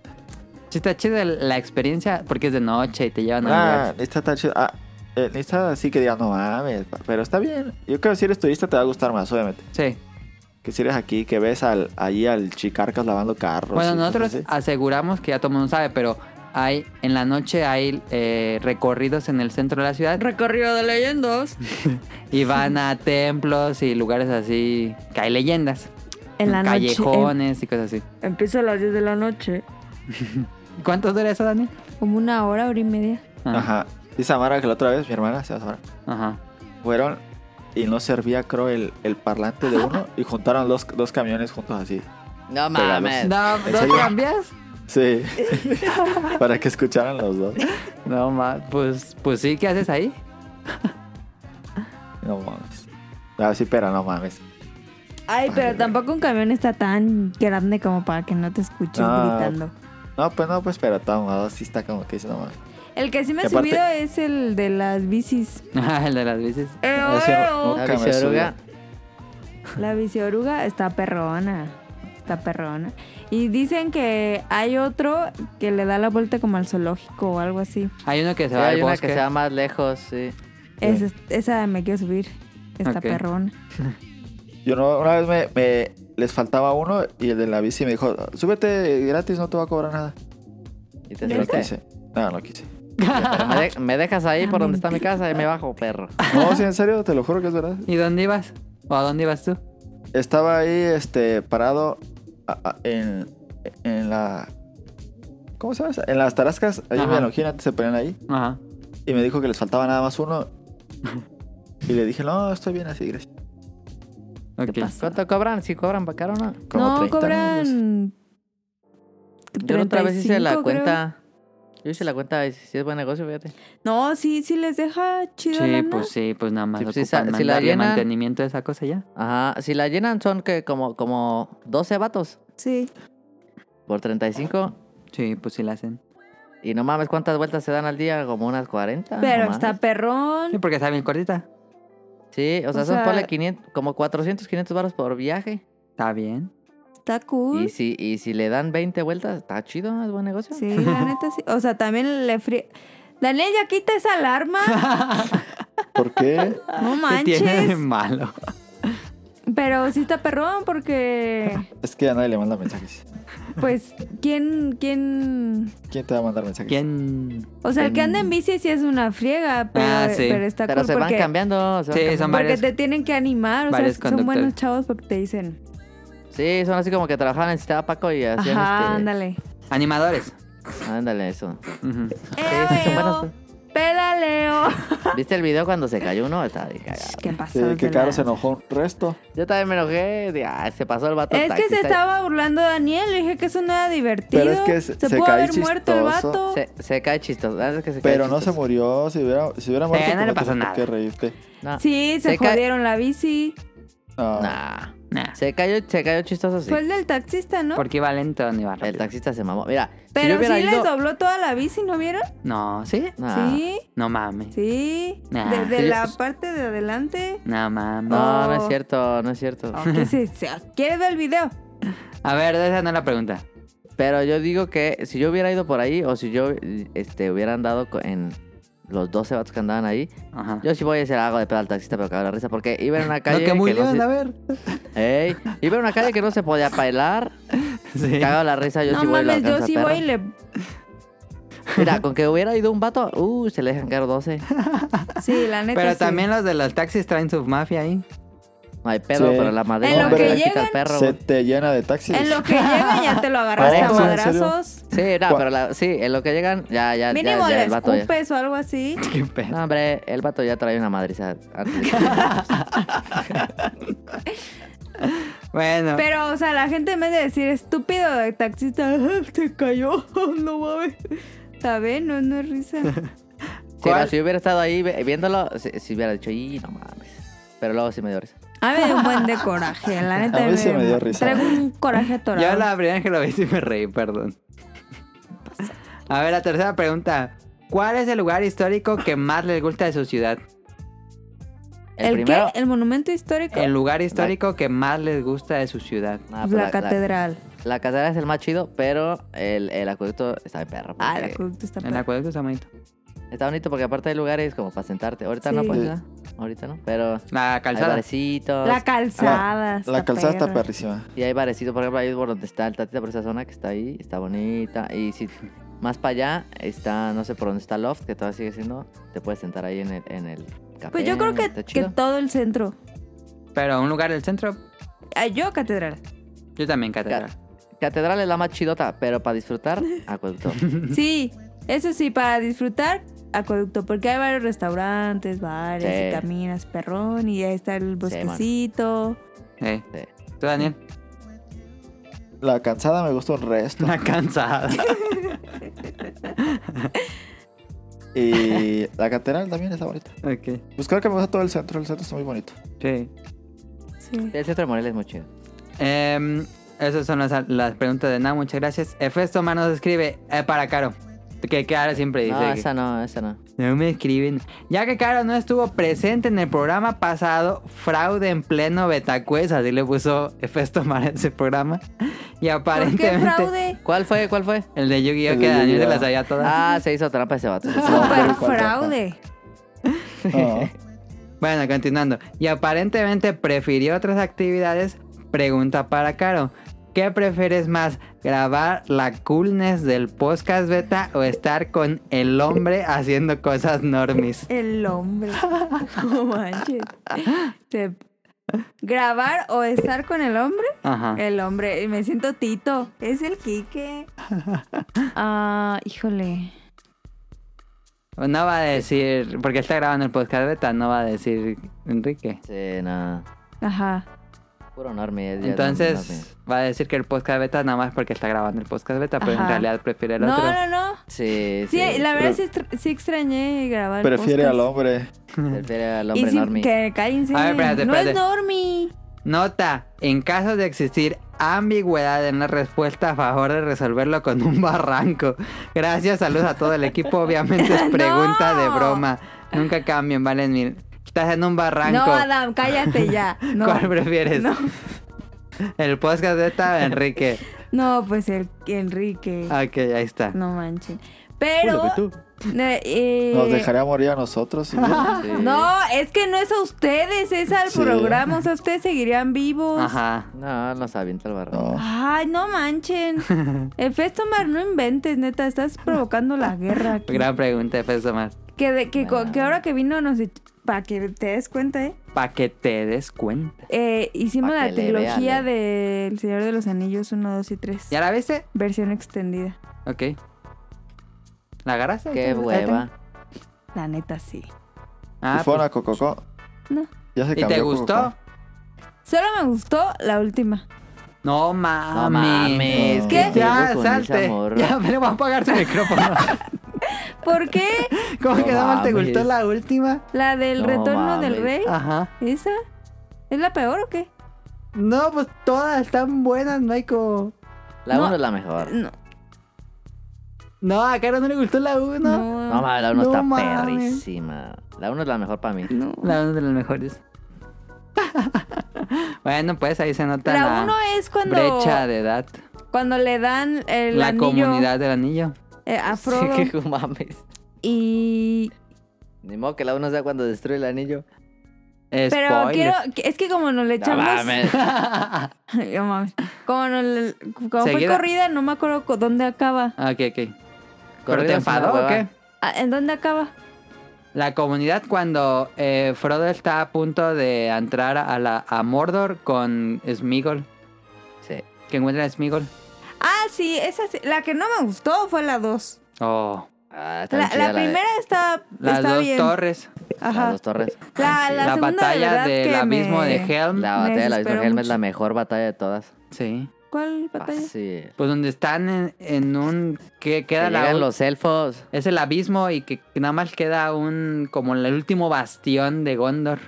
B: Sí está chida la experiencia porque es de noche y te llevan a
D: Ah,
B: lugares.
D: está tan chido. Ah, eh, está así que diga, no mames, pa- pero está bien. Yo creo que si eres turista te va a gustar más, obviamente.
B: Sí.
D: Que si eres aquí, que ves al, ahí al chicarcas lavando carros.
B: Bueno,
D: y cosas
B: nosotros
D: así.
B: aseguramos que ya todo el mundo sabe, pero hay en la noche hay eh, recorridos en el centro de la ciudad
E: Recorrido de leyendas.
B: y van a templos y lugares así que hay leyendas,
E: En la noche.
B: callejones y cosas así.
E: em- empieza a las 10 de la noche.
B: ¿Cuánto dura eso, Dani?
E: Como una hora, hora y media.
B: Ah,
D: Ajá. Y Samara, que la otra vez, mi hermana, se llama Samara,
B: Ajá.
D: fueron y no servía, creo, el, el parlante de uno y juntaron los dos camiones juntos así.
C: No
D: Pegados.
C: mames.
B: No,
D: ¿En
B: ¿Dos
D: serio?
B: tranvías?
D: Sí. Para que escucharan los dos.
B: No, ma, pues, pues sí, ¿qué haces ahí?
D: No mames. Ah, sí, pero no mames.
E: Ay,
D: Ay,
E: pero
D: güey.
E: tampoco un camión está tan grande como para que no te escuchen
D: No.
E: gritando.
D: No, pues no, pues pero todo sí está como que dice, no mames.
E: El que sí me
D: Y
E: ha
D: aparte-
E: subido es el de las bicis.
B: Ah, el de las bicis.
C: Eh, oh.
D: Ese
E: eo.
D: nunca
C: La
D: me subió.
C: bicioruga.
E: La vicioruga está perrona. Está perrona. Y dicen que hay otro que le da la vuelta como al zoológico o algo así.
B: Hay uno que se
C: Sí,
B: va
C: hay
B: al
C: una
B: bosque.
C: que se va más lejos, sí.
E: Esa, esa me quiero subir. Está
B: Ok.
E: perrona.
D: Yo no, una vez me, me- les faltaba uno y el de la bici me dijo, súbete gratis, no te va a cobrar nada.
C: Y te
D: Y no
C: subiste.
D: quise. No, no quise.
C: Me, de- me dejas ahí
E: Ah,
C: por donde está mi casa y me bajo, perro.
D: No, sí, en serio, te lo juro que es verdad.
B: ¿Y dónde ibas? ¿O a dónde ibas tú?
D: Estaba ahí, este, parado a- a- en, en la... ¿Cómo se llama? esa? En las tarascas, ahí en
B: Ajá.
D: Biología, antes se ponían ahí.
B: Ajá.
D: Y me dijo que les faltaba nada más uno. Y le dije, no, estoy bien así, gracias.
B: Ok.
E: ¿Qué pasa?
C: ¿Cuánto cobran? ¿Si cobran para o no?
D: Como
E: no,
D: 30 minutos.
E: cobran.
C: Yo la otra vez hice
E: 35,
C: la
E: creo.
C: cuenta. Yo hice la cuenta, si es buen negocio, fíjate.
E: No, sí, sí les deja chido.
B: Sí,
E: lana.
B: pues sí, pues nada más
C: Sí, pues sí,
B: ocupan
C: sa- si la
B: mandarle
C: llenan-
B: mantenimiento a esa cosa ya.
C: Ajá, si la llenan son que como, como 12 vatos
E: Sí.
C: por 35.
B: Sí, pues sí la hacen.
C: Y no mames, ¿cuántas vueltas se dan al día? Como unas 40.
E: Pero
C: no
E: está
C: mames.
B: Sí,
E: perrón.
B: porque está bien cortita.
C: Sí, o sea,
E: o
C: son
E: sea-
C: ponle 500, como 400, 500 baros por viaje.
B: Está bien.
E: Está cool.
C: Y si, y si le dan 20 vueltas, está chido, es buen negocio.
E: Sí, la neta sí. O sea, también le fríe. Daniel, ya quita esa alarma.
D: ¿Por qué?
E: No
B: ¿Qué tiene de
E: manches.
B: malo?
E: Pero sí está perrón porque,
D: Es que a nadie le manda mensajes.
E: pues, ¿quién, quién?
D: ¿Quién te va a mandar mensajes?
B: ¿Quién?
E: O sea, el que anda en bici sí es una friega, pero,
B: Ah, sí.
E: pero está
C: Pero
E: cool
C: se van
E: porque,
C: cambiando. se van
B: Sí,
C: cambiando.
B: son
E: porque
B: varios.
E: te tienen que animar. O sea,
B: varios
E: son buenos
B: conductores.
E: chavos porque te dicen,
C: Sí, son así como que trabajaban en Sistema Paco y hacían
E: ajá,
C: este-
E: ándale.
B: Animadores.
C: Ándale, eso.
B: Ujú.
E: Eh,
C: sí,
E: Leo,
C: son buenos. pues.
E: pedaleo.
C: ¿Viste el video cuando se cayó uno? Estaba bien cagado.
E: ¿Qué pasó?
D: Sí, Eh, que Caro se enojó un resto.
C: Yo también me enojé. de, ah, se pasó el vato.
E: Es que se
C: taxista".
E: estaba burlando Daniel, le dije que eso no era divertido.
D: Pero es que se- se
E: pudo
D: cae
E: haber muerto el
D: chistoso.
E: vato.
C: Se, se cae chistoso. la verdad es que se cae
D: Pero no se
C: chistoso.
D: murió. Si hubiera, si hubiera muerto,
B: no le
D: pues,
B: pasó
D: ¿por
C: ah,
B: nada.
D: qué reírte?
C: No.
E: Sí, se,
C: Se cae-
E: jodieron la bici.
D: No.
C: Nah.
B: Nah,
C: Se cayó, se cayó chistoso así.
E: Fue el del taxista, ¿no?
B: Porque iba lento, no iba
C: El
B: rápido.
C: taxista se mamó. Mira, si yo
E: Pero sí
C: hubiera
E: les
C: ido...
E: dobló toda la bici, ¿no vieron?
B: No, ¿sí?
C: Nah.
E: Sí,
B: No mames.
E: sí.
B: Nah.
E: Desde
C: Sí,
E: la
C: es-
E: parte de adelante.
B: No mames.
C: No, no es
E: Oh.
C: cierto, no es cierto.
E: Aunque se- se- ¿Quieres ver el video?
B: A ver, esa no es la pregunta.
C: Pero yo digo que si yo hubiera ido por ahí o si yo este, hubiera andado co- en los 12 vatos que andaban ahí,
B: Ajá.
C: yo sí voy a decir algo de pedo al taxista, pero cago la risa, porque iba en una
B: no,
C: calle.
B: que muy
C: que no
B: lejos,
C: se-
B: a ver.
C: Ey, iba en una calle que no se podía bailar.
B: Sí.
C: Cagado la risa, yo
E: no
C: sí voy y lo
E: mames, yo
C: alcanzo a
E: sí
C: perro.
E: voy y le.
C: Mira, con que hubiera ido un vato, uh, se le dejan caer 12.
E: Sí, la neta.
B: Pero
E: sí.
B: también los de los taxis traen su mafia ahí.
C: No hay pedo,
D: Sí.
C: pero la
E: En
C: madera
E: lo
C: no
E: que
C: le quita al
E: llegan,
C: perro.
D: Se
C: güey.
D: te llena de taxis.
E: En lo que llega ya te lo agarraste a
C: Parejo,
D: ¿en serio?
E: madrazos.
C: Sí, no,
D: Cua-
C: pero la- sí, en lo que llegan, ya, ya, ya,
E: Mínimo
C: ya
E: le
C: el vato ya.
E: escupes o algo así.
B: Qué pedo.
C: No, hombre, el vato ya trae una madriza. antes de que-
B: Bueno,
E: Pero, o sea, la gente en vez de decir estúpido de taxista, te cayó, no mames. ¿Sabes? No, no es risa.
C: Sí, no,
B: ¿Cuál?
C: si yo hubiera estado ahí ve- viéndolo, si, si hubiera dicho, y no mames. Pero luego sí me dio risa.
E: A mí me dio un buen de coraje, la neta.
D: A mí sí me dio risa.
E: Traigo un coraje atorado.
B: yo la primera vez que lo vi sí me reí, perdón. A ver, la tercera pregunta. ¿Cuál es el lugar histórico que más les gusta de su ciudad?
C: El,
E: ¿El,
C: primero.
E: qué? ¿El monumento histórico?
B: El lugar histórico que más les gusta de su ciudad.
C: No,
E: Pues
C: pues
E: la, catedral.
C: La, catedral es el más chido, pero el, el acueducto está de perro.
E: Ah, el
C: porque
E: acueducto está
B: El
E: padre.
B: acueducto está bonito.
C: Está bonito porque aparte hay lugares como para sentarte. Ahorita no,
E: Sí.
C: pues. ¿verdad? Ahorita no, pero.
B: La
C: Hay
B: calzada.
C: barecitos.
E: La calzada.
D: Ah, La calzada está
E: perra.
D: perrísima.
C: Y hay barecitos, por ejemplo, ahí por donde está el Tatita, por esa zona que está ahí, está bonita. Y si más para allá está, no sé por dónde está Loft, que todavía sigue siendo, te puedes sentar ahí en el, en el café.
E: Pues yo creo
C: está
E: que, que
C: chido.
E: todo el centro.
B: Pero un lugar del centro,
E: Ah, yo catedral.
B: yo también catedral.
C: Catedral es la más chidota, pero para disfrutar, acueducto.
E: Sí, eso sí, para disfrutar, acueducto, porque hay varios restaurantes, bares,
C: Sí.
E: y caminas, perrón, y ahí está el
C: mano.
E: bosquecito.
B: Eh,
C: Sí.
B: ¿Tú, Daniel?
D: La calzada me gusta un resto.
B: La cansada.
D: Y la catedral también está bonita.
B: ok.
D: Pues creo que me gusta todo el centro. El centro está muy bonito.
B: Sí.
E: sí.
C: El centro de Morelia es muy chido.
B: Em, esas son las, las preguntas de Nada, muchas gracias. Efesto Manos escribe eh, para Caro. Que Caro siempre dice.
C: No,
B: que-
C: esa no, esa no.
B: No me escriben. Ya que Caro no estuvo presente en el programa pasado, fraude en pleno Betacuez, así le puso Efesto Mar a ese programa. Y
E: ¿Por qué
B: aparentemente.
E: fraude?
C: ¿cuál fue? ¿Cuál fue?
B: El de Yu-Gi-Oh!
D: El
B: que
D: de
B: Daniel se
D: Yu-Gi-Oh.
B: las sabía todas.
C: Ah, se hizo trampa ese vato.
E: Super
D: no, ¿cuál?
E: fraude.
D: No.
B: Bueno, continuando. Y aparentemente prefirió otras actividades. Pregunta para Caro. ¿Qué prefieres más? ¿Grabar la coolness del podcast beta o estar con el hombre haciendo cosas normis?
E: El hombre. No manches. Se- ¿Grabar o estar con el hombre?
B: Ajá.
E: El hombre. Y Me siento Tito. Es el Quique. Ah, híjole.
B: No va a decir, porque está grabando el podcast beta, no va a decir Enrique.
C: Sí, no.
E: Ajá.
C: Puro enorme. es- ya es un normie.
B: Entonces va a decir que el podcast beta nada más porque está grabando el podcast beta, pero en
E: Ajá.
B: realidad prefiere el
E: No,
B: otro.
E: no, no.
C: Sí, sí.
E: Sí, la verdad
D: Pero-
E: sí, estra- sí extrañé grabar. el
D: Prefiere
E: podcast.
D: al hombre.
C: Prefiere al
E: Y
C: hombre
E: sí,
C: enorme.
E: que cállense.
B: A ver, espérate,
E: No es
B: espérate.
E: normie.
B: Nota, en caso de existir ambigüedad en la respuesta, a favor de resolverlo con un barranco. Gracias, saludos a todo el equipo. Obviamente es pregunta
E: No.
B: de broma. Nunca cambien, valen mil. Estás en un barranco.
E: No, Adam, cállate ya. No.
B: ¿Cuál prefieres?
E: No.
B: El podcast de esta, Enrique.
E: No, pues el Enrique.
B: Ok, ahí está.
E: No manchen. Pero. eh, eh,
D: Nos dejaría morir a nosotros. ¿sí?
C: Sí.
E: No, es que no es a ustedes, es al
D: Sí.
E: programa. O sea, ustedes seguirían vivos.
B: Ajá.
C: No, nos avienta el barro.
D: No.
E: Ay, no manchen. El Festomar, no inventes, neta. Estás provocando la guerra. aquí.
B: Gran pregunta, Fesomar.
E: Que, de- que, co-
C: Bueno.
E: que ahora que vino, nos. Para que te des cuenta, ¿eh?
B: Para que te des cuenta.
E: Eh, hicimos
C: Pa'
E: la
C: que le vean,
E: trilogía
C: eh.
E: de El Señor de los Anillos 1, 2 y 3.
B: ¿Ya la viste?
E: Versión extendida.
B: Ok. ¿La agarraste?
C: Qué hueva.
E: La neta, sí.
B: Ah,
D: y
B: pues,
D: fueron a Cococo.
E: No.
D: Ya se
B: ¿Y
D: cambió
B: te
D: Cococo.
B: gustó?
E: Solo me gustó la última.
B: No mames.
C: No mames.
D: No.
E: Ah, ¿Qué?
C: pedo
B: Ya,
C: con
B: salte.
C: esa morra?
B: Ya, pero voy a apagar su micrófono.
E: ¿Por qué?
B: ¿Cómo
C: No
B: que nada más te
C: mames.
B: gustó la última?
E: ¿La del
C: No
E: retorno
B: Ah.
C: mames.
E: del rey?
B: Ajá.
E: ¿Esa? ¿Es la peor o qué?
B: No, pues todas están buenas, Maiko.
C: La
E: No.
C: 1 es la mejor.
E: No,
B: No, a Caro no le gustó la 1.
E: no,
C: No, mames, la 1
B: No
C: está
B: mames.
C: perrísima. La 1 es la mejor para mí.
E: no.
B: La 1 de las mejores. bueno, pues ahí se nota
E: La
B: la,
E: uno es cuando,
B: brecha de edad.
E: cuando le dan el
B: la
E: anillo
B: comunidad del anillo.
E: eh, a Frodo
C: Sí, que mames.
E: y...
C: Ni modo que la 1 sea cuando destruye el anillo.
E: Pero
B: Spoiler.
E: quiero... Es que como nos le
C: No
E: echamos...
C: mames.
E: No mames. Como, no le- como fue
B: Seguida.
E: corrida, no me acuerdo co- dónde acaba.
B: Ok, ok. ¿Pero
C: Corrido
B: te
C: es una
B: enfadó o
C: hueva.
B: qué?
E: Ah, ¿En dónde acaba?
B: La comunidad cuando eh, Frodo está a punto de entrar a, la, a Mordor con Smigol.
C: Sí.
B: Que encuentra a Smigol.
E: Ah, sí, esa sí. La que no me gustó fue la 2.
B: Oh,
C: Ah, está
E: La,
C: bien chida
E: la
C: la de-
E: primera está,
B: las
E: está
B: dos
E: bien.
B: torres.
E: Ajá.
C: Las dos torres.
E: La, la,
B: La,
E: segunda, de
B: batalla
E: verdad
B: del
E: que
B: abismo
E: me-
B: de Helm.
C: La
E: Me
C: batalla del abismo
E: desesperó
C: Helm es
E: mucho.
C: la mejor batalla de todas. Ah,
B: Sí.
E: ¿Cuál batalla?
C: Fácil.
B: Pues donde están en, en un... Que
C: Que
B: queda la...
C: llegan los elfos.
B: Es el abismo y que nada más queda un... Como el último bastión de Gondor.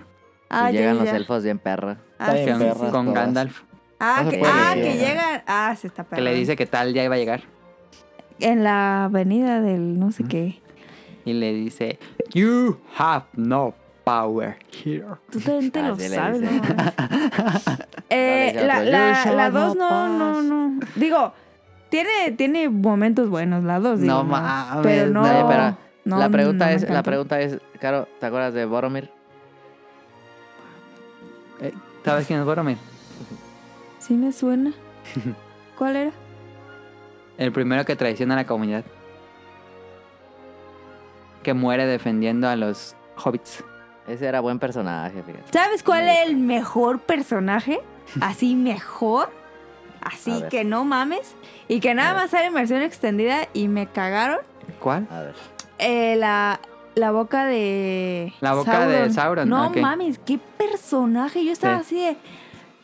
E: Ah,
C: y
E: ya,
C: llegan
E: ya,
C: los
E: ya.
C: elfos bien perra.
E: Ah, sí,
B: con
E: sí,
D: perras
B: con
D: todas.
B: Gandalf.
E: Ah,
D: No se
E: que,
D: puede
E: ah,
D: decir,
E: que
D: ¿no?
E: llegan. Ah, se está
B: Que le
E: perrón.
B: dice que tal ya iba a llegar.
E: En la avenida del no sé qué.
B: Y le dice... You have no power here.
E: Tú también te
C: Ah,
E: lo
C: sí le
E: sabes,
C: dice.
E: ¿no? Eh,
C: No, le dice
E: la
C: otro, "You
E: 2
C: shall not
E: no, no,
C: pass".
E: no. Digo, tiene, tiene momentos buenos la 2.
B: No
E: No
B: mames,
E: mames. Pero no.
C: Oye, pero
E: no,
C: la pregunta
E: no me
C: es, la
E: encantó.
C: pregunta es, Caro, ¿te acuerdas de Boromir?
B: ¿Sabes quién es Boromir?
E: Sí me suena. ¿Cuál era?
B: El primero que traiciona a la comunidad. Que muere defendiendo a los hobbits.
C: Ese era buen personaje, fíjate.
E: ¿Sabes cuál es el mejor personaje? Así mejor.
C: A
E: Así
C: ver.
E: que no mames. Y que
C: A
E: nada
C: ver.
E: más sale en versión extendida y me cagaron.
B: ¿Cuál?
C: A ver.
E: Eh, la, la boca de.
B: La boca de Sauron,
E: No
B: ok.
E: mames, qué personaje. Yo estaba así de.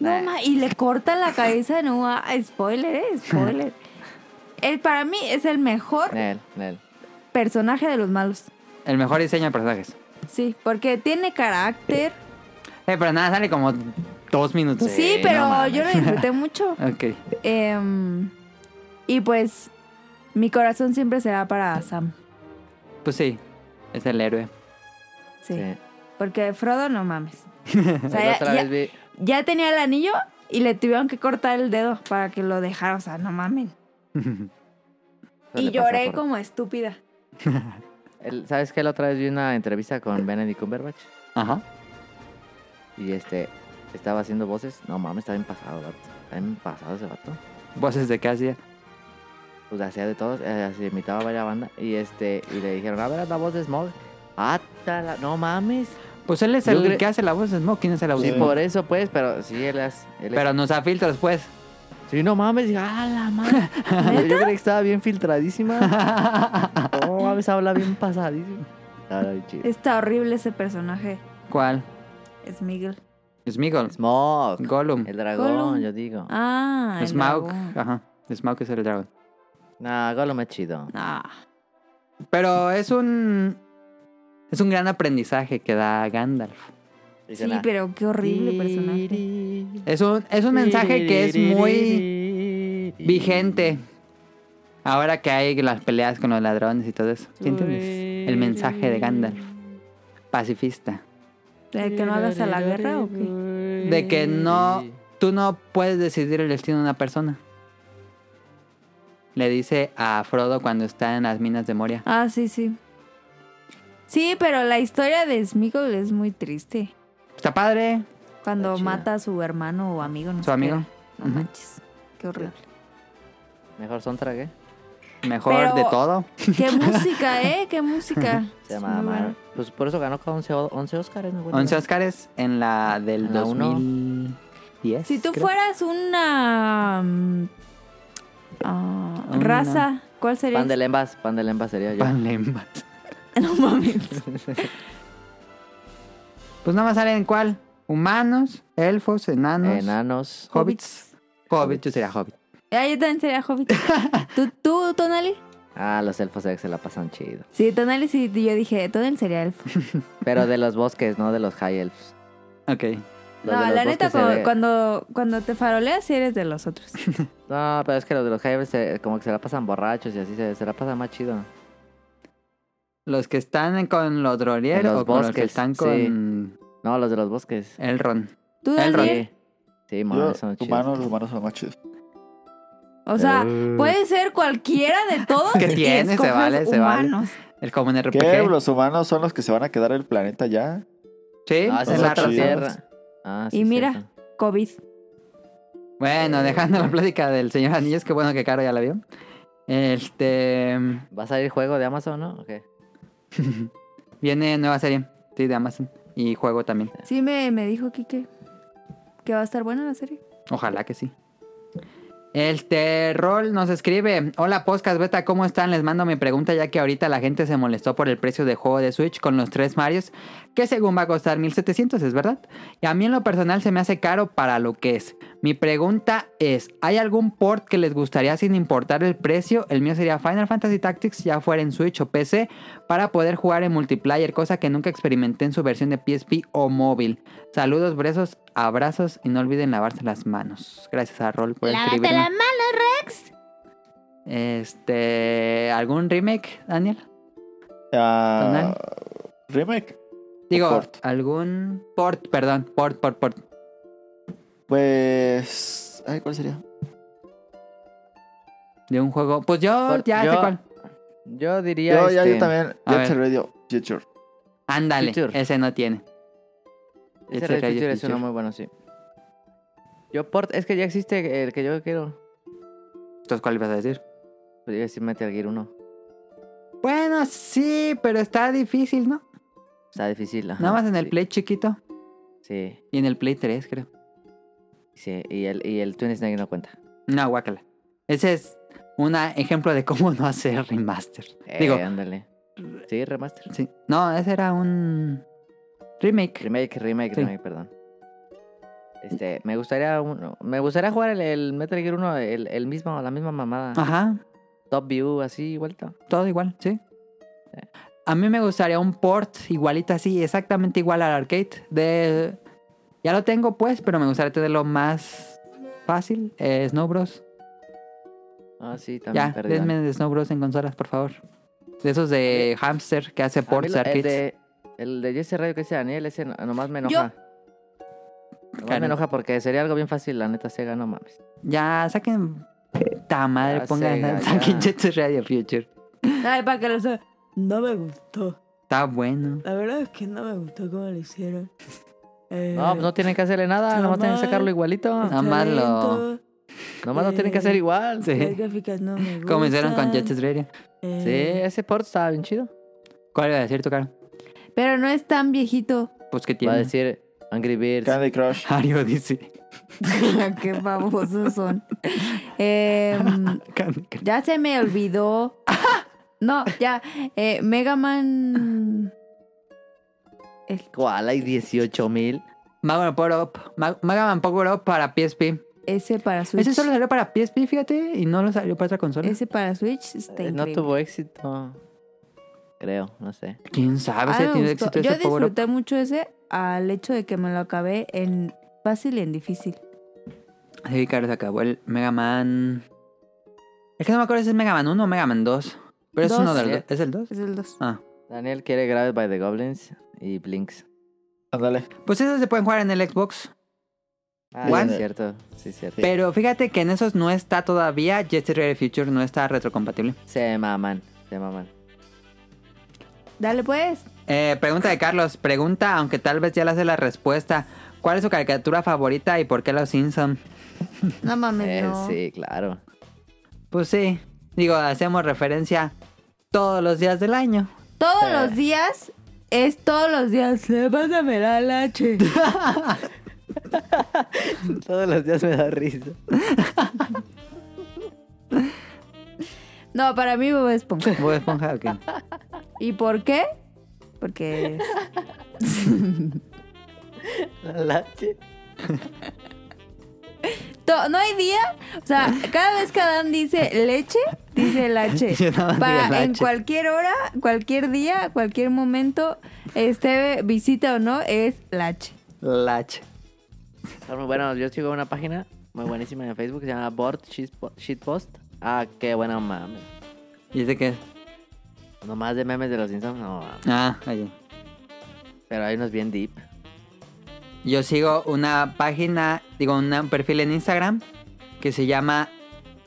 E: No
C: Nah.
E: mames. Y le cortan la cabeza de Nua. Spoiler, eh, spoiler. Eh, para mí es el mejor
C: Nel, Nel.
E: personaje de los malos.
B: El mejor diseño de personajes.
E: Sí, porque tiene carácter.
B: Eh, pero nada, sale como dos minutos.
E: Sí,
C: Pues Sí,
E: pero
C: no mames.
E: yo lo disfruté mucho.
B: Ok.
E: Em, y pues mi corazón siempre será para Sam.
B: Pues sí. Es el héroe.
E: Sí.
C: Sí.
E: Porque Frodo no mames. O sea,
C: Pero
E: ya,
C: otra
E: ya-
C: vez vi-
E: ya tenía el anillo y le tuvieron que cortar el dedo para que lo dejara. O sea, no mamen.
C: le
E: Y
C: pasó
E: lloré
C: por-
E: como estúpida.
C: el- ¿Sabes qué? La otra vez vi una entrevista con Benedict Cumberbatch.
B: Ajá.
C: Y este, estaba haciendo voces. No mames, está bien pasado, vato. Está bien pasado ese vato.
B: Voces de qué hacía.
C: Pues hacía de todos, eh, así imitaba a varias bandas. Y este, y le dijeron, a ver, haz la voz de Smog. Átala, no mames.
B: Pues él es
C: Yo
B: el
C: creo-
B: que hace la voz de Smoke. ¿Quién hace la voz
C: Sí,
B: de Smoke?
C: por eso pues, pero sí, él es. Él es-
B: Pero no usa filtros, pues.
C: Sí, no mames, dije, ah, la madre. Yo, yo creí que estaba bien filtradísima. No mames, habla bien pasadísima. Estaba bien chido.
E: Está horrible ese personaje.
B: ¿Cuál?
E: Es Miguel.
B: Smigol.
C: Smog.
B: Gollum.
C: El dragón,
E: Gollum.
C: yo digo.
E: Ah, el
B: Smaug.
E: dragón.
B: Ajá. Smaug es el dragón.
C: No, Gollum es chido.
E: Ah,
B: Pero es un. Es un gran aprendizaje que da Gandalf.
E: sí, pero qué horrible personaje.
B: Es un, es un mensaje que es muy vigente. Ahora que hay las peleas con los ladrones y todo eso. ¿Sí entiendes? El mensaje de Gandalf. Pacifista.
E: ¿De que no hagas a la guerra o qué?
B: De que no. Tú no puedes decidir el destino de una persona. Le dice a Frodo cuando está en las minas de Moria.
E: Ah, sí, sí. Sí, pero la historia de Smigol es muy triste.
B: Está padre,
E: Cuando
C: Está chida.
E: mata a su hermano o amigo, no
B: su
E: sé qué
B: amigo.
E: era. No
B: Ujú.
E: manches. Qué horrible.
C: Mejor soundtrack, ¿eh?
B: Mejor
E: Pero-
B: de todo.
E: Qué música, ¿eh? Qué música.
C: Se
E: Es
C: llama
E: muy
C: Mar-
E: bueno.
C: Pues por eso ganó con 11, o- 11 Oscars, ¿no?
B: 11 Oscars en la del
C: La uno.
B: 2010.
E: Si tú
B: creo.
E: fueras una mm, ah,
B: Una-
E: raza, ¿cuál sería?
C: Pan de Lembas, pan de Lembas sería yo.
B: Pan Lembas.
E: No mames.
B: Pues nada más salen cuál? Humanos, elfos, enanos,
C: Enanos.
B: hobbits. Hobbit, yo sería hobbit.
E: Ah, yo también sería hobbit. ¿Tú, tú, Tonali?
C: Ah, los elfos se la pasan chido.
E: Sí, Tonali sí. Yo dije, Tonali sería elfo.
C: Pero de los bosques, no de los high elfos.
B: Ok.
C: Los
E: No,
C: de los
E: la
C: bosques
E: neta,
C: se
E: cuando,
C: ve-
E: cuando, cuando te faroleas, sí eres de los otros.
C: No, pero es que los de los Jaivers se- como que se la pasan borrachos y así se, se la pasan más chido.
B: Los que están con los
C: En los
B: drolieros o con los que
C: bosques,
B: están con
C: No, los de los bosques.
B: el ron.
E: Tú,
B: El
E: Daniel,
C: Sí, sí
D: Yo,
C: man, eso no es chido.
D: humanos, los humanos son los más chidos.
E: o sea, puede ser cualquiera de todos.
B: ¿Qué
E: y
B: Uh. tiene? Se
E: escoges
B: vale, se vale.
E: humanos.
B: El común RPG.
D: ¿Qué? Los humanos son los que se van a quedar el planeta ya.
B: Sí,
C: No,
B: es
C: esa Ah, es
D: la
B: la
C: otra
D: razón.
B: razón.
C: tierra. Ah, sí,
E: Y mira.
C: cierto.
E: COVID.
C: Eh.
B: Bueno, dejando la plática del señor Anillos, qué bueno que Caro ya la vio. Este.
C: ¿Va a salir juego de Amazon, no? ¿O qué?
B: Viene nueva serie, sí, de Amazon. Y juego también.
E: Sí, me, me dijo Kike que va a estar buena la serie.
B: Ojalá que sí. Este rol nos escribe, hola podcast beta, ¿cómo están? Les mando mi pregunta ya que ahorita la gente se molestó por el precio de juego de Switch con los tres Marios, que según va a costar 1700, ¿es verdad? Y a mí en lo personal se me hace caro para lo que es. Mi pregunta es, ¿hay algún port que les gustaría sin importar el precio? El mío sería Final Fantasy Tactics, ya fuera en Switch o PC, para poder jugar en multiplayer, cosa que nunca experimenté en su versión de PSP o móvil. Saludos, besos, abrazos y no olviden lavarse las manos. Gracias a Rol por
G: Lávate
B: escribirme.
G: la mano, Rex.
B: Este, ¿algún remake, Daniel?
D: Ah, remake.
B: Digo,
D: port.
B: algún port, perdón, port, port, port.
D: Pues. Ay, ¿cuál sería?
B: De un juego. Pues yo
C: Port-
B: ya sé
C: yo-
B: cuál.
C: Yo diría.
D: Yo, ya,
C: este,
D: yo también.
B: a
D: Jet Set
B: ver.
D: Radio Future.
B: Ándale,
C: Future.
B: ese no tiene.
C: Ese
B: Ese
C: Red
B: Red
C: Future es
B: Future.
C: uno muy bueno, sí. Yo port, es que ya existe el que yo quiero.
B: Entonces, ¿cuál ibas a decir?
C: Pero yo sí Metal Gear 1.
B: Bueno, sí, pero está difícil, ¿no?
C: Está difícil. ajá,
B: Nada más en el
C: sí,
B: Play chiquito
C: Sí,
B: y en el Play 3, creo.
C: sí. Y el, y el Twin Snake no cuenta.
B: No, guácala. Ese es un ejemplo de cómo no hacer remaster.
C: Eh,
B: Digo,
C: ándale. Sí, remaster.
B: sí. No, ese era un remake.
C: Remake, remake,
B: Sí.
C: remake, perdón. Este, me gustaría uno, me gustaría jugar el, el Metal Gear 1, el, el mismo, la misma mamada.
B: Ajá,
C: Top View, así, vuelta.
B: todo igual, sí. A mí me gustaría un port igualito así, exactamente igual al arcade. De... Ya lo tengo pues, pero me gustaría tenerlo más fácil. Eh, Snow Bros.
C: Ah, sí, también
B: Ya,
C: perdido.
B: denme de Snow Bros en consolas, por favor. De esos de hamster que hace
C: A mí
B: ports
C: lo-
B: de
C: el
B: arcades.
C: de, el de Jesse Radio que dice Daniel, ese no- nomás me enoja. Nomás
B: Karen.
C: me enoja porque sería algo bien fácil, la neta, Sega, no mames.
B: Ya, saquen. Ta madre,
C: Ya,
B: pongan.
C: Sega,
B: saquen
C: ya.
B: Jet Set Radio Future.
E: Ay, para que lo sepa. No me gustó.
B: Está bueno.
E: La verdad es que no me gustó cómo lo hicieron.
B: pues,
E: Eh,
C: No, pues no tienen que hacerle nada, nomás tienen que
E: nomás-
C: sacarlo igualito.
E: está
B: nomás
E: lento,
B: lo-
C: Nomás lo
E: eh.
C: tienen que hacer igual. Sí,
B: Sí.
E: Las gráficas no me gustan.
B: Comenzaron con Jet Set Radio.
E: eh,
C: ese port estaba bien chido.
B: ¿Cuál iba a decir tu cara?
E: Pero no es tan viejito.
B: Pues que
C: Va a
B: tiene.
C: decir Angry Birds.
D: Candy Crush.
B: Ario dice.
E: Qué babosos son. Em, ya se me olvidó. No, ya. Eh, Mega Man.
C: ¿Cuál? Hay 18 mil.
B: Mago Power Up. Ma- Mega Man Power Up para PSP.
E: Ese para Switch.
B: Ese solo salió para PSP, fíjate, y no lo salió para otra consola.
E: Ese para Switch está
C: Eh, No
E: increíble.
C: tuvo éxito. Creo, no sé.
B: ¿Quién sabe
E: Ah,
B: si
E: me
B: tiene
E: gustó.
B: éxito
E: Yo
B: ese Power Up?
E: disfruté mucho ese al hecho de que me lo acabé en fácil y en difícil.
B: Sí, claro, se acabó el Mega Man. Es que no me acuerdo si es Mega Man 1 o Mega Man 2. Pero es
E: Dos.
B: uno del do- ¿Es el 2?
E: Es el 2.
B: Ah.
C: Daniel quiere Graves by the Goblins y Blinks.
D: Ándale.
B: Pues esos se pueden jugar en el Xbox.
C: Ah,
B: Juan.
C: sí, cierto. Sí, cierto.
B: Pero fíjate que en esos no está todavía. Jet Set Radio Future no está retrocompatible.
C: Se maman, se maman.
E: Dale pues.
B: Eh, pregunta de Carlos. Pregunta, aunque tal vez ya le hace la respuesta. ¿Cuál es su caricatura favorita y por qué los Simpsons?
E: No mames,
C: Eh,
E: no.
C: Sí, claro.
B: Pues sí, digo, hacemos referencia todos los días del año.
E: Todos
C: Eh.
E: los días es todos los días. Eh, Pásame la lache.
C: Todos los días me da risa.
E: No, para mí Bob Esponja.
B: Bob Esponja, ok.
E: ¿Y por qué? Porque
C: La lache.
E: to- no hay día. O sea, cada vez que Adán dice leche, dice lache.
B: Yo nada más
E: Para
B: digo
E: en
B: lache.
E: cualquier hora, cualquier día, cualquier momento, esté visita o no, es lache.
B: Lach.
C: Son muy buenos. Ah, pues Yo sigo una página muy buenísima en Facebook que se llama Board Shitpo- Shitpost. Ah, qué buena mames.
B: ¿Y este qué es?
C: Nomás de memes de los Simpsons, no mames.
B: Ah, allí.
C: Pero hay unos bien deep.
B: Yo sigo una página, digo, una- un perfil en Instagram que se llama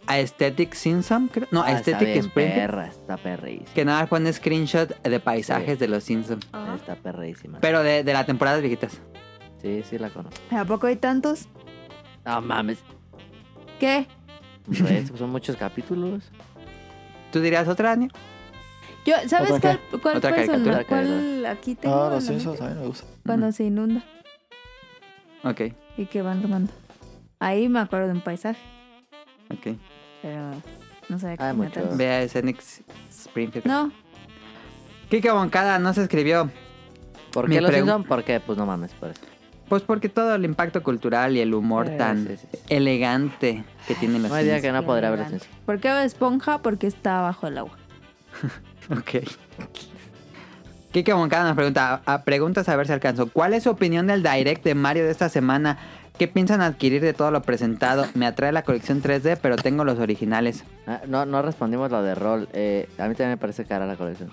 B: Aesthetic Simpson, creo. No,
C: Ah, está
B: Aesthetic
C: bien
B: Sprint.
C: perra, está perrísima.
B: Que nada más pone screenshot de paisajes
C: Sí.
B: de los Simpsons.
C: Está perrísima.
B: Pero de, de la temporada viejitas.
C: Sí, sí la conozco.
E: ¿A poco hay tantos?
C: No mames.
E: ¿Qué?
C: Pues, son muchos capítulos.
B: ¿Tú dirías otra, Dani?
E: Yo, ¿Sabes
D: Otra
E: cuál, cuál
B: Otra
E: persona?
C: caricatura.
E: ¿Cuál aquí tengo?
D: Ah, No,
E: en la
D: los Simpsons
E: mente?
D: a mí me gusta.
E: Cuando se inunda
B: Ok,
E: y que van remando. Ahí me acuerdo de un paisaje,
B: ok.
C: Ah.
E: pero no sabía que
C: Hay
E: tenía
C: muchos.
E: tantos.
B: Vea Aesthetic Springfield.
E: No,
B: Kike Boncada no se escribió.
C: ¿Por
B: Mi
C: qué los
B: pregun-
C: Simpsons? ¿Por qué? Pues no mames, por eso.
B: Pues porque todo el impacto cultural y el humor
C: Eh,
B: tan
C: sí, sí, sí.
B: elegante que tienen los
C: No hay día que
B: Simpsons.
C: no
E: Qué
C: podría ver los
E: elegante.
C: Simpsons.
E: ¿por qué esponja? Porque está bajo el agua.
B: Ok. Kike Moncada nos pregunta, a preguntas a ver si alcanzó. ¿Cuál es su opinión del direct de Mario de esta semana? ¿Qué piensan adquirir de todo lo presentado? Me atrae la colección 3D, pero tengo los originales.
C: Ah, no, no respondimos lo de rol. Eh, a mí también me parece cara la colección.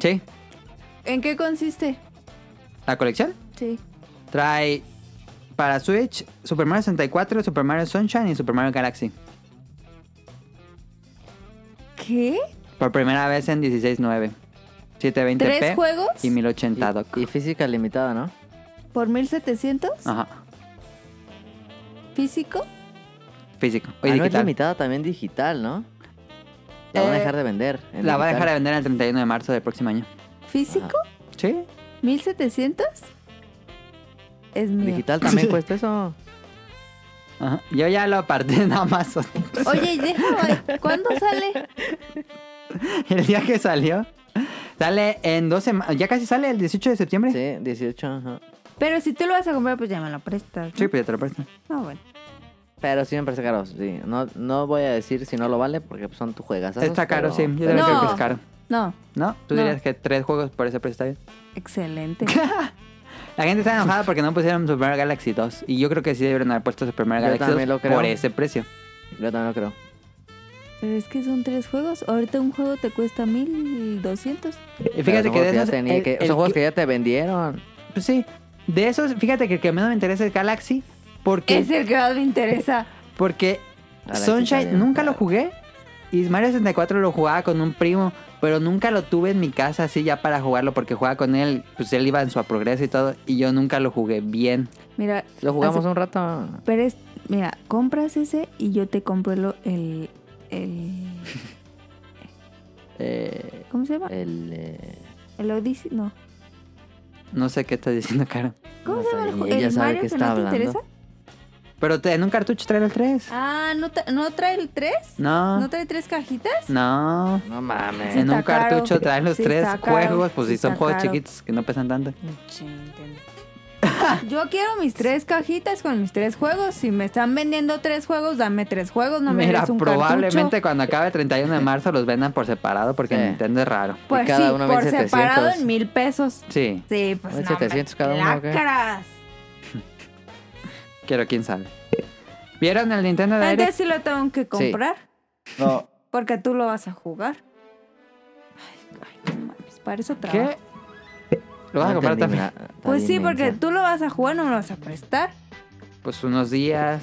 B: ¿Sí?
E: ¿En qué consiste?
B: ¿La colección?
E: Sí.
B: Trae para Switch Super Mario 64, Super Mario Sunshine y Super Mario Galaxy.
E: ¿Qué?
B: Por primera vez en 16.9. 720p
E: ¿Tres juegos?
B: y 1080 doc.
C: Y, y física limitada, ¿no?
E: ¿Por 1700?
C: Ah.
B: Ajá,
E: ¿Físico?
B: físico.
C: Ah,
B: Oye,
C: no es
B: digital.
C: limitada también digital, ¿no? La van a
B: Eh,
C: dejar de vender. en
B: La va a
C: digital.
B: dejar de vender el 31 de marzo del próximo año.
E: ¿Físico?
B: ¿Sí?
E: ¿1700? Es mío.
C: Digital también cuesta eso.
B: Ajá. Yo ya lo aparté en Amazon.
E: Oye, y déjalo ahí. ¿Cuándo sale?
B: El día que salió. Sale en dos semanas. Ya casi sale el 18 de septiembre. Sí,
C: Sí, 18, ajá.
E: Pero si tú lo vas a comprar, pues ya me lo prestas. ¿no?
B: pues ya te lo presto.
E: Ah, bueno.
C: Pero sí me parece caro, sí. No, no voy a decir si no lo vale porque son tus juegas.
B: Está caro, sí. Yo
E: pero-
B: también creo que
E: No.
B: es caro.
E: No,
B: ¿No? Tú
E: No.
B: dirías que tres juegos por ese precio está bien.
E: excelente.
B: La gente está enojada porque no pusieron Super Mario Galaxy 2. Y yo creo que sí debieron haber puesto Super Mario
C: Yo
B: Galaxy
C: también
B: 2
C: lo creo.
B: por ese precio.
C: Yo también lo creo.
E: Pero es que son tres juegos. Ahorita un juego te cuesta 1200.
B: Y
C: Pero
B: fíjate que
C: son
B: de
C: juegos ya
B: esos.
C: tenía
B: el-
C: que-
B: el
C: son juegos
B: que-
C: que ya te vendieron.
B: pues sí. De esos, fíjate que el que menos me interesa es Galaxy. Porque.
E: Es el que más me interesa.
B: Porque
C: Galaxy
B: Sunshine
C: también,
B: nunca lo
C: claro.
B: jugué. Y Mario 64 lo jugaba con un primo, pero nunca lo tuve en mi casa así ya para jugarlo porque jugaba con él, pues él iba en su progreso y todo, y yo nunca lo jugué bien.
E: Mira,
C: Lo jugamos
E: Así-
C: un rato.
E: pero es. Mira, compras ese y yo te compro el. el, el-
B: Eh,
E: ¿Cómo se llama?
C: El. eh,
E: El Odyssey. No.
B: no sé qué estás diciendo, Caro.
E: ¿Cómo
C: no
E: se llama
C: sé,
E: el, ju-
C: ella
E: el
C: sabe
E: Mario
C: que
E: que
C: está
E: no te
C: hablando.
E: interesa?
B: Pero te- en un cartucho trae el 3.
E: Ah, ¿no, tra- no trae el 3?
B: no,
E: ¿No
B: no,
E: trae tres cajitas?
C: No mames.
E: Sí
B: en un
E: está caro.
B: cartucho traen los
E: Sí
B: tres
E: está caro.
B: juegos, pues
E: Sí
B: si son
E: está
B: juegos
E: caro.
B: chiquitos que no pesan tanto.
E: Yo quiero mis tres cajitas con mis tres juegos. Si me están vendiendo tres juegos, dame tres juegos, no me
B: Mira,
E: des un
B: probablemente
E: cartucho.
B: cuando acabe el 31 de marzo los vendan por separado porque
C: Sí.
B: Nintendo es raro.
E: Pues
C: cada
E: sí,
C: uno
E: por
C: 1700.
E: separado en mil pesos.
B: Sí,
E: Sí, pues no,
C: 1700 cada uno, ¿o qué?
E: lacras.
B: quiero quién sabe. ¿Vieron el Nintendo Direct?
E: Entonces sí lo tengo que comprar,
D: No, eh,
E: porque tú lo vas a jugar. Ay, ay, no mames, para eso trabajo.
B: ¿Qué? ¿Lo vas a
C: No
B: comprar
C: entendí
B: también?
C: nada, está
E: Pues sí,
C: bien
E: porque
C: mensa.
E: tú lo vas a jugar, no me lo vas a prestar.
B: Pues unos días.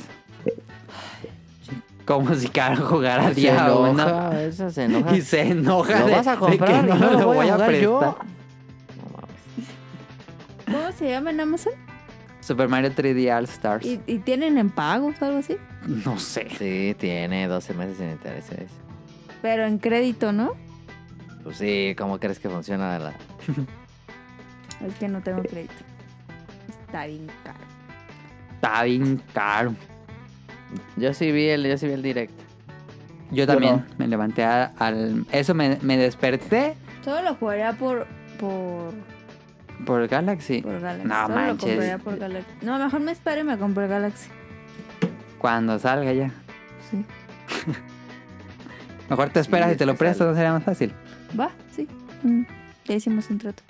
B: Como si Caro jugara
C: Se
B: día uno.
C: enoja, esa se enoja.
B: Y se enoja
C: Lo
B: de,
C: vas a
B: de
C: comprar
B: que
C: y
B: no,
C: no lo
B: lo
C: voy a
B: voy a,
C: jugar
B: prestar.
C: yo.
E: ¿Cómo se llama en Amazon?
B: Super Mario 3D All Stars.
E: ¿Y, y tienen en pagos o algo así?
B: No sé.
C: Sí, tiene 12 meses sin intereses.
E: Pero en crédito, ¿no?
C: Pues sí, ¿cómo crees que funciona la...
E: Es que no tengo crédito. Está bien caro.
B: Está bien caro.
C: Yo sí vi el, yo sí vi el direct.
B: Yo también me levanté a- al. Eso me, me desperté
E: Solo lo jugaría por. por.
B: por Galaxy.
E: por Galaxy.
B: No
E: Solo
B: manches.
E: lo compraría por Galaxy. No, mejor me espero y me compro el Galaxy.
B: Cuando salga ya.
E: Sí.
B: Mejor te esperas
C: Sí,
B: y te lo
C: es que sale.
B: presto, no sería más fácil.
E: Va, sí. Mm, Ya hicimos un trato.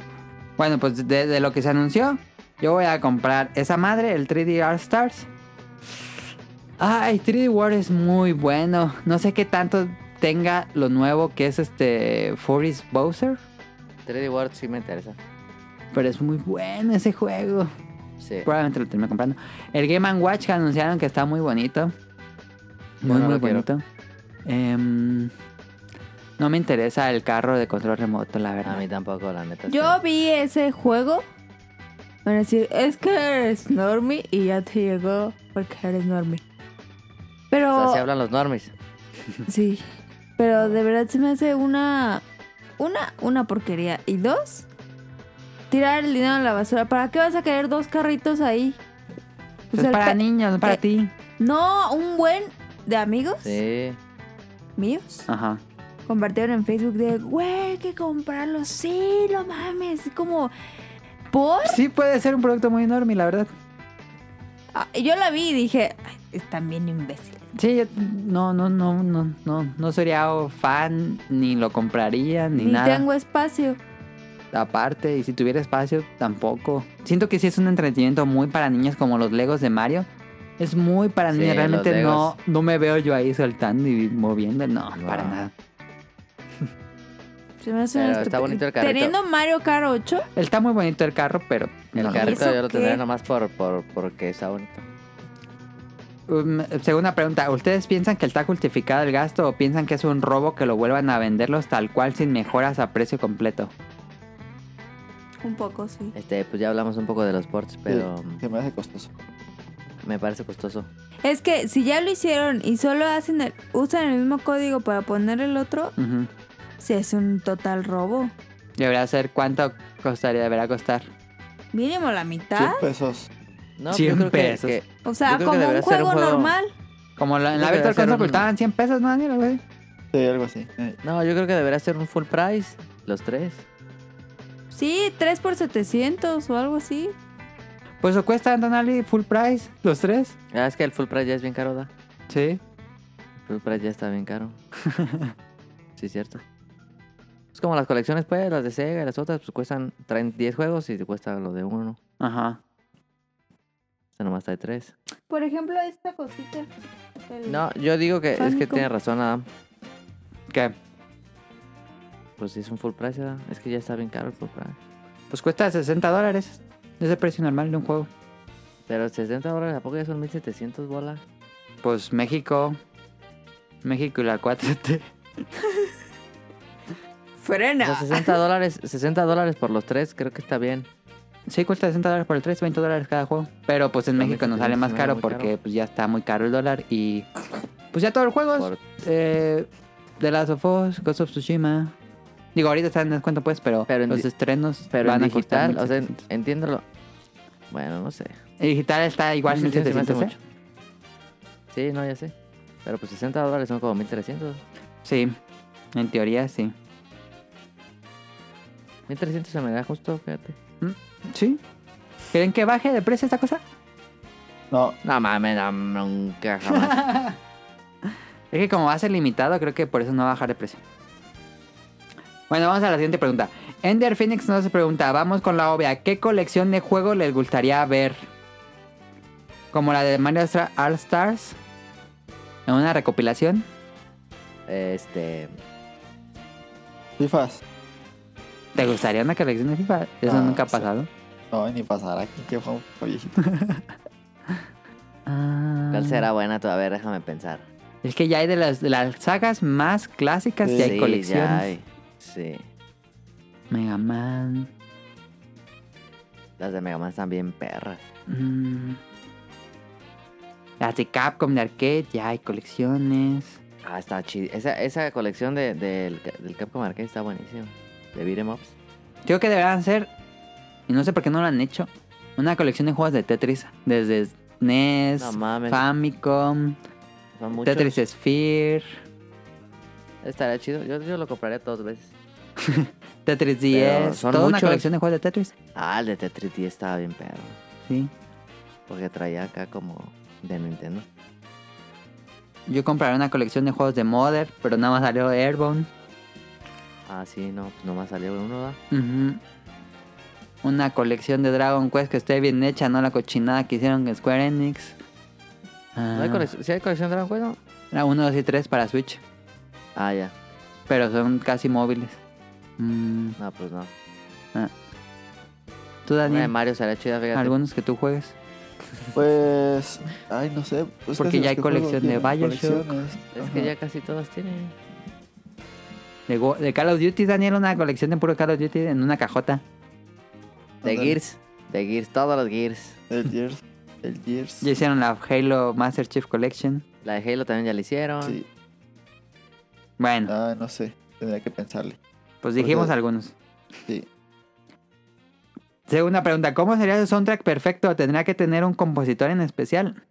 B: Bueno, pues de, de lo que se anunció, Yo voy a comprar esa madre, el 3D All Stars. Ay, 3D World es muy bueno. No sé qué tanto tenga lo nuevo que es este Forest Bowser.
C: 3D World sí me interesa.
B: Pero es muy bueno ese juego.
C: Sí.
B: Probablemente lo termine comprando. El Game Watch que anunciaron que está muy bonito.
C: Yo
B: Muy,
C: no
B: muy
C: lo quiero.
B: bonito. Em, no me interesa el carro de control remoto, la
C: A
B: verdad.
C: mí tampoco, la neta.
E: Yo vi ese juego. Van a decir, es que eres normie y ya te llegó porque eres normie. Pero...
C: Así hablan los normies.
E: Sí, pero de verdad se me hace una, una, una porquería. Y dos, tirar el dinero a la basura. ¿Para qué vas a querer dos carritos ahí? O
B: Pues
C: Pues
B: Es
E: sea, Pues el
B: para
E: pe-
B: niños, no para
E: eh.
B: ti.
E: No, un buen de amigos
C: Sí.
E: míos
B: Ajá.
E: compartieron en Facebook de, güey, hay que comprarlo. Sí, lo mames. Es como, ¿por?
B: Sí puede ser un producto muy enorme, la verdad.
E: Ah, y Yo la vi y dije, "Ay, están bien imbéciles.
B: Sí, yo- no, no, no, no, no, no sería fan, ni lo compraría, ni,
E: Ni
B: nada.
E: tengo espacio.
B: Aparte, y si tuviera espacio, tampoco. Siento que sí es un entretenimiento muy para niños, como los Legos de Mario. Es muy para
C: Sí,
B: niños,
C: los
B: realmente no,
C: Legos.
B: no me veo yo ahí soltando y moviendo, no,
C: No.
B: para nada.
E: Se me hace una
C: Pero está
E: estupi-
C: bonito el carrito.
E: Teniendo Mario Kart 8,
B: Está muy bonito el carro, pero...
C: El
B: no.
C: carrito
E: ¿Eso
C: yo lo
E: qué?
C: tendré nomás por, por, porque está bonito.
B: Um, segunda pregunta, ¿ustedes piensan que está justificado el gasto o piensan que es un robo que lo vuelvan a venderlos tal cual sin mejoras a precio completo?
E: un poco, sí.
C: Este, pues ya hablamos un poco de los ports, pero
D: Sí, Se me hace costoso.
C: mm, me parece costoso.
E: Es que si ya lo hicieron y solo hacen el- usan el mismo código para poner el otro,
B: Ujú.
E: si es un total robo.
B: Debería ser cuánto costaría, deberá costar.
E: Mínimo la mitad.
D: 100 pesos.
C: No,
B: 100
C: yo creo que-
B: pesos.
C: que-
E: O
C: Yo
E: sea,
C: creo que
E: como un
C: debería ser
E: juego,
C: un juego-
E: normal.
B: Como la- en la
C: Debería
B: Virtual
C: ser
B: Console
C: un-
B: costaban 100 pesos, ¿no, Daniel? Algo así.
D: Sí, algo así. Eh,
C: no, yo creo que debería ser un full price, los tres.
E: Sí, 3 por 700 o algo así.
B: Pues lo cuesta Donali full price, los tres.
C: Ah, es que el full price ya es bien caro, ¿da?
B: Sí.
C: El full price ya está bien caro. sí, cierto. Es como las colecciones, pues, las de Sega y las otras, pues cuestan, traen 10 juegos y te cuesta lo de uno.
B: Ajá.
C: Este nomás trae tres.
E: Por ejemplo, esta cosita. el-
C: No, yo digo que es que
E: Famicom.
C: tiene razón, Adam.
B: ¿Qué?
C: Pues sí, es un full price, Adam. Es que ya está bien caro el full price.
B: Pues cuesta 60 dólares. Es el precio normal de un juego.
C: Pero 60 dólares, ¿a poco ya son 1700 bolas?
B: Pues México. México y la 4T.
C: O sea,
E: Frena.
C: 60 dólares, 60 dólares por los tres, creo que está bien.
B: Sí, cuesta 60 dólares por el 3, 20 dólares cada juego. Pero pues en
C: Pero
B: México
C: México
B: nos sale
C: sí
B: más
C: sale
B: caro
C: muy
B: porque
C: caro.
B: pues ya está muy caro el dólar y... Pues ya todos los
C: Por-
B: juegos. Eh, The Last of Us, Ghost of Tsushima. Digo, ahorita están en descuento pues, pero,
C: Pero en
B: los
C: di-
B: estrenos
C: Pero
B: van
C: en
B: a costar
C: digital, o sea,
B: 1700.
C: entiéndelo. Bueno, no sé.
B: El digital está igual
C: 1700 se me hace
B: 1700, ¿eh?
C: mucho. Sí, no, ya sé. Pero pues 60 dólares son como 1300.
B: Sí, en teoría sí.
C: 1300 se me da justo, fíjate.
B: ¿Sí? ¿Quieren que baje de precio esta cosa?
D: No,
C: No mames, no, nunca jamás.
B: Es que como va a ser limitado, creo que por eso no va a bajar de precio. Bueno, vamos a la siguiente pregunta. Ender Phoenix nos pregunta, vamos con la obvia, ¿qué colección de juegos les gustaría ver? Como la de Mario Stra- All Stars. En una recopilación.
C: este.
D: FIFAs.
B: ¿Te gustaría una colección de FIFA? Eso
D: Ah,
B: nunca ha
D: sí.
B: pasado.
D: No, ni pasará aquí que fue un viejito.
B: Ah.
C: ¿Cuál será buena todavía? A ver, déjame pensar.
B: Es que ya hay de las, de las sagas más clásicas y hay colecciones.
C: ya hay. Sí.
B: Mega Man.
C: Las de Mega Man están bien perras.
B: mm. Las de Capcom de arcade, ya hay colecciones.
C: Ah, está chido. Esa, esa colección de, del, del Capcom Arcade está buenísima. De Beat'em Ups.
B: Creo que deberán ser, y no sé por qué no lo han hecho, una colección de juegos de Tetris. Desde NES,
C: No mames.
B: Famicom,
C: Son muchos.
B: Tetris Sphere,
C: Estaría chido. Yo, yo lo compraría dos veces.
B: Tetris
C: Pero
B: 10.
C: son
B: Toda una
C: muchos.
B: colección de juegos de Tetris.
C: Ah, el de Tetris 10 estaba bien perro.
B: Sí.
C: Porque traía acá como de Nintendo.
B: Yo compraré una colección de juegos de Mother, pero nada más salió Airborne.
C: Ah, sí, no, pues nomás salió uno, ¿verdad?
B: Ujú. una colección de Dragon Quest que esté bien hecha, no la cochinada que hicieron en Square Enix.
C: ¿No hay
B: Ah,
C: colección, ¿Sí hay colección de Dragon Quest? no?
B: Era 1, 2 y 3 para Switch,
C: Ah, ya.
B: pero son casi móviles. Mm,
C: No, pues no.
B: ¿Tú,
C: Una de
B: Daniel?
C: Mario será chida, fíjate.
B: ¿Algunos que tú juegues?
D: Pues. Ay, no sé. pues,
B: Porque
D: casi
B: ya
D: los
B: hay
D: que
B: colección de
D: juego tienen
B: Bioshock.
D: colecciones.
C: Es
D: Ajá.
C: que ya casi todas tienen.
B: De, Go- de Call of Duty, Daniel, una colección de puro Call of Duty en una cajota.
C: De
D: Ándale.
C: Gears. De Gears, todos los Gears.
D: El Gears. El Gears.
B: Ya hicieron la Halo Master Chief Collection.
C: La de Halo también ya la hicieron.
D: Sí.
B: Bueno,
D: Ah, no sé. Tendría que pensarle.
B: pues dijimos
D: porque-
B: algunos.
D: Sí.
B: Segunda pregunta, ¿cómo sería el soundtrack perfecto? ¿Tendría que tener un compositor en especial?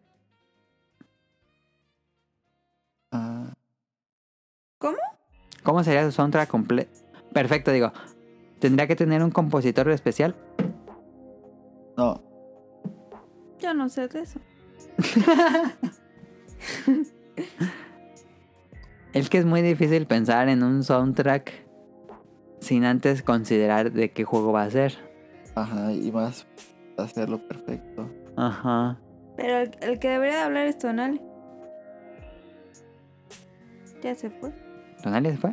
D: Ah,
B: ¿Cómo sería su soundtrack comple- perfecto? Digo, ¿tendría que tener un compositor especial?
D: no.
E: Yo no sé de eso.
B: Es que es muy difícil pensar en un soundtrack sin antes considerar de qué juego va a ser.
D: Ajá, y más hacerlo perfecto.
B: Ajá.
E: Pero el, el que debería de hablar es Tonal. Ya se fue.
B: ¿Tonali se fue?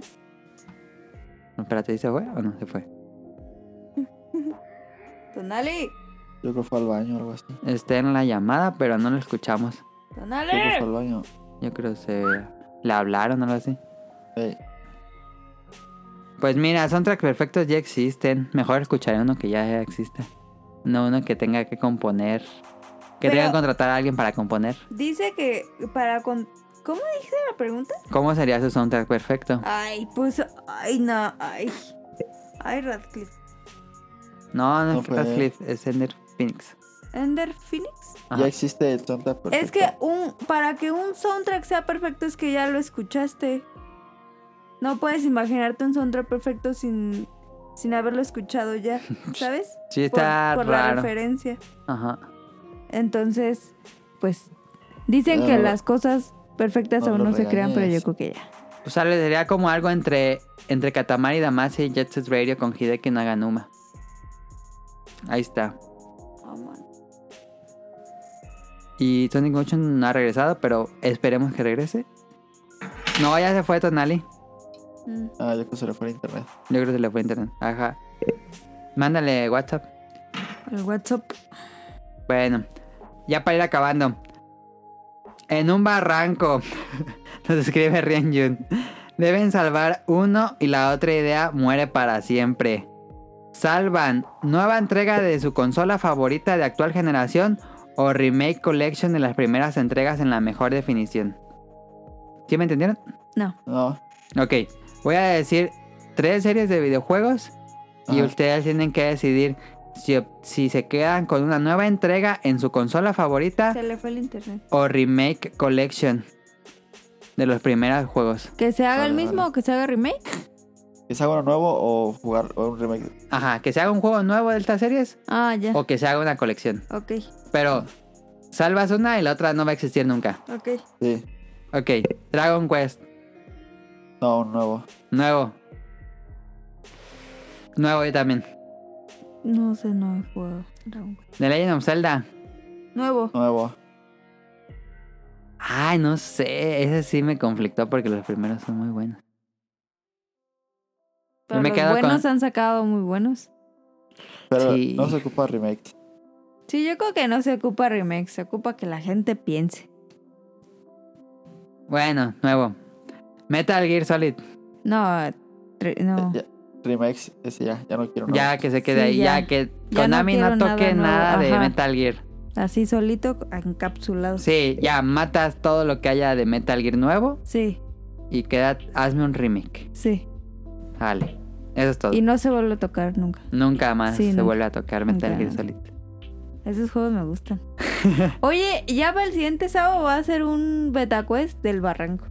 B: No, espérate, ¿sí ¿se fue o no se fue?
E: Tonali,
D: Yo creo que fue al baño o algo así. Yo
B: Está en Este, la llamada, pero no lo escuchamos.
D: creo que fue
E: Tonali.
D: al baño.
B: Yo creo que se... ¿La hablaron o algo así?
D: Ey,
B: Pues mira, soundtracks perfectos ya existen. Mejor escucharé uno que ya exista. No uno que tenga que componer. Que
E: Pero-
B: tenga que contratar a alguien para componer.
E: Dice que para con... ¿Cómo dijiste la pregunta?
B: ¿Cómo sería su soundtrack perfecto?
E: Ay, pues... Ay, no, ay. Ay, Radcliffe.
B: No, no
D: No
B: es
D: fue.
B: Radcliffe, es Ender Phoenix.
E: ¿Ender Phoenix?
B: Ajá.
D: ya existe el soundtrack perfecto.
E: Es que un para que un soundtrack sea perfecto es que ya lo escuchaste. No puedes imaginarte un soundtrack perfecto sin, sin haberlo escuchado ya, ¿sabes?
B: Sí, está
E: por, por la
B: raro.
E: referencia.
B: Ajá.
E: Entonces, pues dicen
D: No,
E: que
D: no.
E: las cosas perfectas
D: Ah. No
E: aún
D: lo
E: no se crean, pero yo
D: regañes.
E: creo que ya.
B: O sea, le sería como algo entre, entre Katamari Damacy y Jet Set Radio con Hideki Naganuma. Ahí está.
E: Oh,
B: Y Sonic Motion no ha regresado, pero esperemos que regrese. No, ya se fue Tonali.
E: Mm.
D: Ah, yo creo que se le fue el internet.
B: Yo creo que se le fue internet. Ajá. Mándale WhatsApp.
E: El WhatsApp.
B: Bueno, ya para ir acabando. En un barranco, nos escribe Rien Yun. Deben salvar uno y la otra idea muere para siempre. Salvan nueva entrega de su consola favorita de actual generación o remake collection de las primeras entregas en la mejor definición. ¿Sí me entendieron?
D: No,
B: Ok, voy a decir tres series de videojuegos y
D: Ajá.
B: ustedes tienen que decidir si, op- si se quedan con una nueva entrega en su consola favorita
E: Se le fue el internet.
B: o remake collection de los primeros juegos.
E: ¿Que se haga
D: Vale,
E: el mismo
D: vale.
E: o que se haga remake?
D: ¿Es algo nuevo o jugar o un remake?
B: Ajá, que se haga un juego nuevo de estas series
E: Ah, ya.
B: o que se haga una colección.
E: Ok,
B: Pero salvas una y la otra no va a existir nunca.
E: ok.
D: Sí,
B: Ok, Dragon Quest,
D: no, un nuevo.
B: nuevo. Nuevo yo también.
E: No sé, no he jugado. Dragon Quest.
B: The Legend of Zelda.
E: Nuevo.
D: Nuevo.
B: Ay, no sé, ese sí me conflictó porque los primeros son muy buenos.
E: Pero
B: me
E: los
B: quedo con-
E: buenos han sacado muy buenos.
D: Pero
B: Sí.
D: no se ocupa remake. Eh,
E: Sí, yo creo que no se ocupa remake, se ocupa que la gente piense.
B: Bueno, nuevo. Metal Gear Solid.
E: No, tre- no.
D: Ya, remakes, ese ya, ya no quiero. nuevo.
B: Ya que se quede
E: Sí,
B: ahí, ya,
E: Ah. ya.
B: que
E: Ya no
B: Konami no,
E: quiero
B: toque nada,
E: nada nuevo,
B: de
E: ajá.
B: Metal Gear.
E: Así solito, encapsulado. Sí.
B: Sí, ya matas todo lo que haya de Metal Gear nuevo
E: sí,
B: y queda, hazme un remake. Vale, eso es todo.
E: Y no se vuelve a tocar nunca.
B: Nunca más
E: Sí,
B: se
E: nunca.
B: vuelve a tocar Metal
E: Nunca.
B: Gear Solid.
E: Esos juegos me gustan. Oye, ya para el siguiente sábado va a ser un beta quest del barranco.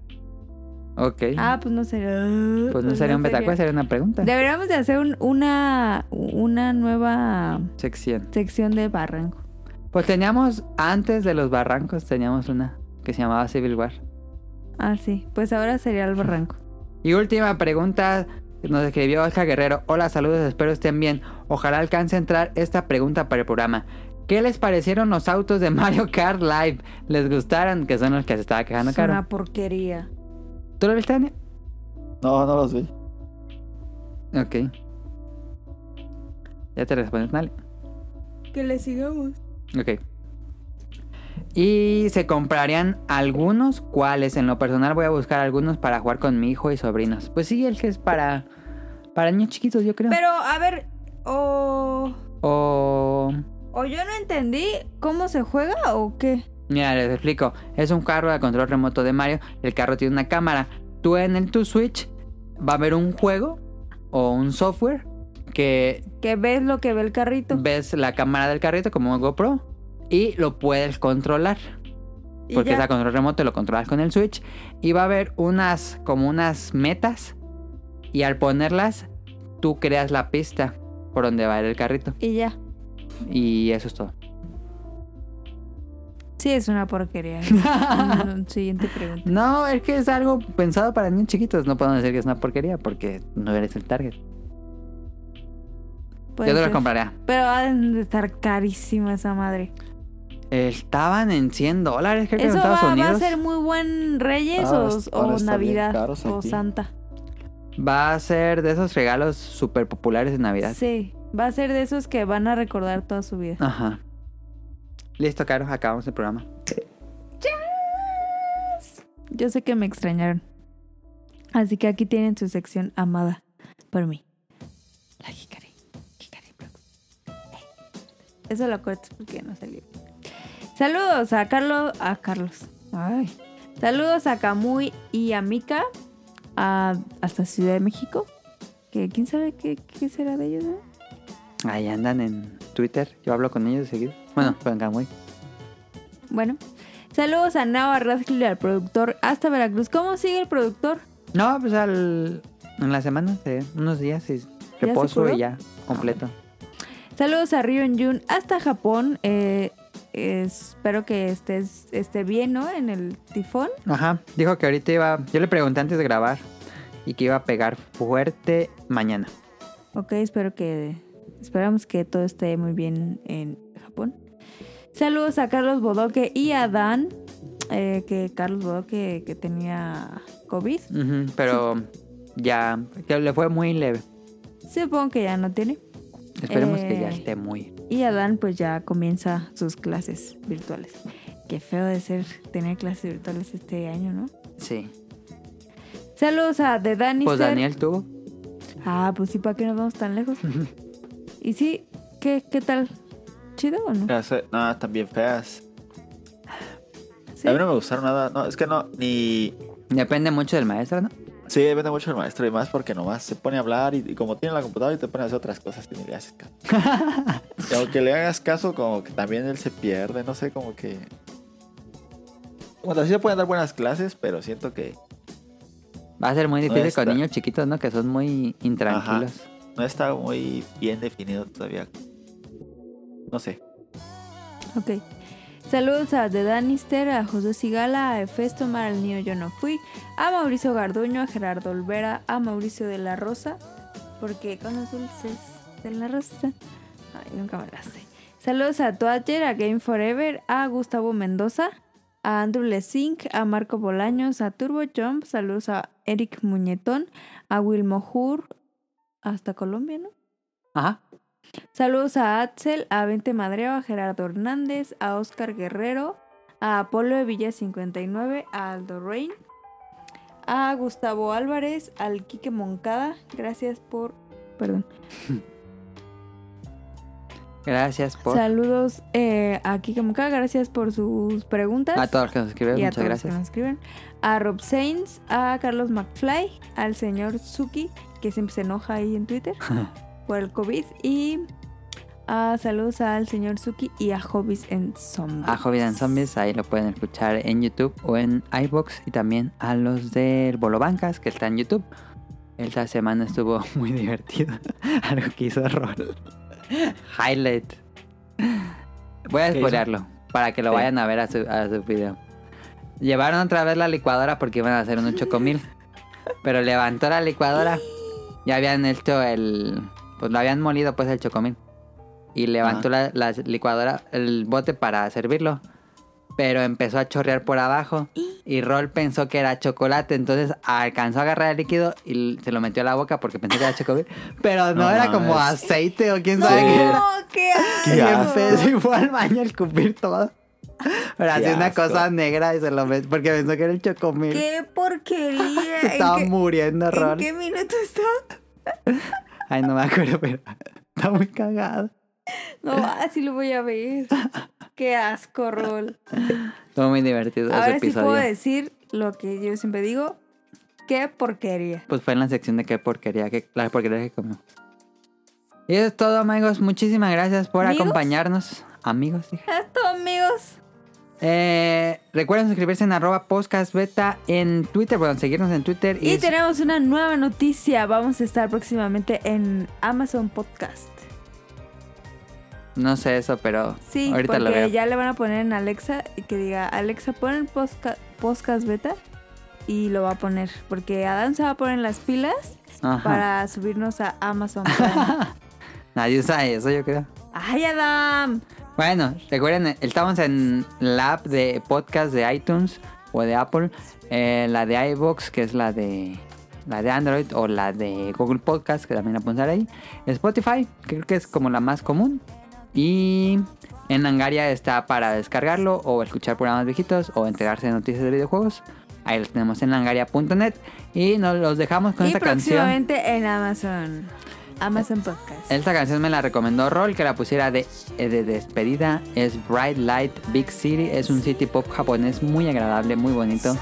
B: Ok.
E: Ah, pues no sería.
B: pues no sería un betacuest, sería una pregunta.
E: Deberíamos de hacer un- una, una nueva
B: Sección.
E: sección del barranco.
B: Pues teníamos, antes de los barrancos, teníamos una que se llamaba Civil War.
E: Ah, sí. Pues ahora sería el barranco.
B: Y última pregunta, Nos escribió Oscar Guerrero. Hola, saludos, espero estén bien. Ojalá alcance a entrar esta pregunta para el programa. ¿Qué les parecieron los autos de Mario Kart Live? ¿Les gustaron? Que son los que se estaba quejando,
E: es
B: Caro.
E: una porquería.
B: ¿Tú lo viste, Dani?
D: No, no los vi.
B: Ok. Ya te respondes, Nale.
E: Que le sigamos.
B: Ok. ¿Y se comprarían algunos? ¿Cuáles? En lo personal voy a buscar algunos para jugar con mi hijo y sobrinos. Pues sí, el que es para, para niños chiquitos, yo creo.
E: Pero, a ver, o.
B: O...
E: O yo no entendí cómo se juega o qué.
B: Mira, les explico. Es un carro de control remoto de Mario. El carro tiene una cámara. Tú en el tu Switch va a haber un juego o un software que
E: Que ves lo que ve el carrito.
B: ves la cámara del carrito como un GoPro y lo puedes controlar.
E: Y
B: Mm, Porque
E: ya.
B: es a control remoto, lo controlas con el Switch. Y va a haber unas, como unas metas. Y al ponerlas, tú creas la pista por donde va a ir el carrito.
E: Y ya.
B: Y eso es todo.
E: Sí, es una porquería. Mm, Siguiente pregunta.
B: No, es que es algo pensado para niños chiquitos. No podemos decir que es una porquería porque no eres el target.
E: Puede
B: Yo te
E: ser.
B: lo compraría.
E: Pero ha de estar carísima esa madre.
B: Estaban en 100 dólares, creo que en
E: ¿Eso
B: Estados
E: va, va
B: Unidos.
E: a ser muy buen Reyes
D: Ah,
E: o,
D: es-
E: o
D: ahora está bien
E: Navidad
D: caros
E: o
D: aquí.
E: Santa?
B: Va a ser de esos regalos súper populares de Navidad.
E: Sí, va a ser de esos que van a recordar toda su vida.
B: Ajá. Listo, Caro, acabamos el programa.
E: Yo sé que me extrañaron. Así que aquí tienen su sección amada por mí. La Hikari. Hikari Brooks. Eso lo corto porque no salió. Saludos a Carlos. A Carlos. Ay. Saludos a Camuy y a Mika. a- hasta Ciudad de México. Que quién sabe qué, qué será de ellos. eh?
B: Ahí andan en Twitter. Yo hablo con ellos de seguido. Bueno,
E: Ah.
B: con Camuy.
E: Bueno. Saludos a Nava Radcliffe, al productor. Hasta Veracruz. ¿Cómo sigue el productor?
B: No, pues al, en la semana, sí, unos días y
E: se
B: reposo
E: curó?
B: y ya, completo.
E: Saludos a Ryun Jun hasta Japón. Eh, espero que estés esté bien, ¿no? En el tifón.
B: Ajá. Dijo que ahorita iba. Yo le pregunté antes de grabar y que iba a pegar fuerte mañana.
E: Ok, espero que. Esperamos que todo esté muy bien en Japón. Saludos a Carlos Bodoque y a Dan. eh, que Carlos Bodoque que tenía COVID.
B: Ujú, pero ya. Que le fue muy leve.
E: Supongo que ya no tiene.
B: Esperemos que ya
E: Eh.
B: esté muy.
E: Y Adán pues ya comienza sus clases virtuales. Qué feo de ser tener clases virtuales este año, ¿no?
B: Sí.
E: Saludos a The Danister.
B: Pues Daniel tuvo.
E: Ah, pues sí, ¿para qué nos vamos tan lejos? y sí, ¿qué, qué tal? ¿Chido o no?
D: Ya sé, eh, No, están bien feas.
E: Sí.
D: A mí no me gustaron nada. No, es que no, ni.
B: Depende mucho del maestro, ¿no?
D: Sí, depende mucho del maestro y más porque nomás se pone a hablar y, y como tiene la computadora y te pone a hacer otras cosas y ni le haces caso. y aunque le hagas caso, como que también él se pierde, no sé, como que. Bueno, sí se pueden dar buenas clases, pero siento que
B: Va a ser muy difícil
D: está.
B: con niños chiquitos, ¿no? Que son muy intranquilos.
D: no está muy bien definido todavía. No sé.
E: Ok. Saludos a The Danister, a José Sigala, a Efesto Mar, al niño Yo No Fui, a Mauricio Garduño, a Gerardo Olvera, a Mauricio de la Rosa, porque con los dulces de la Rosa. Ay, nunca me las sé. Saludos a Toacher, a Game Forever, a Gustavo Mendoza, a Andrew Lezink, a Marco Bolaños, a Turbo Jump, saludos a Eric Muñetón, a Wilmo Hur, hasta Colombia, ¿no?
B: Ajá.
E: Saludos a Axel, a Vente Madreo, a Gerardo Hernández, a Oscar Guerrero, a Apolo de Villa 59, a Aldo Rain, a Gustavo Álvarez, al Quique Moncada. Gracias por. Perdón.
B: Gracias por.
E: Saludos eh, a Quique Moncada, gracias por sus preguntas.
B: A todos los que nos escribieron,
E: y a
B: muchas
E: todos los que
B: gracias.
E: nos escriben. A Rob Sainz, a Carlos McFly, al señor Suki, que siempre se enoja ahí en Twitter por el COVID. Y a saludos al señor Suki y a Hobbies en Zombies.
B: A Hobby and Zombies, ahí lo pueden escuchar en YouTube o en iBox y también a los del Bolo Bancas que está en YouTube. Esta semana estuvo muy divertido. Algo que hizo Rol. Highlight. Voy a
D: hizo?
B: spoilearlo para que lo
D: Sí.
B: vayan a ver a su, a su video. Llevaron otra vez la licuadora porque iban a hacer un 8 mil. Pero levantó la licuadora ya habían hecho el. Pues lo habían molido, pues, el chocomil. Y levantó la, la licuadora, el bote para servirlo. Pero empezó a chorrear por abajo. Y Rol pensó que era chocolate. Entonces alcanzó a agarrar el líquido y se lo metió a la boca porque pensó que era chocomil. Pero no,
D: No
B: era como
D: mames.
B: aceite o quién sabe qué era.
E: qué
D: Qué
B: Y
D: asco.
B: empezó y fue al baño a escupir todo. Pero
D: Qué
B: así una
D: asco.
B: cosa negra y se lo metió porque pensó que era el chocomil.
E: ¡Qué porquería!
B: Se estaba
E: ¿En, qué,
B: muriendo,
E: en
B: Rol.
E: qué minuto está?
B: Ay, no me acuerdo, pero está muy cagado.
E: No, así lo voy a ver. ¡Qué asco, Rol!
B: Estuvo muy divertido ese
E: Ahora sí
B: episodio.
E: puedo decir lo que yo siempre digo. ¡Qué porquería!
B: Pues fue en la sección de qué porquería, que, la porquería que comió. Y eso es todo, amigos. Muchísimas gracias por
E: ¿Amigos?
B: acompañarnos. Amigos, dije.
E: Esto, amigos.
B: Eh, recuerden suscribirse en arroba podcast beta en Twitter, bueno, seguirnos en Twitter.
E: Y tenemos una nueva noticia. Vamos a estar próximamente en Amazon Podcast.
B: No sé eso, pero
E: Sí,
B: ahorita lo veo.
E: porque ya le van a poner en Alexa y que diga, Alexa, pon el posca- podcast beta y lo va a poner. Porque Adán se va a poner las pilas
B: Ajá.
E: para subirnos a Amazon. Prime.
B: Nadie usa eso, yo creo.
E: ¡Ay, Adam!
B: Bueno, recuerden, estamos en la app de podcast de iTunes o de Apple, eh, la de iBox, que es la de la de Android, o la de Google Podcast, que también la pueden usar ahí. Spotify, que creo que es como la más común. Y en Angaria está para descargarlo o escuchar programas viejitos o enterarse de noticias de videojuegos. Ahí los tenemos en angaria.net y nos los dejamos con
E: Y
B: esta canción.
E: próximamente en Amazon. Amazon Podcast.
B: Esta canción me la recomendó Roll, que la pusiera de, eh, de despedida. Es Bright Light Big City. Es un city pop japonés muy agradable, muy bonito.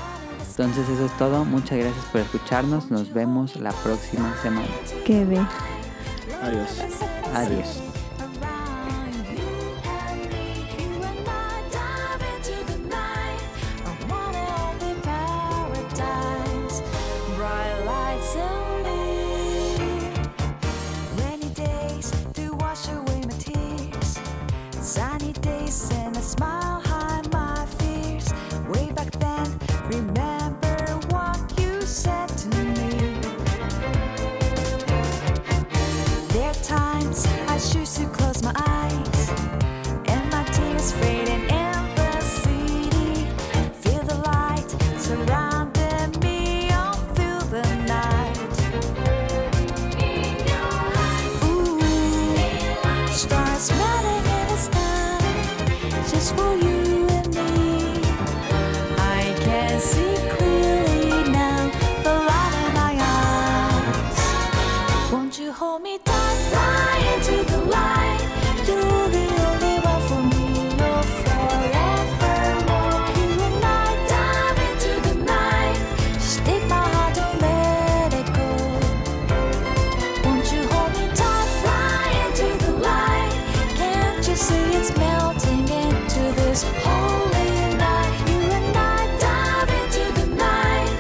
B: Entonces eso es todo. Muchas gracias por escucharnos. Nos vemos la próxima semana.
E: Que ve.
D: Adiós.
B: Adiós.
G: around you and me. You and I dive into the night. I wanna the paradise, bright lights and me. Rainy days to wash away my tears, sunny days and a smile hide my fears. Way back then, remember what you said to me. There are times I choose to close my eyes and my tears fading in the city. Feel the light surrounding me all through the night. Ooh, stars melting in the sky, just for you and me. I can see clearly now the light in my eyes. Won't you hold me tight, fly into the light? You're the only one for me, you're forevermore. You and I dive into the night. Just take my heart, don't let it go. Won't you hold me tight, fly into the light? Can't you see it's melting into this holy night? You and I dive into the night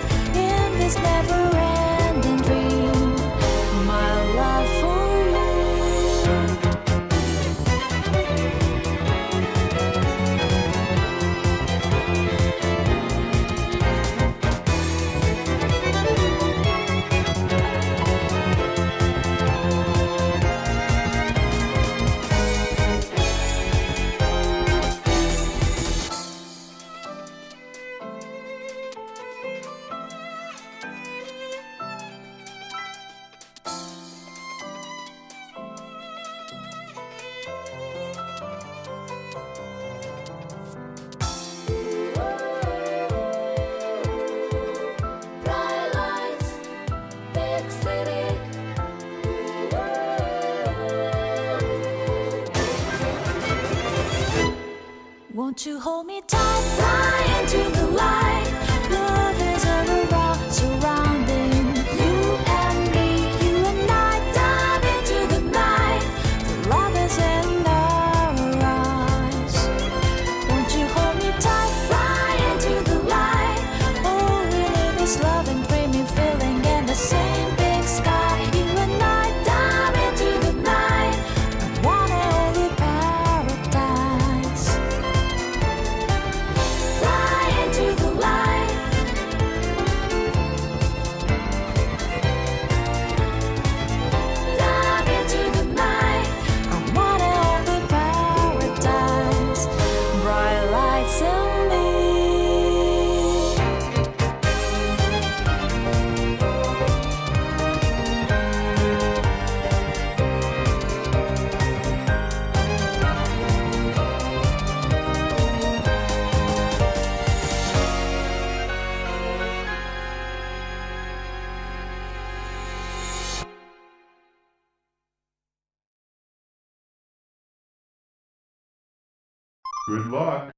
G: in this never-ending dream my love for you. Bright lights, big city. Won't you hold me tight? Fly into the light. Love is a around, surrounding you and me. You and I dive into the night. The love is in our eyes. Won't you hold me tight, fly into the light? All we live is love and dreaming, feeling in the same big sky. You and I dive into the night, the one and only paradise.
I: Good luck.